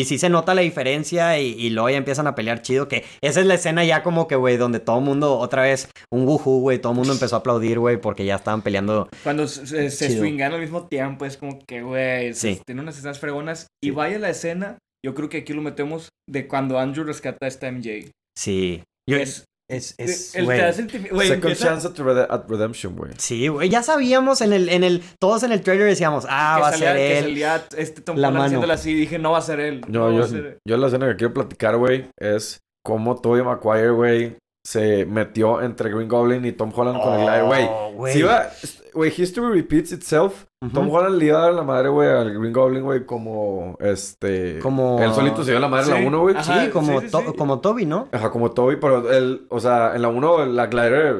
[SPEAKER 1] y sí se nota la diferencia y, y luego ya empiezan a pelear chido que esa es la escena ya como que güey donde todo el mundo otra vez un wuhu güey todo el mundo empezó a aplaudir güey porque ya estaban peleando
[SPEAKER 2] Cuando se, se- se
[SPEAKER 1] Chido.
[SPEAKER 2] swingan al mismo tiempo, es como que, güey, se-
[SPEAKER 1] Sí.
[SPEAKER 2] tiene unas escenas fregonas. Y vaya la escena, yo creo que aquí lo metemos de cuando Andrew rescata a esta MJ.
[SPEAKER 1] sí yo
[SPEAKER 2] Es,
[SPEAKER 1] es
[SPEAKER 2] es,
[SPEAKER 1] es
[SPEAKER 2] el, te
[SPEAKER 1] güey.
[SPEAKER 2] da senti- güey,
[SPEAKER 4] Second
[SPEAKER 2] empieza-
[SPEAKER 4] Chance at, Rede- at Redemption, güey.
[SPEAKER 1] sí güey ya sabíamos en el en el todos en el trailer decíamos ah
[SPEAKER 2] que
[SPEAKER 1] va a
[SPEAKER 2] salía-
[SPEAKER 1] ser
[SPEAKER 2] que
[SPEAKER 1] él
[SPEAKER 2] salía este Tom
[SPEAKER 1] La
[SPEAKER 2] Holland
[SPEAKER 1] mano.
[SPEAKER 2] haciéndola así, dije, no va a ser él.
[SPEAKER 4] No,
[SPEAKER 2] no va
[SPEAKER 4] yo,
[SPEAKER 2] a ser él.
[SPEAKER 4] yo la escena que quiero platicar, güey, es cómo Tobey Maguire, güey, se metió entre Green Goblin y Tom Holland con el aire, güey.
[SPEAKER 1] Oh, güey.
[SPEAKER 4] Si iba, güey, history repeats itself.
[SPEAKER 1] Ujú.
[SPEAKER 4] Tom Holland le iba a dar la madre, güey, al Green Goblin, güey, como este.
[SPEAKER 1] Como-
[SPEAKER 4] Él solito se dio la madre en
[SPEAKER 2] Sí.
[SPEAKER 4] la 1, güey.
[SPEAKER 2] Ajá.
[SPEAKER 1] Sí, como,
[SPEAKER 2] sí, sí,
[SPEAKER 1] To-
[SPEAKER 2] sí.
[SPEAKER 1] como Toby, ¿no?
[SPEAKER 4] Ajá, como Toby, pero él, o sea, en la 1, la Glider,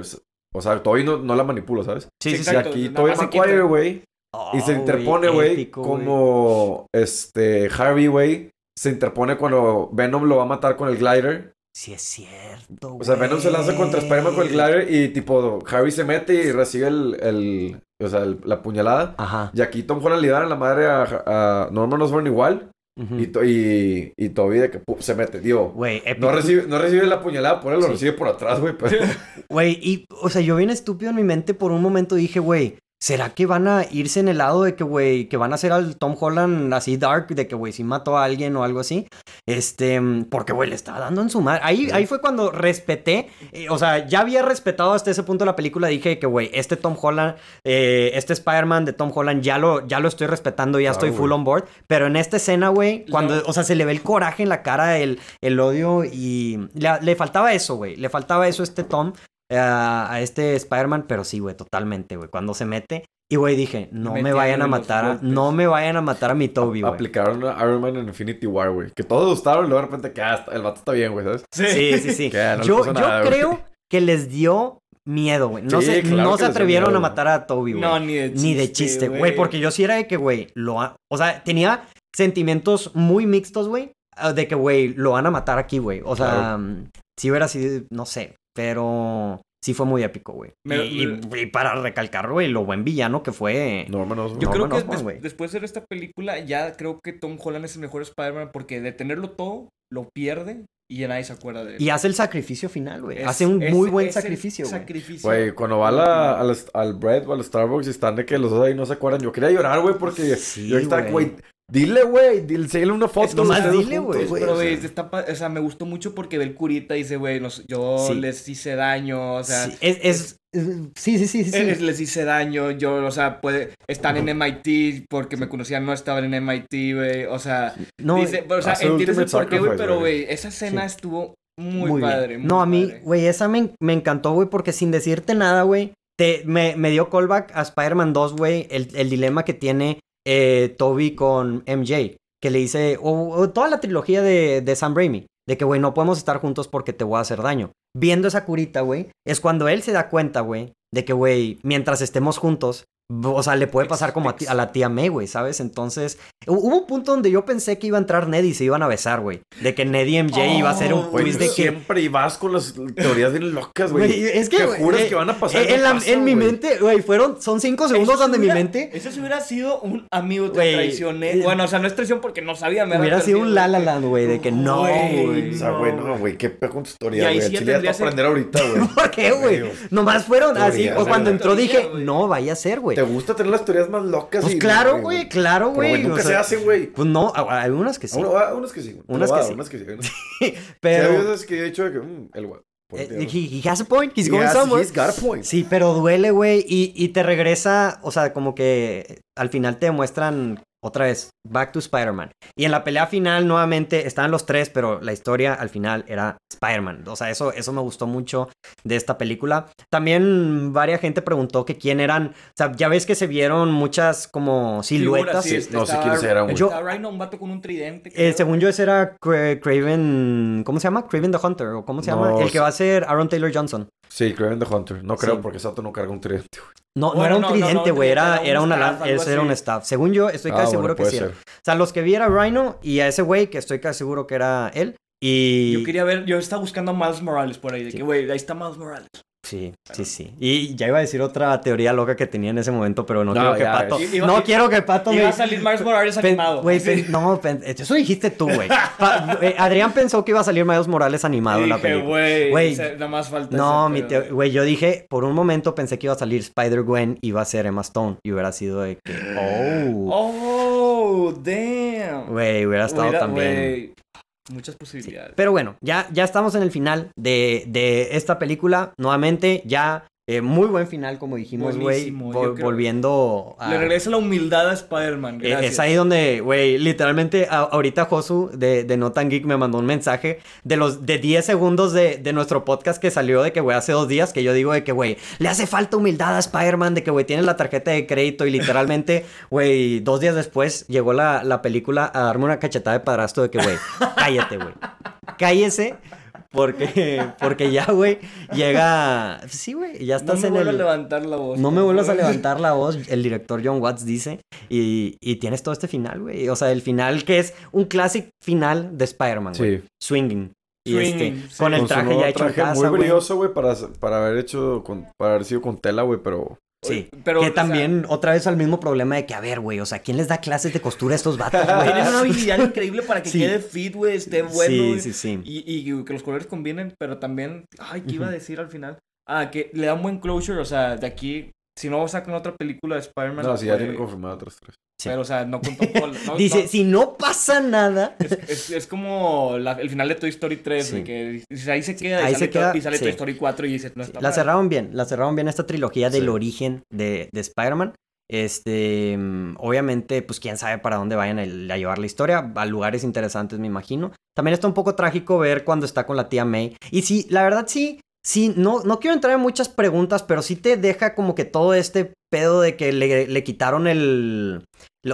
[SPEAKER 4] o sea, Toby no, no la manipula, ¿sabes?
[SPEAKER 2] Sí,
[SPEAKER 4] Y
[SPEAKER 2] sí. Exacto,
[SPEAKER 4] aquí
[SPEAKER 2] nada
[SPEAKER 4] Toby
[SPEAKER 2] más se
[SPEAKER 4] Maguire,
[SPEAKER 2] quita.
[SPEAKER 4] güey, y se
[SPEAKER 1] Oh,
[SPEAKER 4] interpone, güey,
[SPEAKER 1] épico,
[SPEAKER 4] como este Harvey, güey, se interpone cuando Venom lo va a matar con el glider.
[SPEAKER 1] Sí, es cierto.
[SPEAKER 4] O sea, Venom se lanza contra Spider-Man con el glider y tipo Harvey se mete y recibe el, el o sea, el- la puñalada.
[SPEAKER 1] Ajá.
[SPEAKER 4] Y aquí Tom Holland le da en la madre a, a Norman Osborn igual
[SPEAKER 1] ujú.
[SPEAKER 4] y, to- y, y Toby de que pum, se mete, digo.
[SPEAKER 1] Güey,
[SPEAKER 4] No
[SPEAKER 1] Mm. épico.
[SPEAKER 4] recibe, no recibe la puñalada por él, lo
[SPEAKER 1] Sí.
[SPEAKER 4] recibe por atrás, güey. Pero...
[SPEAKER 1] Güey, y, o sea, yo bien estúpido en mi mente por un momento dije, güey, ¿será que van a irse en el lado de que, güey, que van a hacer al Tom Holland así dark, de que, güey, si mató a alguien o algo así? Este, mm, porque, güey, le estaba dando en su madre. Ahí, ahí fue cuando respeté, eh, o sea, ya había respetado hasta ese punto la película, dije que, güey, este Tom Holland, eh, este Spider-Man de Tom Holland, ya lo, ya lo estoy respetando, ya
[SPEAKER 4] Claro,
[SPEAKER 1] estoy full
[SPEAKER 4] güey. Pues
[SPEAKER 1] on board, pero en esta escena, güey, cuando,
[SPEAKER 2] No.
[SPEAKER 1] o sea, se le ve el coraje en la cara, el, el odio y le, le faltaba eso, güey, le faltaba eso a este Tom a, a este Spider-Man, pero sí, güey, totalmente, güey. Cuando se mete. Y, güey, dije, no me
[SPEAKER 2] Metiéndole
[SPEAKER 1] vayan a
[SPEAKER 2] los
[SPEAKER 1] matar a,
[SPEAKER 2] golpes.
[SPEAKER 1] no me vayan a matar a mi Toby, güey.
[SPEAKER 4] Aplicaron a Iron Man en Infinity War, güey. Que todos gustaron y luego de repente que ah, está- el vato está bien, güey, ¿sabes?
[SPEAKER 1] Sí, sí, sí.
[SPEAKER 4] Que no le
[SPEAKER 1] yo
[SPEAKER 4] pasó
[SPEAKER 1] yo
[SPEAKER 4] nada, güey.
[SPEAKER 1] creo que les dio miedo, güey. No
[SPEAKER 4] Sí,
[SPEAKER 1] se,
[SPEAKER 4] claro
[SPEAKER 1] no se
[SPEAKER 4] que les dio
[SPEAKER 1] atrevieron
[SPEAKER 4] miedo,
[SPEAKER 1] a
[SPEAKER 4] güey.
[SPEAKER 1] matar a Toby, güey.
[SPEAKER 2] No, ni de chiste.
[SPEAKER 1] Ni de chiste, güey. Porque yo sí era de que, güey, lo ha- O sea, tenía sentimientos muy mixtos, güey. ah, De que, güey, lo van a matar aquí, güey. O sea,
[SPEAKER 4] Claro.
[SPEAKER 1] mm, si hubiera sido, no sé, pero sí fue muy épico, güey. Y,
[SPEAKER 2] Me-
[SPEAKER 1] y- y para recalcar, güey, lo buen villano que fue.
[SPEAKER 4] Norman Osborn.
[SPEAKER 2] Yo
[SPEAKER 1] No,
[SPEAKER 2] creo
[SPEAKER 1] no,
[SPEAKER 2] que
[SPEAKER 1] no,
[SPEAKER 2] des-
[SPEAKER 1] güey.
[SPEAKER 2] después de ver esta película, ya creo que Tom Holland es el mejor Spider-Man porque de tenerlo todo, lo pierde y ya nadie se acuerda de él.
[SPEAKER 1] Y hace el sacrificio final, güey.
[SPEAKER 2] Es-
[SPEAKER 1] Hace un
[SPEAKER 2] es-
[SPEAKER 1] muy buen
[SPEAKER 2] es el
[SPEAKER 1] sacrificio, güey.
[SPEAKER 2] sacrificio.
[SPEAKER 4] Güey, cuando va a la- al, al Bread o al Starbucks y están de que los dos ahí no se acuerdan, yo quería llorar, güey, porque
[SPEAKER 1] Sí,
[SPEAKER 4] yo estaba,
[SPEAKER 1] güey.
[SPEAKER 4] güey, Dile, güey, dile, enséñale una foto.
[SPEAKER 1] Es nomás
[SPEAKER 4] ustedes
[SPEAKER 1] dile,
[SPEAKER 4] juntos,
[SPEAKER 1] güey.
[SPEAKER 2] Pero,
[SPEAKER 4] o
[SPEAKER 2] güey,
[SPEAKER 4] sea.
[SPEAKER 2] está pa- o sea, me gustó mucho porque ve el curita y dice, güey, los- yo
[SPEAKER 1] Sí.
[SPEAKER 2] les hice daño, o sea,
[SPEAKER 1] sí, es, es- sí, sí, sí, sí, sí.
[SPEAKER 2] él les- les hice daño, yo, o sea, puede, están en MIT porque me conocían, no estaban en MIT, güey, o sea,
[SPEAKER 1] No,
[SPEAKER 2] dice, pero, o sea,
[SPEAKER 4] hace
[SPEAKER 2] entiendes el
[SPEAKER 4] Ultimate
[SPEAKER 2] porqué, güey,
[SPEAKER 4] Sacrifice,
[SPEAKER 2] pero,
[SPEAKER 4] güey.
[SPEAKER 2] güey, esa escena estuvo muy,
[SPEAKER 1] muy bien.
[SPEAKER 2] padre. muy
[SPEAKER 1] no, a mí,
[SPEAKER 2] padre.
[SPEAKER 1] güey, esa me, me encantó, güey, porque sin decirte nada, güey, te, me, me dio callback a Spider-Man 2, güey, el, el dilema que tiene eh, Toby con MJ, que le dice, o, o toda la trilogía de, de Sam Raimi, de que, güey, no podemos estar juntos porque te voy a hacer daño. Viendo esa curita, güey, es cuando él se da cuenta, güey, de que, güey, mientras estemos juntos, b- o sea, le puede pasar como a, ti- a la tía May, güey, ¿sabes? Entonces, hu- hubo un punto donde yo pensé que iba a entrar Ned y se iban a besar, güey. De que Ned y MJ iba a ser un
[SPEAKER 4] Oh, Güey,
[SPEAKER 1] quiz de
[SPEAKER 4] pero
[SPEAKER 1] que
[SPEAKER 4] siempre ibas con las teorías bien locas, güey.
[SPEAKER 1] Güey, es que,
[SPEAKER 4] que
[SPEAKER 1] güey,
[SPEAKER 4] juras
[SPEAKER 1] eh,
[SPEAKER 4] que van a pasar.
[SPEAKER 1] en,
[SPEAKER 4] no
[SPEAKER 1] la-
[SPEAKER 4] pasan,
[SPEAKER 1] en mi
[SPEAKER 4] güey.
[SPEAKER 1] mente, güey, fueron, son cinco segundos
[SPEAKER 2] Eso
[SPEAKER 1] donde
[SPEAKER 2] hubiera-
[SPEAKER 1] mi mente
[SPEAKER 2] Eso sí hubiera sido un amigo te
[SPEAKER 1] Güey,
[SPEAKER 2] traicioné.
[SPEAKER 1] eh,
[SPEAKER 2] Bueno, o sea, no es traición porque no sabía. me
[SPEAKER 1] hubiera
[SPEAKER 2] había
[SPEAKER 1] sido un
[SPEAKER 2] perdido,
[SPEAKER 1] la la
[SPEAKER 2] güey.
[SPEAKER 1] land, güey, de que no,
[SPEAKER 2] Güey,
[SPEAKER 1] güey.
[SPEAKER 4] O sea, güey, no, güey, qué peor con tu
[SPEAKER 2] Y
[SPEAKER 4] teoría,
[SPEAKER 2] ahí
[SPEAKER 4] güey.
[SPEAKER 2] sí
[SPEAKER 4] Al
[SPEAKER 2] ya
[SPEAKER 4] Chile ya te
[SPEAKER 2] tendría
[SPEAKER 4] vas a aprender ahorita, güey.
[SPEAKER 1] ¿Por qué, güey?
[SPEAKER 4] Güey,
[SPEAKER 1] Nomás fueron así.
[SPEAKER 4] Teoría,
[SPEAKER 1] O cuando
[SPEAKER 4] güey.
[SPEAKER 1] entró dije,
[SPEAKER 2] Teoría, güey.
[SPEAKER 1] no, vaya a ser, güey.
[SPEAKER 4] Te gusta tener las teorías más locas
[SPEAKER 1] Pues
[SPEAKER 4] y-
[SPEAKER 1] claro, güey, claro,
[SPEAKER 4] Pero, güey,
[SPEAKER 1] güey. o
[SPEAKER 4] nunca se
[SPEAKER 1] sea,
[SPEAKER 4] hacen, güey.
[SPEAKER 1] Pues no, a- hay unas que sí.
[SPEAKER 4] Uno- ah, unas que sí.
[SPEAKER 1] Unas
[SPEAKER 4] Te
[SPEAKER 1] que
[SPEAKER 4] lo va,
[SPEAKER 1] sí.
[SPEAKER 4] Unas que sí. unas- Sí, hay
[SPEAKER 1] Pero,
[SPEAKER 4] veces que yo he dicho de que, mm, el güey. por
[SPEAKER 1] eh,
[SPEAKER 4] ti, ¿no?
[SPEAKER 1] he, he has a point, he's
[SPEAKER 4] He
[SPEAKER 1] going
[SPEAKER 4] has-
[SPEAKER 1] somewhere.
[SPEAKER 4] he's got a point.
[SPEAKER 1] Sí, pero duele, güey. Y, y te regresa, o sea, como que al final te demuestran otra vez, Back to Spider-Man. Y en la pelea final, nuevamente, estaban los tres, pero la historia al final era Spider-Man. O sea, eso, eso me gustó mucho de esta película. También varias gente preguntó que quién eran. O sea, ya ves que se vieron muchas como siluetas.
[SPEAKER 2] sí, este
[SPEAKER 4] no sé
[SPEAKER 2] estaba-
[SPEAKER 4] quiénes eran, güey.
[SPEAKER 1] Yo-
[SPEAKER 2] Estaba Rhino, un vato con un tridente.
[SPEAKER 1] Eh,
[SPEAKER 2] creo.
[SPEAKER 1] según yo, ese era Cra- Craven. ¿Cómo se llama? Craven the Hunter. ¿O cómo se llama?
[SPEAKER 4] No,
[SPEAKER 1] El que
[SPEAKER 4] sí.
[SPEAKER 1] va a ser Aaron Taylor Johnson.
[SPEAKER 4] Sí, Craven the Hunter. No creo
[SPEAKER 1] Sí.
[SPEAKER 4] porque Sato no carga un tridente.
[SPEAKER 1] No, no
[SPEAKER 2] Bueno,
[SPEAKER 1] era un
[SPEAKER 2] no, no, no,
[SPEAKER 1] tridente, güey.
[SPEAKER 2] era
[SPEAKER 1] era,
[SPEAKER 2] un
[SPEAKER 1] era una
[SPEAKER 2] staff,
[SPEAKER 1] lan-
[SPEAKER 2] algo
[SPEAKER 1] ese era
[SPEAKER 2] así.
[SPEAKER 1] un staff. Según yo, estoy casi
[SPEAKER 4] Ah,
[SPEAKER 1] seguro
[SPEAKER 4] bueno,
[SPEAKER 1] que
[SPEAKER 4] puede
[SPEAKER 1] sí. era.
[SPEAKER 4] ser.
[SPEAKER 1] O sea, los que vi era Rhino y a ese güey que estoy casi seguro que era él. Y.
[SPEAKER 2] Yo quería ver, yo estaba buscando a Miles Morales por ahí. De
[SPEAKER 1] Sí.
[SPEAKER 2] que, güey, ahí está Miles Morales.
[SPEAKER 1] Sí, sí, sí. Y ya iba a decir otra teoría loca que tenía en ese momento, pero no,
[SPEAKER 4] No,
[SPEAKER 1] quiero que
[SPEAKER 4] ya,
[SPEAKER 1] Pato.
[SPEAKER 2] iba-
[SPEAKER 1] no
[SPEAKER 2] iba-
[SPEAKER 1] quiero que Pato
[SPEAKER 2] Y
[SPEAKER 1] me-
[SPEAKER 2] va a salir Miles Morales
[SPEAKER 1] Pen-
[SPEAKER 2] animado.
[SPEAKER 1] güey,
[SPEAKER 2] Sí.
[SPEAKER 1] pen- no, pen- eh, eso dijiste tú, güey. Pa- eh, Adrián pensó que iba a salir Miles Morales animado
[SPEAKER 2] Y
[SPEAKER 1] en la
[SPEAKER 2] dije,
[SPEAKER 1] película.
[SPEAKER 2] güey,
[SPEAKER 1] Güey,
[SPEAKER 2] o sea, nada más falta.
[SPEAKER 1] No,
[SPEAKER 2] ese
[SPEAKER 1] mi
[SPEAKER 2] pedo,
[SPEAKER 1] teo- güey, yo dije, por un momento pensé que iba a salir Spider-Gwen y iba a ser Emma Stone y hubiera sido de que, oh,
[SPEAKER 2] Oh, damn.
[SPEAKER 1] güey, hubiera estado
[SPEAKER 2] Hubiera-
[SPEAKER 1] también.
[SPEAKER 2] güey, Muchas posibilidades.
[SPEAKER 1] Pero bueno, ya, ya estamos en el final de, de esta película. Nuevamente, ya eh, muy buen final, como dijimos, güey.
[SPEAKER 2] Buenísimo,
[SPEAKER 1] vol-
[SPEAKER 2] yo creo-
[SPEAKER 1] volviendo a.
[SPEAKER 2] Le regresa la humildad a Spider-Man.
[SPEAKER 1] Eh,
[SPEAKER 2] Gracias.
[SPEAKER 1] es Ah. ahí donde, güey, literalmente a- ahorita Josu de, de No Tan Geek me mandó un mensaje de los de 10 segundos de, de nuestro podcast que salió de que, güey, hace dos días que yo digo de que, güey, le hace falta humildad a Spider-Man, de que, güey, tiene la tarjeta de crédito y literalmente, güey, dos días después llegó la, la película a darme una cachetada de padrastro de que, güey, cállate, güey, cállese. Porque, porque ya, güey, llega... Sí, güey, ya
[SPEAKER 2] No
[SPEAKER 1] estás
[SPEAKER 2] me
[SPEAKER 1] en el...
[SPEAKER 2] vuelvo a levantar la voz.
[SPEAKER 1] No me
[SPEAKER 2] por
[SPEAKER 4] Pues,
[SPEAKER 1] vuelvas a
[SPEAKER 2] favor.
[SPEAKER 1] levantar la voz, el director John Watts dice. Y, y tienes todo este final, güey. O sea, el final que es un clásico final de Spider-Man, güey.
[SPEAKER 4] Sí.
[SPEAKER 1] Swinging. Y
[SPEAKER 2] Swinging,
[SPEAKER 1] este,
[SPEAKER 2] sí.
[SPEAKER 1] con el
[SPEAKER 4] Con su
[SPEAKER 1] traje
[SPEAKER 4] nuevo
[SPEAKER 1] ya hecho en
[SPEAKER 4] traje
[SPEAKER 1] casa,
[SPEAKER 4] Muy
[SPEAKER 1] güey.
[SPEAKER 4] brilloso, güey, para, para haber hecho, con, para haber sido con tela, güey, pero...
[SPEAKER 1] Sí.
[SPEAKER 2] Pero,
[SPEAKER 1] que
[SPEAKER 2] o sea,
[SPEAKER 1] también, otra vez al mismo problema de que, a ver, güey, o sea, ¿quién les da clases de costura a estos vatos, güey?
[SPEAKER 2] Tienen una habilidad increíble para que
[SPEAKER 1] Sí.
[SPEAKER 2] quede fit, güey, esté bueno.
[SPEAKER 1] sí,
[SPEAKER 2] güey.
[SPEAKER 1] sí, sí.
[SPEAKER 2] Y, y que los colores combinen, pero también. Ay, ¿qué iba a decir al final? Ah, que le da un buen closure, o sea, de aquí. Si no sacan otra película de Spider-Man.
[SPEAKER 4] No, sí, ya
[SPEAKER 2] güey,
[SPEAKER 4] tienen confirmado otras tres.
[SPEAKER 1] Sí.
[SPEAKER 2] Pero, o sea, no contó con. no,
[SPEAKER 1] dice,
[SPEAKER 2] no.
[SPEAKER 1] si no pasa nada,
[SPEAKER 2] Es, es como la- el final de Toy Story 3,
[SPEAKER 1] Sí.
[SPEAKER 2] de que dices, ahí se queda,
[SPEAKER 1] ahí
[SPEAKER 2] y, sale
[SPEAKER 1] se queda,
[SPEAKER 2] to- y sale
[SPEAKER 1] sí.
[SPEAKER 2] Toy Story 4 y dices, no está
[SPEAKER 1] la
[SPEAKER 2] mal.
[SPEAKER 1] cerraron bien, la cerraron bien esta trilogía del
[SPEAKER 4] Sí.
[SPEAKER 1] origen de, de Spider-Man. Este, mm, obviamente, pues quién sabe para dónde vayan el- a llevar la historia, a lugares interesantes, me imagino. También está un poco trágico ver cuando está con la tía May. Y sí, la verdad sí, sí, no, no quiero entrar en muchas preguntas, pero sí te deja como que todo este pedo de que le, le quitaron el...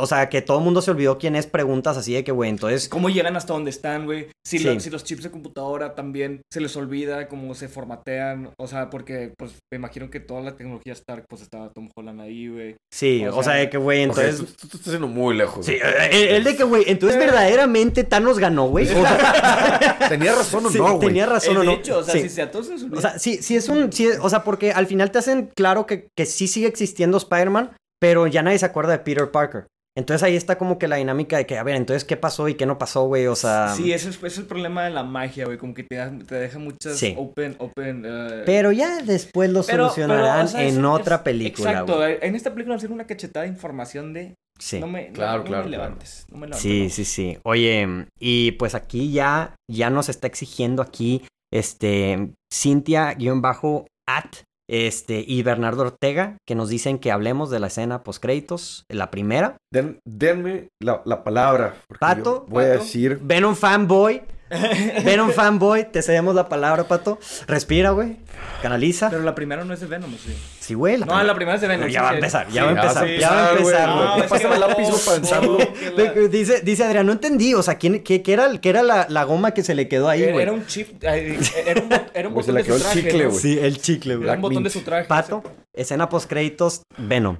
[SPEAKER 1] O sea, que todo el mundo se olvidó quién es, preguntas así de que, güey, entonces...
[SPEAKER 2] ¿Cómo llegan hasta donde están, güey? Si,
[SPEAKER 1] Sí.
[SPEAKER 2] lo- si los chips de computadora también se les olvida cómo se formatean. O sea, porque pues me imagino que toda la tecnología Stark, pues estaba Tom Holland ahí, güey.
[SPEAKER 1] Sí,
[SPEAKER 2] O
[SPEAKER 1] o sea,
[SPEAKER 2] sea,
[SPEAKER 1] de que, güey, entonces...
[SPEAKER 4] Entonces, tú, tú- tú estás yendo muy lejos.
[SPEAKER 1] Sí,
[SPEAKER 4] güey.
[SPEAKER 1] eh, eh, el de que, güey, entonces verdaderamente Thanos ganó, güey. O sea,
[SPEAKER 4] ¿Tenía razón o
[SPEAKER 1] sí,
[SPEAKER 4] no, güey?
[SPEAKER 1] Tenía razón o
[SPEAKER 2] Eh,
[SPEAKER 1] Ah, no.
[SPEAKER 2] De hecho, o sea,
[SPEAKER 1] Sí.
[SPEAKER 2] si se a todos se les olvida.
[SPEAKER 1] O sea, sí, sí es un. sí es- o sea, porque al final te hacen claro que, que sí sigue existiendo Spider-Man, pero ya nadie se acuerda de Peter Parker. Entonces ahí está como que la dinámica de que, a ver, entonces, ¿qué pasó y qué no pasó, güey? O sea.
[SPEAKER 2] Sí, ese es, ese es el problema de la magia, güey. Como que te, da- te deja muchas
[SPEAKER 1] Sí.
[SPEAKER 2] open, open. eh,
[SPEAKER 1] Pero ya después lo
[SPEAKER 2] pero- pero,
[SPEAKER 1] solucionarán
[SPEAKER 2] o sea,
[SPEAKER 1] en
[SPEAKER 2] es-
[SPEAKER 1] otra
[SPEAKER 2] es-
[SPEAKER 1] película,
[SPEAKER 2] Exacto,
[SPEAKER 1] güey.
[SPEAKER 2] en esta película va a ser una cachetada de información de
[SPEAKER 1] Sí.
[SPEAKER 2] No me,
[SPEAKER 4] Claro,
[SPEAKER 2] no, no
[SPEAKER 4] claro,
[SPEAKER 2] me
[SPEAKER 4] claro.
[SPEAKER 2] levantes. No me levantes.
[SPEAKER 1] Sí, sí, sí. Oye, y pues aquí ya, ya nos está exigiendo aquí, este, Cintia, guión bajo, at, este, y Bernardo Ortega, que nos dicen que hablemos de la escena postcréditos, la primera.
[SPEAKER 4] Den- denme la, la palabra. porque
[SPEAKER 1] Pato,
[SPEAKER 4] yo Voy a
[SPEAKER 2] Pato.
[SPEAKER 4] decir.
[SPEAKER 1] Ven un fanboy, ven un fanboy, te cedemos la palabra, Pato. Respira, güey, canaliza.
[SPEAKER 2] Pero la primera no es de Venom, ¿o sí.
[SPEAKER 1] Sí, güey.
[SPEAKER 2] No, la primera es de Venom.
[SPEAKER 1] Ya
[SPEAKER 2] sí,
[SPEAKER 1] va a
[SPEAKER 2] sí.
[SPEAKER 1] empezar, ya
[SPEAKER 2] Sí,
[SPEAKER 1] va a empezar,
[SPEAKER 2] sí,
[SPEAKER 1] ya va a
[SPEAKER 4] sí,
[SPEAKER 1] empezar,
[SPEAKER 4] güey.
[SPEAKER 1] güey.
[SPEAKER 2] No, es
[SPEAKER 4] Pásame
[SPEAKER 2] que-
[SPEAKER 4] el lápiz
[SPEAKER 2] no,
[SPEAKER 4] para pensarlo.
[SPEAKER 2] sí, que la-
[SPEAKER 1] Ve- Dice, dice Adrián, no entendí, o sea, ¿quién, qué, qué era, qué era la, la goma que se le quedó ahí,
[SPEAKER 2] Era,
[SPEAKER 1] güey?
[SPEAKER 2] era un chip. ay, Era un, era un
[SPEAKER 4] Güey, se
[SPEAKER 2] botón
[SPEAKER 4] le
[SPEAKER 2] de
[SPEAKER 4] quedó
[SPEAKER 2] su
[SPEAKER 4] el
[SPEAKER 2] traje.
[SPEAKER 4] chicle,
[SPEAKER 2] ¿no?
[SPEAKER 4] güey.
[SPEAKER 1] Sí, el chicle,
[SPEAKER 2] Era
[SPEAKER 1] güey.
[SPEAKER 2] un botón de su traje.
[SPEAKER 1] Pato, escena post créditos, Venom.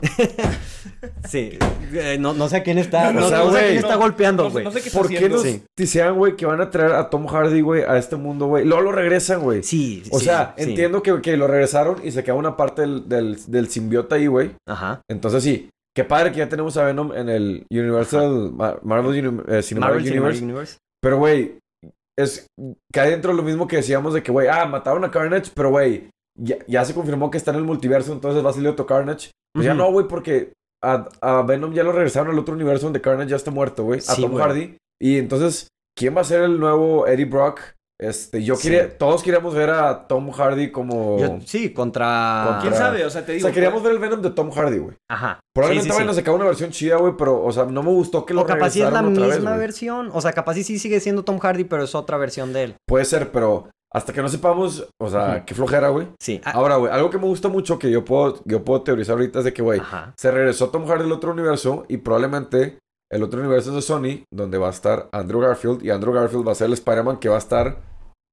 [SPEAKER 1] sí, eh, no, no sé a quién está, no,
[SPEAKER 4] no
[SPEAKER 1] no
[SPEAKER 4] sé,
[SPEAKER 1] sé a
[SPEAKER 4] güey.
[SPEAKER 1] quién está
[SPEAKER 2] No,
[SPEAKER 1] golpeando,
[SPEAKER 2] no sé-
[SPEAKER 1] güey.
[SPEAKER 2] no sé qué está
[SPEAKER 4] ¿Por qué
[SPEAKER 2] haciendo.
[SPEAKER 4] nos
[SPEAKER 1] Sí.
[SPEAKER 4] dicen, güey, que van a traer a Tom Hardy, güey, a este mundo, güey? Luego lo regresan, güey.
[SPEAKER 1] Sí,
[SPEAKER 4] O
[SPEAKER 1] sí,
[SPEAKER 4] sea,
[SPEAKER 1] sí.
[SPEAKER 4] entiendo que, que lo regresaron y se queda una parte del, del, del simbiota ahí, güey.
[SPEAKER 1] Ajá.
[SPEAKER 4] Entonces sí, qué padre que ya tenemos a Venom en el Universal Ma- Marvel Uni- eh, Cinematic
[SPEAKER 1] Marvel
[SPEAKER 4] Universe.
[SPEAKER 1] Cinematic Universe.
[SPEAKER 4] Pero güey, es cae dentro de lo mismo que decíamos de que güey, ah, mataron a Carnage, pero güey, ya, ya se confirmó que está en el multiverso, entonces va a salir otro Carnage. Pues ya
[SPEAKER 1] Ujú.
[SPEAKER 4] no, güey, porque a, a Venom ya lo regresaron al otro universo donde Carnage ya está muerto, güey, a
[SPEAKER 1] Sí,
[SPEAKER 4] Tom
[SPEAKER 1] güey.
[SPEAKER 4] Hardy. Y entonces, ¿quién va a ser el nuevo Eddie Brock? Este, yo
[SPEAKER 1] Sí.
[SPEAKER 4] quería, todos queríamos ver a Tom Hardy como
[SPEAKER 1] Yo- sí, contra...
[SPEAKER 4] Contra-
[SPEAKER 2] ¿Quién sabe? O sea, te
[SPEAKER 4] o
[SPEAKER 2] digo.
[SPEAKER 4] sea, queríamos ver el Venom de Tom Hardy, güey.
[SPEAKER 1] Ajá.
[SPEAKER 4] Probablemente
[SPEAKER 1] Sí, sí,
[SPEAKER 4] vayan a
[SPEAKER 1] sí.
[SPEAKER 4] sacar una versión chida, güey, pero, o sea, no me gustó que lo
[SPEAKER 1] O capaz sí es la
[SPEAKER 4] regresaron otra
[SPEAKER 1] misma
[SPEAKER 4] vez, güey.
[SPEAKER 1] versión. O sea, capaz sí, sí sigue siendo Tom Hardy, pero es otra versión de él.
[SPEAKER 4] Puede ser, pero hasta que no sepamos, o sea,
[SPEAKER 1] Ujú.
[SPEAKER 4] qué flojera, güey.
[SPEAKER 1] Sí. ah,
[SPEAKER 4] Ahora, güey, algo que me gusta mucho que yo puedo, yo puedo teorizar ahorita es de que, güey,
[SPEAKER 1] Ajá.
[SPEAKER 4] se regresó Tom Hardy al otro universo y probablemente el otro universo es de Sony, donde va a estar Andrew Garfield y Andrew Garfield va a ser el Spider-Man que va a estar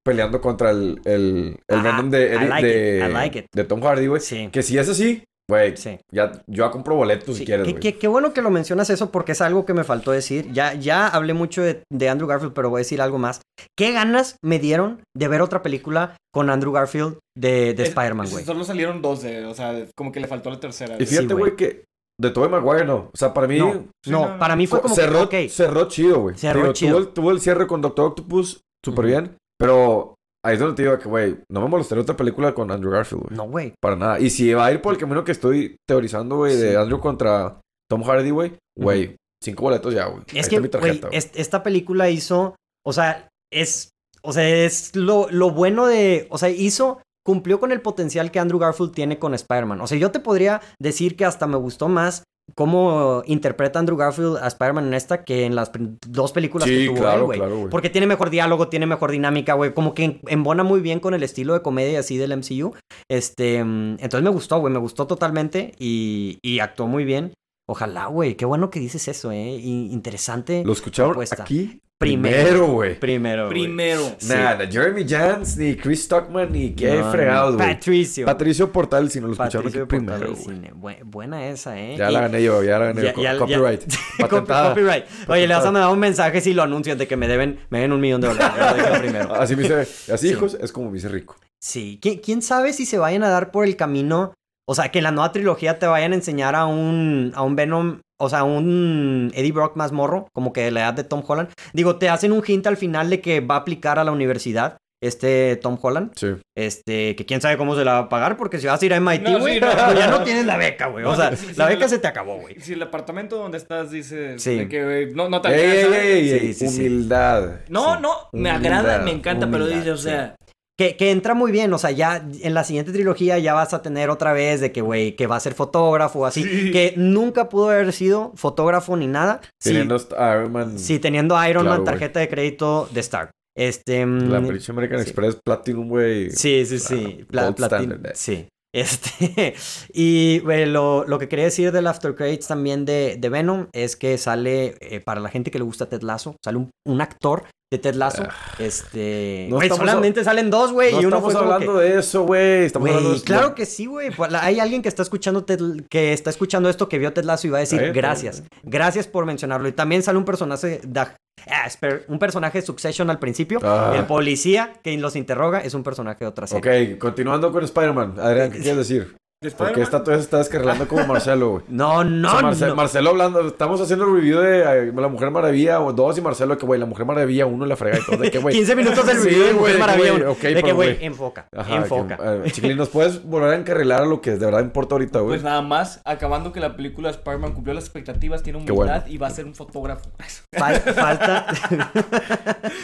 [SPEAKER 4] peleando contra el, el, el
[SPEAKER 1] Ah,
[SPEAKER 4] Venom de,
[SPEAKER 1] I
[SPEAKER 4] Eddie-
[SPEAKER 1] like
[SPEAKER 4] de,
[SPEAKER 1] it, I like it.
[SPEAKER 4] de Tom Hardy, güey.
[SPEAKER 1] Sí.
[SPEAKER 4] Pues Que si es así, güey,
[SPEAKER 1] Sí.
[SPEAKER 4] ya, yo ya compro boletos si
[SPEAKER 1] Sí,
[SPEAKER 4] quieres,
[SPEAKER 1] qué,
[SPEAKER 4] güey.
[SPEAKER 1] qué- qué bueno que lo mencionas eso porque es algo que me faltó decir. Ya, ya hablé mucho de, de Andrew Garfield, pero voy a decir algo más. ¿Qué ganas me dieron de ver otra película con Andrew Garfield de, de
[SPEAKER 2] Es-
[SPEAKER 1] Spider-Man, güey?
[SPEAKER 2] Solo salieron dos de. O sea, como que le faltó la tercera.
[SPEAKER 4] Y
[SPEAKER 2] güey.
[SPEAKER 1] Sí,
[SPEAKER 4] fíjate,
[SPEAKER 1] güey.
[SPEAKER 4] güey, que de Tobey Maguire no. O sea, para mí...
[SPEAKER 1] No,
[SPEAKER 2] sí,
[SPEAKER 1] no,
[SPEAKER 2] no, no.
[SPEAKER 1] para mí fue como que,
[SPEAKER 4] cerró,
[SPEAKER 1] ok,
[SPEAKER 4] cerró chido, güey.
[SPEAKER 1] Cerró
[SPEAKER 4] Digo,
[SPEAKER 1] chido.
[SPEAKER 4] Tuvo el, tuvo el cierre con Doctor Octopus súper
[SPEAKER 1] Ujú.
[SPEAKER 4] bien, pero ahí es donde te digo que, güey, no me molestaría otra película con Andrew Garfield, güey.
[SPEAKER 1] No, güey.
[SPEAKER 4] Para nada. Y si va a ir por el camino que estoy teorizando, güey,
[SPEAKER 1] Sí.
[SPEAKER 4] de Andrew contra Tom Hardy, güey, güey, cinco boletos ya, güey.
[SPEAKER 1] Es
[SPEAKER 4] Ahí está
[SPEAKER 1] que,
[SPEAKER 4] mi
[SPEAKER 1] güey,
[SPEAKER 4] tarjeta, güey.
[SPEAKER 1] es- esta película hizo, o sea, es, o sea, es lo, lo bueno de, o sea, hizo, cumplió con el potencial que Andrew Garfield tiene con Spider-Man. O sea, yo te podría decir que hasta me gustó más cómo interpreta Andrew Garfield a Spider-Man en esta que en las prim- dos películas que
[SPEAKER 4] Sí,
[SPEAKER 1] tuvo él,
[SPEAKER 4] claro,
[SPEAKER 1] güey.
[SPEAKER 4] claro, güey.
[SPEAKER 1] Porque tiene mejor diálogo, tiene mejor dinámica, güey. Como que en- embona muy bien con el estilo de comedia y así del MCU. Este, mm, entonces me gustó, güey. Me gustó totalmente y, y actuó muy bien. Ojalá, güey. Qué bueno que dices eso, eh. Y interesante.
[SPEAKER 4] Lo escucharon
[SPEAKER 1] Propuesta.
[SPEAKER 4] aquí
[SPEAKER 1] Primero.
[SPEAKER 4] primero, güey.
[SPEAKER 1] Primero, güey.
[SPEAKER 2] Primero.
[SPEAKER 1] Sí.
[SPEAKER 4] Nada, Jeremy Jans, ni Chris Stockman, ni qué
[SPEAKER 1] No, no,
[SPEAKER 4] fregados, güey.
[SPEAKER 1] Patricio.
[SPEAKER 4] Patricio Portal, si no lo escucharon
[SPEAKER 1] Patricio
[SPEAKER 4] aquí
[SPEAKER 1] de Portal
[SPEAKER 4] primero,
[SPEAKER 1] de
[SPEAKER 4] güey.
[SPEAKER 1] Cine. Bu- Buena esa, eh.
[SPEAKER 4] Ya
[SPEAKER 1] Y-
[SPEAKER 4] la gané yo, ya la gané
[SPEAKER 1] Ya-
[SPEAKER 4] yo. Co-
[SPEAKER 1] ya- ya-
[SPEAKER 4] Copyright.
[SPEAKER 1] Copy-
[SPEAKER 4] Patentada.
[SPEAKER 1] Copyright. Oye, le vas a
[SPEAKER 4] Patentada.
[SPEAKER 1] mandar un mensaje si lo anuncias de que me deben, me deben un millón de dólares. Yo lo dije primero.
[SPEAKER 4] Así me hice, así
[SPEAKER 1] Sí.
[SPEAKER 4] hijos, es como me hice rico.
[SPEAKER 1] Sí, ¿Qui- ¿quién sabe si se vayan a dar por el camino? O sea, que en la nueva trilogía te vayan a enseñar a un, a un Venom, o sea, un Eddie Brock más morro, como que de la edad de Tom Holland. Digo, te hacen un hint al final de que va a aplicar a la universidad este Tom Holland.
[SPEAKER 4] Sí.
[SPEAKER 1] Este, que quién sabe cómo se la va a pagar, porque si vas a ir a MIT,
[SPEAKER 2] No, sí,
[SPEAKER 1] güey,
[SPEAKER 2] no.
[SPEAKER 1] pues ya no tienes la beca, güey. O
[SPEAKER 2] No,
[SPEAKER 1] sea,
[SPEAKER 2] sí, sí,
[SPEAKER 1] la
[SPEAKER 2] sí,
[SPEAKER 1] beca
[SPEAKER 2] la-
[SPEAKER 1] se te acabó, güey.
[SPEAKER 2] Si el apartamento donde estás dices
[SPEAKER 1] Sí.
[SPEAKER 2] de que güey, no, no te
[SPEAKER 4] Ey, ey,
[SPEAKER 2] alcanza.
[SPEAKER 4] ey, ey,
[SPEAKER 1] Sí, sí, sí.
[SPEAKER 4] humildad.
[SPEAKER 2] No,
[SPEAKER 1] Sí.
[SPEAKER 2] no, me
[SPEAKER 4] Humildad,
[SPEAKER 2] agrada, me encanta, pero
[SPEAKER 4] humildad,
[SPEAKER 2] dice, o sea,
[SPEAKER 1] Que, que entra muy bien, o sea, ya en la siguiente trilogía ya vas a tener otra vez de que, güey, que va a ser fotógrafo, así,
[SPEAKER 2] Sí.
[SPEAKER 1] que nunca pudo haber sido fotógrafo ni nada. Sí,
[SPEAKER 4] Teniendo hasta Iron Man.
[SPEAKER 1] sí, teniendo a Iron
[SPEAKER 4] Claro,
[SPEAKER 1] Man,
[SPEAKER 4] güey.
[SPEAKER 1] tarjeta de crédito de Stark. Este... mm,
[SPEAKER 4] La pinche American
[SPEAKER 1] sí.
[SPEAKER 4] Express Platinum, güey.
[SPEAKER 1] Sí, sí, sí.
[SPEAKER 4] Ah,
[SPEAKER 1] Pla-
[SPEAKER 4] gold
[SPEAKER 1] platin-
[SPEAKER 4] standard, eh.
[SPEAKER 1] Sí. Este, y güey, lo, lo que quería decir del After Credits también de, de Venom es que sale, eh, para la gente que le gusta Ted Lasso, sale un, un actor de Ted Lasso. Este,
[SPEAKER 4] Ah. No
[SPEAKER 1] güey,
[SPEAKER 4] estamos a-
[SPEAKER 1] solamente salen dos, güey,
[SPEAKER 4] No
[SPEAKER 1] y uno
[SPEAKER 4] estamos
[SPEAKER 1] fue como que-
[SPEAKER 4] hablando de eso, güey. Estamos
[SPEAKER 1] Güey,
[SPEAKER 4] hablando de
[SPEAKER 1] claro que sí, güey. Pues, la- Hay alguien que está escuchando Ted- que está escuchando esto que vio Ted Lasso y va a decir
[SPEAKER 4] Está bien, está
[SPEAKER 1] gracias, gracias por mencionarlo. Y también sale un personaje da- ah, esper- un personaje de Succession al principio,
[SPEAKER 4] Ah.
[SPEAKER 1] el policía que los interroga es un personaje de otra serie.
[SPEAKER 4] Ok, continuando con Spider-Man. Adrián, ¿qué quieres decir?
[SPEAKER 2] ¿De
[SPEAKER 4] Porque
[SPEAKER 2] Spider-Man?
[SPEAKER 4] esta todavía se está descarrilando como Marcelo, güey.
[SPEAKER 1] No,
[SPEAKER 4] O sea,
[SPEAKER 1] no,
[SPEAKER 4] Marce-
[SPEAKER 1] no.
[SPEAKER 4] Marcelo hablando, estamos haciendo el review de eh, La Mujer Maravilla o dos y Marcelo que, güey, La Mujer Maravilla uno la frega y todo. De que, güey.
[SPEAKER 1] 15 minutos del
[SPEAKER 4] Sí,
[SPEAKER 1] video de Mujer
[SPEAKER 4] güey,
[SPEAKER 1] Maravilla.
[SPEAKER 4] güey,
[SPEAKER 1] uno.
[SPEAKER 4] ok,
[SPEAKER 1] de que,
[SPEAKER 4] pero,
[SPEAKER 1] güey,
[SPEAKER 4] güey.
[SPEAKER 1] enfoca,
[SPEAKER 4] Ajá,
[SPEAKER 1] enfoca.
[SPEAKER 4] que, eh, Chiquilín, ¿nos puedes volver a encarrilar a lo que de verdad importa ahorita, güey?
[SPEAKER 2] Pues nada más, acabando que la película Spider-Man cumplió las expectativas, tiene
[SPEAKER 4] Qué
[SPEAKER 2] humildad
[SPEAKER 4] bueno.
[SPEAKER 2] y va a ser un fotógrafo.
[SPEAKER 1] Fal- falta.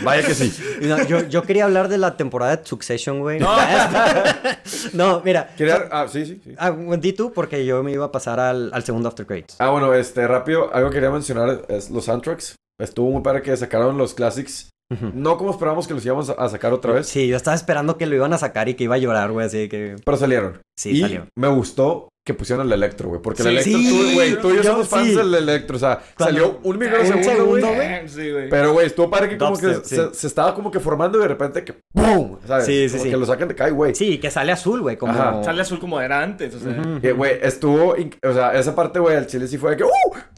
[SPEAKER 4] Vaya que sí.
[SPEAKER 1] No, yo, yo quería hablar de la temporada de Succession, güey. No, mira.
[SPEAKER 4] Quería- Ah, sí, sí, sí.
[SPEAKER 1] Ah, di tú porque yo me iba a pasar al, al segundo After Credits.
[SPEAKER 4] Ah, bueno, este, rápido, algo que quería mencionar es los soundtracks. Estuvo muy padre que sacaron los classics.
[SPEAKER 1] Ujú.
[SPEAKER 4] No como esperábamos que los íbamos a- a sacar otra vez,
[SPEAKER 1] Sí, yo estaba esperando que lo iban a sacar y que iba a llorar, güey, así que
[SPEAKER 4] pero salieron.
[SPEAKER 1] sí,
[SPEAKER 4] y
[SPEAKER 1] salió.
[SPEAKER 4] me gustó que pusieron el Electro, güey. Porque
[SPEAKER 2] Sí,
[SPEAKER 4] el Electro,
[SPEAKER 1] sí,
[SPEAKER 4] tú, güey, tú y yo,
[SPEAKER 1] yo
[SPEAKER 4] somos fans
[SPEAKER 1] sí.
[SPEAKER 4] del Electro. O sea,
[SPEAKER 1] Cuando-
[SPEAKER 4] salió un
[SPEAKER 1] segundo,
[SPEAKER 4] microsegundo, güey.
[SPEAKER 1] güey.
[SPEAKER 2] Sí, güey.
[SPEAKER 4] Pero, güey, estuvo padre que como que
[SPEAKER 1] Dubstep,
[SPEAKER 4] se, se estaba como que formando y de repente que ¡pum! ¿Sabes?
[SPEAKER 1] Sí, sí,
[SPEAKER 4] Como
[SPEAKER 1] sí.
[SPEAKER 4] que lo sacan de cae, güey.
[SPEAKER 1] Sí, que sale azul, güey, como...
[SPEAKER 4] Ajá.
[SPEAKER 2] Sale azul como era antes, o sea.
[SPEAKER 1] Ujú.
[SPEAKER 4] Que, Güey, estuvo... inc- O sea, esa parte, güey, al chile sí fue de que ¡uh!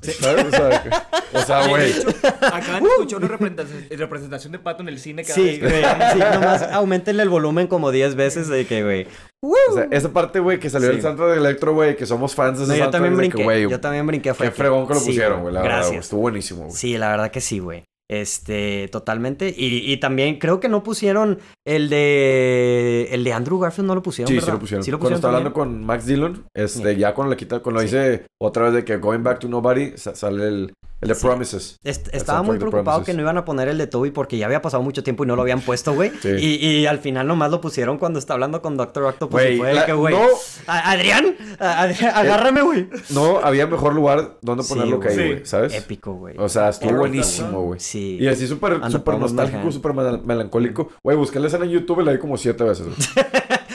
[SPEAKER 4] ¿Sabes? O sea, que- O sea, güey...
[SPEAKER 2] Acaban de escuchar una representación, representación de pato en el cine cada
[SPEAKER 1] Uh. Sí,
[SPEAKER 2] vez que-
[SPEAKER 1] güey, sí, nomás aumentenle el volumen como 10 veces de que, güey...
[SPEAKER 4] o sea, esa parte, güey, que salió
[SPEAKER 1] Sí.
[SPEAKER 4] el soundtrack de Electro, güey, que somos fans de ese
[SPEAKER 1] No, yo
[SPEAKER 4] soundtrack,
[SPEAKER 1] también
[SPEAKER 4] de que,
[SPEAKER 1] brinqué,
[SPEAKER 4] güey,
[SPEAKER 1] yo también brinqué. fue
[SPEAKER 4] Qué
[SPEAKER 1] que-
[SPEAKER 4] fregón que lo
[SPEAKER 1] sí,
[SPEAKER 4] pusieron, güey, la verdad,
[SPEAKER 1] Gracias.
[SPEAKER 4] güey, Estuvo buenísimo, güey.
[SPEAKER 1] Sí, la verdad que sí, güey. Este, totalmente. Y, y también creo que no pusieron el de. El de Andrew Garfield, no lo pusieron.
[SPEAKER 4] Sí,
[SPEAKER 1] ¿verdad?
[SPEAKER 4] sí lo pusieron.
[SPEAKER 1] Sí lo
[SPEAKER 4] Cuando
[SPEAKER 1] pusieron.
[SPEAKER 4] está hablando
[SPEAKER 1] también?
[SPEAKER 4] con Max Dillon, este, ya cuando le quita, cuando
[SPEAKER 1] Sí.
[SPEAKER 4] dice otra vez de que Going Back to Nobody, sa- sale el, el de
[SPEAKER 1] Sí.
[SPEAKER 4] Promises.
[SPEAKER 1] Est- estaba
[SPEAKER 4] soundtrack
[SPEAKER 1] muy
[SPEAKER 4] de
[SPEAKER 1] preocupado
[SPEAKER 4] Promises.
[SPEAKER 1] que no iban a poner el de Toby porque ya había pasado mucho tiempo y no lo habían puesto, güey.
[SPEAKER 4] Sí.
[SPEAKER 1] Y, y al final nomás lo pusieron cuando está hablando con Doctor Octopus. y
[SPEAKER 4] Güey,
[SPEAKER 1] Pues fue de
[SPEAKER 4] la-
[SPEAKER 1] que, güey,
[SPEAKER 4] no,
[SPEAKER 1] "A- Adrián, a- Adrián, agárrame, güey.
[SPEAKER 4] no había mejor lugar donde
[SPEAKER 1] Sí,
[SPEAKER 4] ponerlo que ahí,
[SPEAKER 2] güey.
[SPEAKER 4] güey, ¿sabes?
[SPEAKER 1] Épico, güey.
[SPEAKER 4] O sea, estuvo
[SPEAKER 1] Épico.
[SPEAKER 4] buenísimo, güey.
[SPEAKER 1] Sí.
[SPEAKER 4] Y así súper
[SPEAKER 1] Under
[SPEAKER 4] súper
[SPEAKER 1] Promise,
[SPEAKER 4] nostálgico,
[SPEAKER 1] Manhattan.
[SPEAKER 4] súper mel- melancólico. Güey, busqué la escena en YouTube y la vi como siete veces. güey.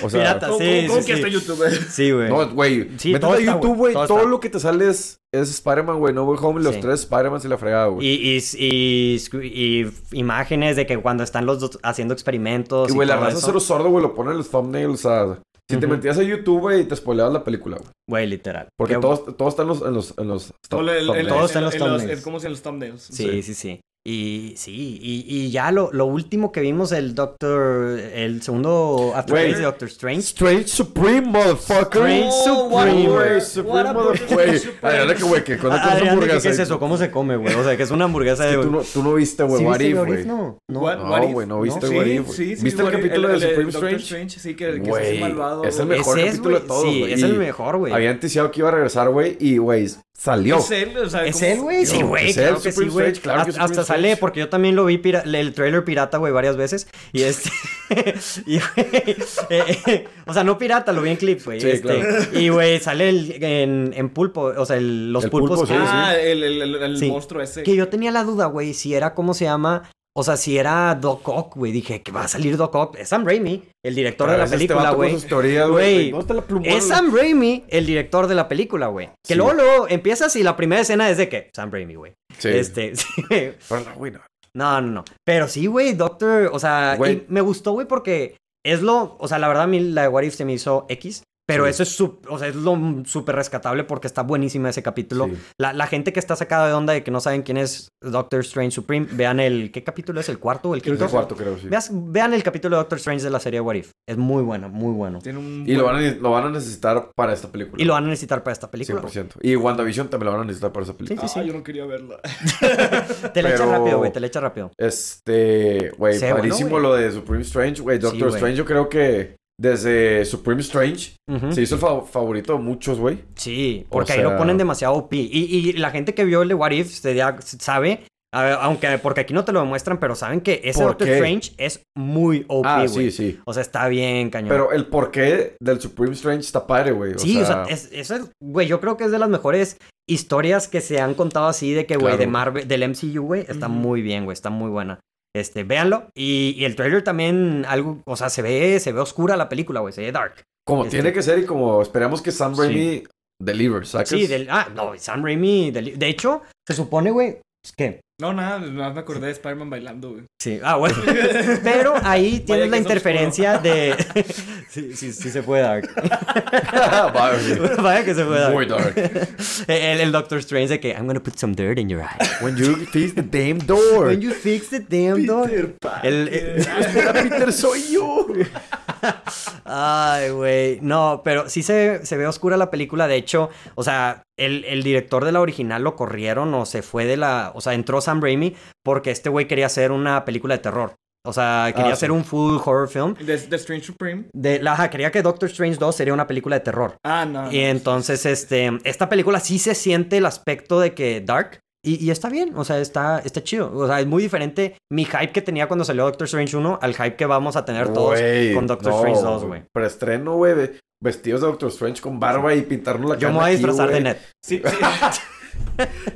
[SPEAKER 4] O sea,
[SPEAKER 1] Pirata.
[SPEAKER 2] ¿Cómo,
[SPEAKER 1] Sí,
[SPEAKER 2] cómo-
[SPEAKER 1] sí,
[SPEAKER 2] cómo
[SPEAKER 1] sí.
[SPEAKER 2] que está YouTube?
[SPEAKER 1] Sí, güey.
[SPEAKER 4] no, güey.
[SPEAKER 1] Sí, todo
[SPEAKER 4] métete a
[SPEAKER 1] está, güey,
[SPEAKER 4] YouTube, güey.
[SPEAKER 1] todo
[SPEAKER 4] Todo,
[SPEAKER 1] está.
[SPEAKER 4] lo que te sale es, es Spider-Man, güey. No Way Home, y los
[SPEAKER 1] Sí.
[SPEAKER 4] tres Spider-Mans y la fregada, güey.
[SPEAKER 1] Y, y, y, y imágenes de que cuando están los dos haciendo experimentos.
[SPEAKER 4] Y, güey, la
[SPEAKER 1] todo
[SPEAKER 4] raza
[SPEAKER 1] eso.
[SPEAKER 4] cero sordo, güey, lo pone en los thumbnails. o sea, si te
[SPEAKER 1] Ujú.
[SPEAKER 4] metías a YouTube, güey, te spoileabas la película, güey.
[SPEAKER 1] Güey, literal.
[SPEAKER 4] Porque
[SPEAKER 1] Qué-
[SPEAKER 4] todos, todos están en los, en los, en los thu-
[SPEAKER 2] Todo el- el- el-
[SPEAKER 4] thumbnails.
[SPEAKER 1] Todos están los
[SPEAKER 2] el-
[SPEAKER 1] thumbnails.
[SPEAKER 2] el- ¿Cómo se llama los thumbnails?
[SPEAKER 1] Sí, sí, sí. Y sí, y, y ya lo, lo último que vimos el Doctor, el segundo After
[SPEAKER 4] Güey.
[SPEAKER 1] Days de Doctor Strange.
[SPEAKER 4] Strange Supreme, motherfucker.
[SPEAKER 1] Strange
[SPEAKER 2] Oh, what
[SPEAKER 1] Supreme.
[SPEAKER 2] a word,
[SPEAKER 4] Güey,
[SPEAKER 2] what a
[SPEAKER 4] Supreme,
[SPEAKER 2] word,
[SPEAKER 4] motherfucker.
[SPEAKER 2] Supreme.
[SPEAKER 4] Adriana, que, güey, que con
[SPEAKER 1] Ah,
[SPEAKER 4] una
[SPEAKER 1] Adrián, ¿de ¿Qué,
[SPEAKER 4] hamburguesa.
[SPEAKER 1] ¿Qué es
[SPEAKER 4] ahí-
[SPEAKER 1] eso? ¿Cómo se come, güey? O sea, que es una hamburguesa de...
[SPEAKER 4] Tú no, tú no viste, güey,
[SPEAKER 1] ¿Sí
[SPEAKER 4] What
[SPEAKER 1] viste
[SPEAKER 4] If,
[SPEAKER 1] What If?
[SPEAKER 4] güey.
[SPEAKER 1] No, no.
[SPEAKER 2] What-
[SPEAKER 4] No,
[SPEAKER 2] what if-
[SPEAKER 4] güey, no
[SPEAKER 2] no.
[SPEAKER 4] viste
[SPEAKER 2] Sí,
[SPEAKER 4] What If,
[SPEAKER 2] sí,
[SPEAKER 4] güey.
[SPEAKER 2] sí,
[SPEAKER 4] ¿Viste el
[SPEAKER 2] What If,
[SPEAKER 4] capítulo de Supreme
[SPEAKER 2] Doctor
[SPEAKER 4] Strange?
[SPEAKER 2] Sí, que, que se hace
[SPEAKER 4] Güey,
[SPEAKER 2] malvado.
[SPEAKER 4] es el
[SPEAKER 2] güey.
[SPEAKER 4] mejor
[SPEAKER 1] Ese es,
[SPEAKER 4] capítulo
[SPEAKER 1] güey,
[SPEAKER 4] de todos,
[SPEAKER 1] sí,
[SPEAKER 4] güey.
[SPEAKER 1] es el
[SPEAKER 4] Y
[SPEAKER 1] mejor, güey.
[SPEAKER 4] Había anticipado que iba a regresar, güey, y, güey, salió.
[SPEAKER 2] Es él, o sea,
[SPEAKER 1] ¿Es
[SPEAKER 2] como-
[SPEAKER 1] él, güey? Sí,
[SPEAKER 4] No,
[SPEAKER 1] güey,
[SPEAKER 4] es él,
[SPEAKER 1] claro que sí,
[SPEAKER 4] Supreme
[SPEAKER 1] güey.
[SPEAKER 4] Strange, claro que
[SPEAKER 1] Hasta-
[SPEAKER 4] Supreme
[SPEAKER 1] Hasta sale,
[SPEAKER 4] Strange.
[SPEAKER 1] porque yo también lo vi pira- el trailer pirata, güey, varias veces. Y este... y, güey, eh, eh, o sea, no pirata, lo vi en clips, güey.
[SPEAKER 4] Sí,
[SPEAKER 1] este,
[SPEAKER 4] claro.
[SPEAKER 1] Y, güey, sale el- en, en pulpo, o sea, el- los
[SPEAKER 4] El
[SPEAKER 1] pulpos.
[SPEAKER 4] pulpo,
[SPEAKER 1] que-
[SPEAKER 4] sí, sí.
[SPEAKER 2] Ah, el, el, el, el
[SPEAKER 1] Sí.
[SPEAKER 2] monstruo ese.
[SPEAKER 1] Que yo tenía la duda, güey, si era, ¿cómo se llama? O sea, si era Doc Ock, güey. Dije, que va a salir Doc Ock. Es Sam Raimi, el director de la
[SPEAKER 4] este
[SPEAKER 1] película, güey. Güey, Es Sam Raimi, el director de la película, güey. Que
[SPEAKER 4] Sí.
[SPEAKER 1] luego, luego empiezas y la primera escena es de que Sam Raimi, güey. Este, sí, güey.
[SPEAKER 4] Pero no, güey, no.
[SPEAKER 1] no, no, no. Pero sí, güey, Doctor, o sea,
[SPEAKER 4] Güey.
[SPEAKER 1] y me gustó, güey, porque es lo, o sea, la verdad a mí la de What If se me hizo X. Pero
[SPEAKER 4] Sí.
[SPEAKER 1] eso es, su- o sea, es lo súper rescatable porque está buenísima ese capítulo.
[SPEAKER 4] Sí.
[SPEAKER 1] La, la gente que está sacada de onda de que no saben quién es Doctor Strange Supreme, vean el. ¿Qué capítulo es? ¿El cuarto o el
[SPEAKER 4] Es
[SPEAKER 1] quinto?
[SPEAKER 4] el cuarto, creo, sí.
[SPEAKER 1] Veas- vean el capítulo de Doctor Strange de la serie What If. Es muy bueno, muy bueno.
[SPEAKER 2] Tiene un...
[SPEAKER 4] Y lo van, a, ne- lo van a necesitar para esta película.
[SPEAKER 1] Y lo van a necesitar para esta película.
[SPEAKER 4] 100%. Y WandaVision también lo van a necesitar para esa película.
[SPEAKER 1] Sí, sí,
[SPEAKER 2] Ah,
[SPEAKER 1] sí.
[SPEAKER 2] yo no quería verla.
[SPEAKER 1] Te la echan
[SPEAKER 4] Pero-
[SPEAKER 1] rápido, güey, te la echan rápido.
[SPEAKER 4] Este, güey,
[SPEAKER 1] Se voló,
[SPEAKER 4] padrísimo
[SPEAKER 1] güey.
[SPEAKER 4] lo de Supreme Strange, güey.
[SPEAKER 1] Sí,
[SPEAKER 4] Doctor
[SPEAKER 1] güey.
[SPEAKER 4] Strange, yo creo que desde Supreme Strange
[SPEAKER 1] Ujú.
[SPEAKER 4] se
[SPEAKER 1] Sí.
[SPEAKER 4] hizo el fa- favorito de muchos, güey.
[SPEAKER 1] porque
[SPEAKER 4] O
[SPEAKER 1] ahí lo
[SPEAKER 4] sea-
[SPEAKER 1] ponen demasiado OP. Y, y la gente que vio el de What If se ya sabe, a- aunque porque aquí no te lo demuestran, pero saben que ese
[SPEAKER 4] ¿Por
[SPEAKER 1] Doctor
[SPEAKER 4] qué?
[SPEAKER 1] Strange es muy OP,
[SPEAKER 4] ah,
[SPEAKER 1] güey.
[SPEAKER 4] sí, sí.
[SPEAKER 1] O sea, está bien cañón.
[SPEAKER 4] Pero el porqué del Supreme Strange está padre, güey.
[SPEAKER 1] Sí, o sea, es- eso es, güey, yo creo que es de las mejores historias que se han contado así de que, güey,
[SPEAKER 4] Claro.
[SPEAKER 1] de Marvel, del MCU, güey, está
[SPEAKER 2] Ujú.
[SPEAKER 1] muy bien, güey, está muy buena. Este, véanlo. Y, y el trailer también, algo, o sea, se ve, se ve oscura la película, güey, se ve dark.
[SPEAKER 4] como
[SPEAKER 1] este-
[SPEAKER 4] tiene que ser y como esperamos que Sam
[SPEAKER 1] Sí.
[SPEAKER 4] Raimi deliver, ¿sacas?
[SPEAKER 1] Sí, del, ah, no, Sam Raimi, del- de hecho, se supone, güey, ¿qué?
[SPEAKER 2] No, nada, nada más me acordé de Spider-Man bailando, güey.
[SPEAKER 1] Sí, ah, bueno. Pero ahí tienes
[SPEAKER 2] que
[SPEAKER 1] la
[SPEAKER 2] es
[SPEAKER 1] interferencia de... sí, sí, sí se puede dark.
[SPEAKER 4] Va, güey.
[SPEAKER 1] Vaya que se puede dark.
[SPEAKER 4] Muy dark.
[SPEAKER 1] El, el Doctor Strange de que, I'm gonna put some dirt in your eye.
[SPEAKER 4] When you fix the damn door.
[SPEAKER 1] eh,
[SPEAKER 4] eh,
[SPEAKER 1] When you fix the damn door. El,
[SPEAKER 4] Peter soy yo.
[SPEAKER 1] Ay, güey. No, pero sí se, se ve oscura la película. De hecho, o sea, el, el director de la original lo corrieron o se fue de la. O sea, entró Sam Raimi porque este güey quería hacer una película de terror. O sea, quería
[SPEAKER 4] Ah, sí.
[SPEAKER 1] hacer un full horror film.
[SPEAKER 2] The, The Strange Supreme.
[SPEAKER 1] De, la, ajá, quería que Doctor Strange 2 sería una película de terror.
[SPEAKER 2] Ah, no.
[SPEAKER 1] Y entonces, este, esta película sí se siente el aspecto de que Dark. Y, y está bien, o sea, está, está chido. O sea, es muy diferente mi hype que tenía cuando salió Doctor Strange 1 al hype que vamos a tener todos
[SPEAKER 4] Güey,
[SPEAKER 1] con Doctor
[SPEAKER 4] no,
[SPEAKER 1] Strange 2, güey.
[SPEAKER 4] Preestreno, güey, de vestidos de Doctor Strange con barba y pintarnos la
[SPEAKER 1] Yo me
[SPEAKER 4] cara
[SPEAKER 1] voy a
[SPEAKER 4] aquí,
[SPEAKER 1] disfrazar de
[SPEAKER 4] güey.
[SPEAKER 1] Ned.
[SPEAKER 2] Sí, sí.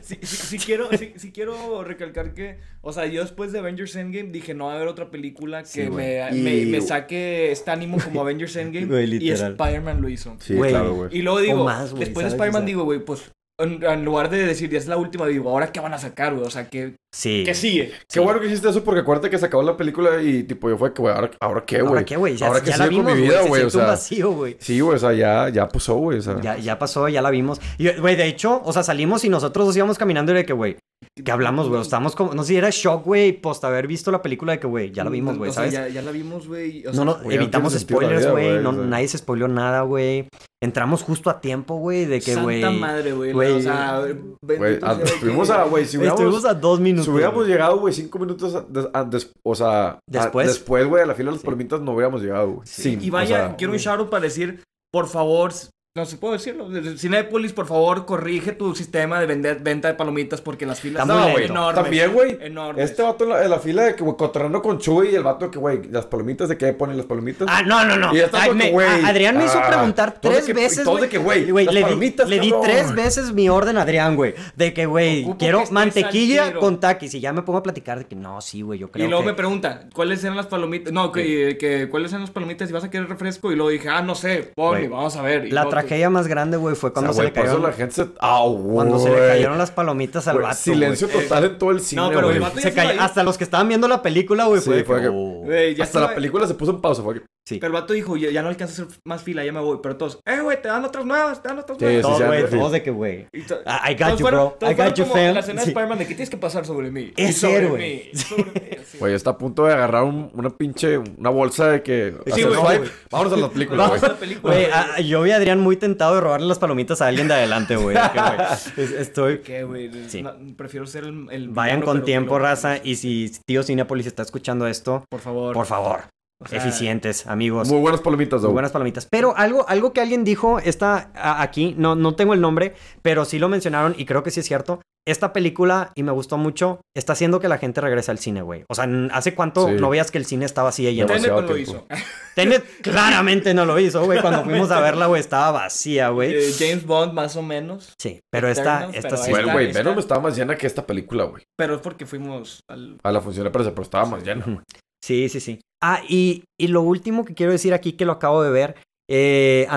[SPEAKER 2] Sí, sí, sí quiero, sí, sí quiero recalcar que, o sea, yo después de Avengers Endgame dije, no va a haber otra película que
[SPEAKER 4] Sí, güey.
[SPEAKER 2] me,
[SPEAKER 4] Y-
[SPEAKER 2] me, me saque este ánimo como Avengers Endgame.
[SPEAKER 5] Güey,
[SPEAKER 2] y
[SPEAKER 5] literal.
[SPEAKER 2] Spider-Man lo hizo.
[SPEAKER 4] Sí,
[SPEAKER 1] Güey.
[SPEAKER 4] claro, güey.
[SPEAKER 2] Y luego digo,
[SPEAKER 1] más, güey,
[SPEAKER 2] después de
[SPEAKER 1] ¿sabes? Pues, O
[SPEAKER 2] Spider-Man
[SPEAKER 1] sea-
[SPEAKER 2] digo, güey, pues, en, en lugar de decir, ya es la última, digo, ¿ahora qué van a sacar, güey? O sea, ¿qué,
[SPEAKER 1] Sí.
[SPEAKER 2] qué sigue?
[SPEAKER 4] Qué bueno que hiciste eso porque acuérdate que se acabó la película y tipo yo fue que, güey, ahora, ahora qué,
[SPEAKER 1] Ahora
[SPEAKER 4] güey.
[SPEAKER 1] qué, güey. Ya,
[SPEAKER 4] Ahora que
[SPEAKER 1] ya la
[SPEAKER 4] sigue con
[SPEAKER 1] vimos,
[SPEAKER 4] mi
[SPEAKER 1] güey.
[SPEAKER 4] vida,
[SPEAKER 1] Se
[SPEAKER 4] güey, o
[SPEAKER 1] siente un
[SPEAKER 4] sea. Ah.
[SPEAKER 1] vacío, güey.
[SPEAKER 4] Sí, güey, o sea, ya, ya pasó, güey. O sea,
[SPEAKER 1] Ya, ya pasó, ya la vimos. Y, güey, de hecho, o sea, salimos y nosotros dos íbamos caminando y de que, güey, ¿qué hablamos, güey? Estamos como, no sé si era shock, güey, post haber visto la película de que, güey, ya la vimos, güey,
[SPEAKER 2] O sea,
[SPEAKER 1] ¿sabes?
[SPEAKER 2] ya, ya la vimos, güey. o sea,
[SPEAKER 1] No, no,
[SPEAKER 4] güey, ya no
[SPEAKER 1] evitamos
[SPEAKER 4] tiene sentido la
[SPEAKER 1] spoilers,
[SPEAKER 4] vida,
[SPEAKER 1] güey.
[SPEAKER 4] güey,
[SPEAKER 1] No,
[SPEAKER 4] o sea.
[SPEAKER 1] nadie se spoileó nada, güey. Entramos justo a tiempo, güey, de que,
[SPEAKER 2] Santa
[SPEAKER 1] güey.
[SPEAKER 2] madre, güey.
[SPEAKER 1] güey.
[SPEAKER 2] O sea,
[SPEAKER 4] güey,
[SPEAKER 2] bendito
[SPEAKER 4] a-
[SPEAKER 2] sea que-
[SPEAKER 4] estuvimos a, güey, si hubiéramos,
[SPEAKER 1] Estuvimos a dos minutos.
[SPEAKER 4] si hubiéramos
[SPEAKER 1] güey.
[SPEAKER 4] llegado, güey, cinco minutos, a- des- a- des- o sea, a-
[SPEAKER 1] Después.
[SPEAKER 4] después, güey, a la fila de las permitas no hubiéramos llegado, güey. Sin,
[SPEAKER 2] Y
[SPEAKER 4] o
[SPEAKER 2] vaya,
[SPEAKER 4] sea,
[SPEAKER 2] quiero un shout para decir, por favor, no se puedo decirlo. Cinepolis, por favor, corrige tu sistema de vender, venta de palomitas porque las filas
[SPEAKER 1] Está
[SPEAKER 2] son
[SPEAKER 1] muy lento.
[SPEAKER 2] enormes.
[SPEAKER 4] También, güey.
[SPEAKER 2] Enormes.
[SPEAKER 4] Este vato en la, en la fila de que, güey, cotorreando con Chuy y el vato que, güey, las palomitas, ¿de qué ponen las palomitas?
[SPEAKER 1] Ah, no, no, no.
[SPEAKER 4] Y ya estás
[SPEAKER 1] Ay,
[SPEAKER 4] como que,
[SPEAKER 1] me-
[SPEAKER 4] güey,
[SPEAKER 1] a- Adrián me hizo
[SPEAKER 4] ah,
[SPEAKER 1] preguntar
[SPEAKER 4] todo de
[SPEAKER 1] tres
[SPEAKER 4] que- y
[SPEAKER 1] veces.
[SPEAKER 4] todo de que, güey, las
[SPEAKER 1] le, di,
[SPEAKER 4] palomitas,
[SPEAKER 1] le di
[SPEAKER 4] cabrón.
[SPEAKER 1] tres veces mi orden a Adrián, güey. De que, güey,
[SPEAKER 2] Ocupo que
[SPEAKER 1] quiero
[SPEAKER 2] estés al
[SPEAKER 1] mantequilla
[SPEAKER 2] tiro.
[SPEAKER 1] con taquis. Y ya me pongo a platicar de que no, sí, güey, yo creo
[SPEAKER 2] y luego
[SPEAKER 1] que.
[SPEAKER 2] me pregunta, ¿cuáles eran las palomitas? No, que, que- ¿cuáles eran las palomitas? ¿Y vas a querer refresco? Y luego dije, ah, no sé, ponle,
[SPEAKER 1] Güey,
[SPEAKER 2] vamos a ver. Y
[SPEAKER 1] La
[SPEAKER 2] luego-
[SPEAKER 1] tragedia más grande, güey, fue
[SPEAKER 4] O sea,
[SPEAKER 1] cuando
[SPEAKER 4] güey,
[SPEAKER 1] se le
[SPEAKER 4] por eso
[SPEAKER 1] cayeron.
[SPEAKER 4] la gente se... Ah, güey.
[SPEAKER 1] Cuando se le cayeron las palomitas al
[SPEAKER 4] Güey,
[SPEAKER 1] vato.
[SPEAKER 4] Silencio
[SPEAKER 2] güey.
[SPEAKER 4] total en todo el cine,
[SPEAKER 2] No, pero
[SPEAKER 4] güey.
[SPEAKER 2] el vato
[SPEAKER 1] güey.
[SPEAKER 2] ya
[SPEAKER 1] Se
[SPEAKER 2] estaba
[SPEAKER 1] cayó-
[SPEAKER 2] ahí.
[SPEAKER 1] Hasta los que estaban viendo la película, güey,
[SPEAKER 4] Sí,
[SPEAKER 1] fue de
[SPEAKER 4] fue
[SPEAKER 1] que,
[SPEAKER 4] que-
[SPEAKER 1] oh.
[SPEAKER 2] Güey, ya
[SPEAKER 4] Hasta la
[SPEAKER 2] estaba-
[SPEAKER 4] película se puso en pausa, fue que...
[SPEAKER 1] Sí.
[SPEAKER 2] Pero el vato dijo, ya, ya no alcanza a hacer más fila, ya me voy. Pero todos, eh, güey, te dan otras nuevas, te dan otras
[SPEAKER 4] Sí,
[SPEAKER 2] nuevas.
[SPEAKER 4] sí,
[SPEAKER 1] Todos,
[SPEAKER 4] sí,
[SPEAKER 1] güey,
[SPEAKER 4] sí.
[SPEAKER 1] todos de que, güey.
[SPEAKER 2] Y to-
[SPEAKER 1] I- I got
[SPEAKER 2] todos
[SPEAKER 1] you,
[SPEAKER 2] fueron-
[SPEAKER 1] bro.
[SPEAKER 2] todos
[SPEAKER 1] I got
[SPEAKER 2] fueron
[SPEAKER 1] you,
[SPEAKER 2] como
[SPEAKER 1] fam.
[SPEAKER 2] La escena
[SPEAKER 1] Sí.
[SPEAKER 2] de Spider-Man de que tienes que pasar sobre mí.
[SPEAKER 1] Es
[SPEAKER 2] Y sobre
[SPEAKER 1] héroe.
[SPEAKER 2] mí, y sobre mí, así.
[SPEAKER 4] Güey, está a punto de agarrar un- una pinche... Una bolsa de que... hacer
[SPEAKER 2] güey.
[SPEAKER 4] swipe. Vámonos a la película,
[SPEAKER 2] Vamos
[SPEAKER 4] güey.
[SPEAKER 2] a la película.
[SPEAKER 1] Güey, ah, a- yo vi a Adrián muy tentado de robarle las palomitas a alguien de adelante, güey. de que, güey, es- Estoy.
[SPEAKER 2] ¿Qué, güey?
[SPEAKER 1] Sí.
[SPEAKER 2] No, prefiero ser el. el
[SPEAKER 1] Vayan
[SPEAKER 2] villano,
[SPEAKER 1] con
[SPEAKER 2] pero
[SPEAKER 1] tiempo,
[SPEAKER 2] que lo-
[SPEAKER 1] raza. Y si tío Cinepolis está escuchando esto,
[SPEAKER 2] Por favor.
[SPEAKER 1] por favor,
[SPEAKER 2] sea,
[SPEAKER 1] eficientes, amigos.
[SPEAKER 4] Muy buenas palomitas,
[SPEAKER 1] Muy
[SPEAKER 4] güey.
[SPEAKER 1] buenas palomitas. Pero algo, algo que alguien dijo está a- aquí, no, no tengo el nombre, pero sí lo mencionaron y creo que sí es cierto. Esta película, y me gustó mucho, está haciendo que la gente regrese al cine, güey. O sea, n- ¿hace cuánto
[SPEAKER 4] Sí.
[SPEAKER 1] no veías que el cine estaba así de lleno?
[SPEAKER 2] Tenet
[SPEAKER 4] Demasiado
[SPEAKER 2] no lo hizo.
[SPEAKER 4] tiempo.
[SPEAKER 1] Tenet claramente no lo hizo, güey. Cuando fuimos a verla, güey, estaba vacía, güey.
[SPEAKER 2] Eh, James Bond, más o menos.
[SPEAKER 1] Sí, pero esta,
[SPEAKER 2] Eternals,
[SPEAKER 1] esta
[SPEAKER 2] pero
[SPEAKER 1] sí.
[SPEAKER 2] ahí
[SPEAKER 4] Bueno,
[SPEAKER 2] está,
[SPEAKER 4] güey,
[SPEAKER 2] está.
[SPEAKER 4] Venom estaba más llena que esta película, güey.
[SPEAKER 2] Pero es porque fuimos al.
[SPEAKER 4] A la función de prensa, pero estaba más llena. güey.
[SPEAKER 1] Sí, sí, sí. Ah, y, y lo último que quiero decir aquí, que lo acabo de ver, eh,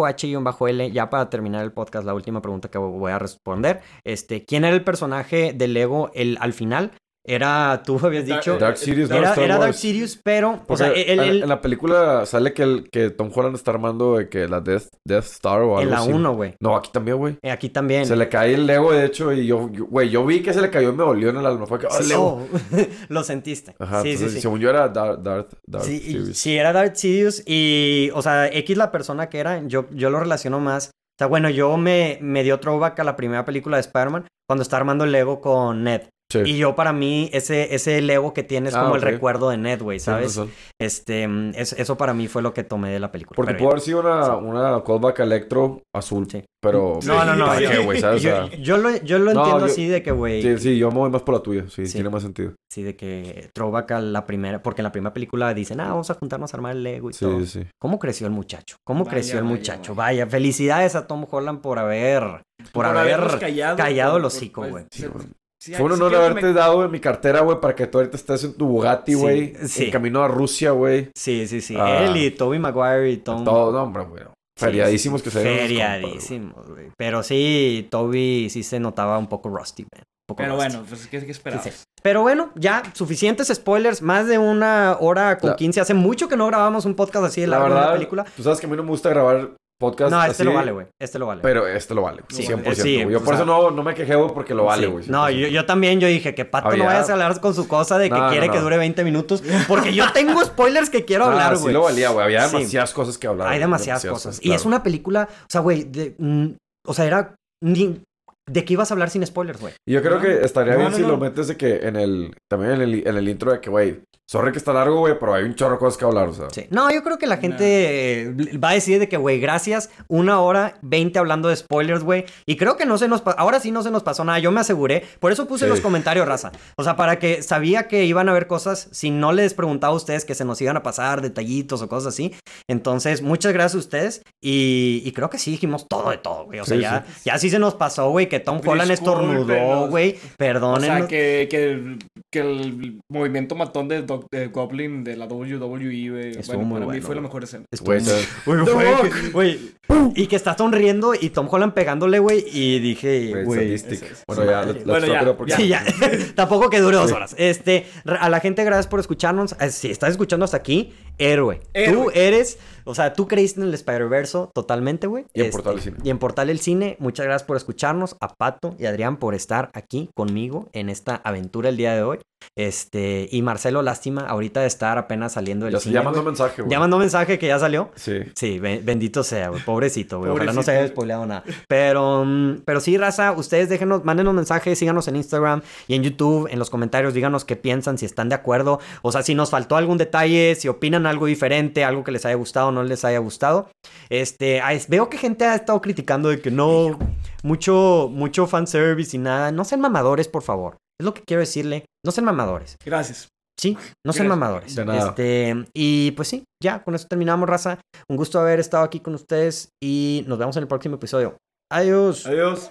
[SPEAKER 1] Antonio-H-L, ya para terminar el podcast, la última pregunta que voy a responder, este, ¿quién era el personaje de Lego el, al final? Era, tú habías
[SPEAKER 2] Dark-
[SPEAKER 1] dicho,
[SPEAKER 4] Dark Sirius, ¿no?
[SPEAKER 1] era,
[SPEAKER 4] Star
[SPEAKER 1] era Dark
[SPEAKER 4] Wars.
[SPEAKER 1] Sirius, pero, o
[SPEAKER 4] Porque
[SPEAKER 1] sea, el,
[SPEAKER 4] en-
[SPEAKER 1] el-
[SPEAKER 4] en la película sale que, el, que Tom Holland está armando de que la Death, Death Star o algo
[SPEAKER 1] en la
[SPEAKER 4] así.
[SPEAKER 1] 1, güey.
[SPEAKER 4] No, aquí también, güey.
[SPEAKER 1] Eh, Aquí también.
[SPEAKER 4] Se le cae el Lego, de hecho, y yo, yo- güey, yo vi que se le cayó y me dolió en el alma. Fue que, "Ah,
[SPEAKER 1] Sí,
[SPEAKER 4] Lego".
[SPEAKER 1] oh, lo sentiste.
[SPEAKER 4] Ajá,
[SPEAKER 1] sí, sí,
[SPEAKER 4] entonces,
[SPEAKER 1] sí.
[SPEAKER 4] según yo era Darth, Darth, Darth
[SPEAKER 1] Sí, y-
[SPEAKER 4] Sirius.
[SPEAKER 1] sí, era Darth Sidious y, o sea, X la persona que era, yo, yo lo relaciono más. O sea, bueno, yo me, me dio throwback a la primera película de Spider-Man cuando está armando el Lego con Ned.
[SPEAKER 4] Sí.
[SPEAKER 1] Y yo para mí, ese, ese Lego que tiene es
[SPEAKER 4] Ah,
[SPEAKER 1] como
[SPEAKER 4] ok.
[SPEAKER 1] el recuerdo de Ned, güey,
[SPEAKER 4] Tienes
[SPEAKER 1] ¿sabes?
[SPEAKER 4] razón.
[SPEAKER 1] este, mm, es- eso para mí fue lo que tomé de la película.
[SPEAKER 4] Porque
[SPEAKER 1] pero
[SPEAKER 4] pudo haber sido una,
[SPEAKER 1] Sí.
[SPEAKER 4] una callback a Electro azul,
[SPEAKER 1] Sí.
[SPEAKER 4] pero...
[SPEAKER 1] No, no, no,
[SPEAKER 4] ¿Para
[SPEAKER 1] yo-
[SPEAKER 4] qué, güey? ¿Sabes? O
[SPEAKER 1] ya.
[SPEAKER 4] sea,
[SPEAKER 1] yo, yo lo, yo lo
[SPEAKER 4] No,
[SPEAKER 1] entiendo
[SPEAKER 4] yo-
[SPEAKER 1] así de que, güey,
[SPEAKER 4] sí, sí, yo me voy más por la tuya. Sí,
[SPEAKER 1] Sí.
[SPEAKER 4] tiene más sentido.
[SPEAKER 1] sí, de que throwback a la primera, porque en la primera película dicen, ah, vamos a juntarnos a armar el Lego y todo.
[SPEAKER 4] Sí, sí.
[SPEAKER 1] ¿Cómo creció el muchacho? ¿Cómo
[SPEAKER 2] Vaya,
[SPEAKER 1] creció el
[SPEAKER 2] vaya,
[SPEAKER 1] muchacho? Vaya, felicidades a Tom Holland por haber. Por,
[SPEAKER 2] habernos
[SPEAKER 1] haber.
[SPEAKER 2] callado.
[SPEAKER 1] callado
[SPEAKER 2] por-
[SPEAKER 1] el
[SPEAKER 2] por-
[SPEAKER 1] hocico,
[SPEAKER 2] pues,
[SPEAKER 1] güey.
[SPEAKER 2] se-
[SPEAKER 4] Sí, güey.
[SPEAKER 2] sí,
[SPEAKER 4] Fue un
[SPEAKER 2] sí
[SPEAKER 4] honor
[SPEAKER 2] quiero que
[SPEAKER 4] haberte dado mi cartera, güey, para que tú ahorita estés en tu Bugatti,
[SPEAKER 1] Sí,
[SPEAKER 4] güey.
[SPEAKER 1] sí.
[SPEAKER 4] En camino a Rusia, güey.
[SPEAKER 1] Sí, sí, sí.
[SPEAKER 4] Ah.
[SPEAKER 1] Él y Toby Maguire y Tom.
[SPEAKER 4] Todo, no, hombre, güey.
[SPEAKER 1] Sí,
[SPEAKER 4] Feriadísimos que se dieron esos compas, güey.
[SPEAKER 1] Feriadísimos, güey. Pero sí, Toby sí se notaba un poco rusty, man. Un poco
[SPEAKER 2] Pero
[SPEAKER 1] rusty.
[SPEAKER 2] bueno, pues ¿qué, qué esperabas?
[SPEAKER 1] Sí, Pero bueno, ya suficientes spoilers. Más de una hora con
[SPEAKER 4] La-
[SPEAKER 1] 15. Hace mucho que no grabamos un podcast así de
[SPEAKER 4] La
[SPEAKER 1] largo de la
[SPEAKER 4] verdad,
[SPEAKER 1] película.
[SPEAKER 4] Tú sabes que a mí no me gusta grabar podcast.
[SPEAKER 1] No, este
[SPEAKER 4] así,
[SPEAKER 1] lo vale, güey. Este lo vale.
[SPEAKER 4] pero este lo vale,
[SPEAKER 1] Sí,
[SPEAKER 4] 100%.
[SPEAKER 1] sí,
[SPEAKER 4] güey.
[SPEAKER 1] pues,
[SPEAKER 4] yo por
[SPEAKER 1] o
[SPEAKER 4] eso
[SPEAKER 1] sea-
[SPEAKER 4] no, no me quejé, güey, porque lo vale,
[SPEAKER 1] Sí.
[SPEAKER 4] güey.
[SPEAKER 1] No,
[SPEAKER 4] 100%.
[SPEAKER 1] yo, yo también, yo dije que Pato
[SPEAKER 4] Había-
[SPEAKER 1] no vayas a hablar con su cosa de que
[SPEAKER 4] No, no,
[SPEAKER 1] quiere que
[SPEAKER 4] no.
[SPEAKER 1] dure 20 minutos. Porque yo tengo spoilers que quiero
[SPEAKER 4] Ah,
[SPEAKER 1] hablar,
[SPEAKER 4] sí
[SPEAKER 1] güey.
[SPEAKER 4] lo valía, güey. Había
[SPEAKER 1] Sí.
[SPEAKER 4] demasiadas cosas que hablar.
[SPEAKER 1] Hay
[SPEAKER 4] güey,
[SPEAKER 1] demasiadas cosas. Y es
[SPEAKER 4] claro.
[SPEAKER 1] una película, o sea, güey, de- mm, o sea, era... ni- ¿De qué ibas a hablar sin spoilers, güey?
[SPEAKER 4] Y Yo creo
[SPEAKER 2] No.
[SPEAKER 4] que estaría
[SPEAKER 2] No,
[SPEAKER 4] bien
[SPEAKER 2] no,
[SPEAKER 4] si
[SPEAKER 2] no.
[SPEAKER 4] lo metes de que en el... También en el, en el intro de que, güey, sorry que está largo, güey, pero hay un chorro de cosas que hablar, o sea.
[SPEAKER 1] Sí. No, yo creo que la gente eh, va a decir de que, güey, gracias, una hora, 20 hablando de spoilers, güey. Y creo que no se nos pa- ahora sí no se nos pasó nada, yo me aseguré. Por eso puse
[SPEAKER 4] Sí.
[SPEAKER 1] los comentarios, raza. O sea, para que sabía que iban a haber cosas, si no les preguntaba a ustedes que se nos iban a pasar detallitos o cosas así. Entonces, muchas gracias a ustedes. Y, y creo que sí dijimos todo de todo, güey. O sea,
[SPEAKER 4] Sí,
[SPEAKER 1] ya, ya sí se nos pasó, güey, que Tom Holland estornudó,
[SPEAKER 2] Discúlpenos.
[SPEAKER 1] güey.
[SPEAKER 2] O
[SPEAKER 1] Perdónenos.
[SPEAKER 2] sea, que, que, que el movimiento matón de, Doc- de Goblin de la WWE, güey.
[SPEAKER 1] Estuvo
[SPEAKER 2] Bueno,
[SPEAKER 1] muy
[SPEAKER 2] para mí
[SPEAKER 1] bueno,
[SPEAKER 2] fue la
[SPEAKER 1] güey.
[SPEAKER 2] mejor escena.
[SPEAKER 1] Estuvo
[SPEAKER 4] Güey,
[SPEAKER 1] muy-
[SPEAKER 4] ¿sabes?
[SPEAKER 1] Güey,
[SPEAKER 2] The
[SPEAKER 1] fue-
[SPEAKER 2] Rock.
[SPEAKER 1] güey, y que está sonriendo y Tom Holland pegándole, güey, y dije,
[SPEAKER 4] Güey,
[SPEAKER 1] güey.
[SPEAKER 4] sadistic.
[SPEAKER 2] ese es-
[SPEAKER 4] Bueno, ya,
[SPEAKER 1] Madre.
[SPEAKER 4] let's
[SPEAKER 2] Bueno,
[SPEAKER 4] talk
[SPEAKER 2] ya,
[SPEAKER 4] it up, porque-
[SPEAKER 1] Sí, ya. Tampoco que dure dos horas. Este, ra- a la gente, gracias por escucharnos. Eh, Si estás escuchando hasta aquí, héroe. Tú
[SPEAKER 2] Héroe.
[SPEAKER 1] eres, o sea, tú creíste en el Spider-Verse totalmente, güey. Este,
[SPEAKER 4] Y en
[SPEAKER 2] este,
[SPEAKER 4] Portal el Cine.
[SPEAKER 1] Y en Portal el Cine, muchas gracias por escucharnos. A Pato y Adrián por estar aquí conmigo en esta aventura el día de hoy. Este, y Marcelo, lástima, ahorita de estar apenas saliendo del
[SPEAKER 4] Ya,
[SPEAKER 1] cine.
[SPEAKER 4] ya
[SPEAKER 1] güey.
[SPEAKER 4] mandó mensaje, güey.
[SPEAKER 1] Ya mandó mensaje que ya salió.
[SPEAKER 4] Sí.
[SPEAKER 1] Sí, be- bendito sea, güey. Pobrecito, güey. Ojalá no se
[SPEAKER 2] Pobrecito.
[SPEAKER 1] haya spoileado nada. Pero, mm, pero sí, raza, ustedes déjenos, mándenos mensajes, síganos en Instagram y en YouTube, en los comentarios, díganos qué piensan, si están de acuerdo. O sea, si nos faltó algún detalle, si opinan algo diferente, algo que les haya gustado o no les haya gustado. Este, ah, es- veo que gente ha estado criticando de que no, mucho, mucho fanservice y nada. No sean mamadores, por favor. Es lo que quiero decirle. No sean mamadores.
[SPEAKER 2] Gracias.
[SPEAKER 1] Sí, no sean
[SPEAKER 2] Gracias.
[SPEAKER 1] mamadores.
[SPEAKER 4] De nada.
[SPEAKER 1] Este, y pues sí, ya con eso terminamos, raza. Un gusto haber estado aquí con ustedes y nos vemos en el próximo episodio. Adiós.
[SPEAKER 2] Adiós.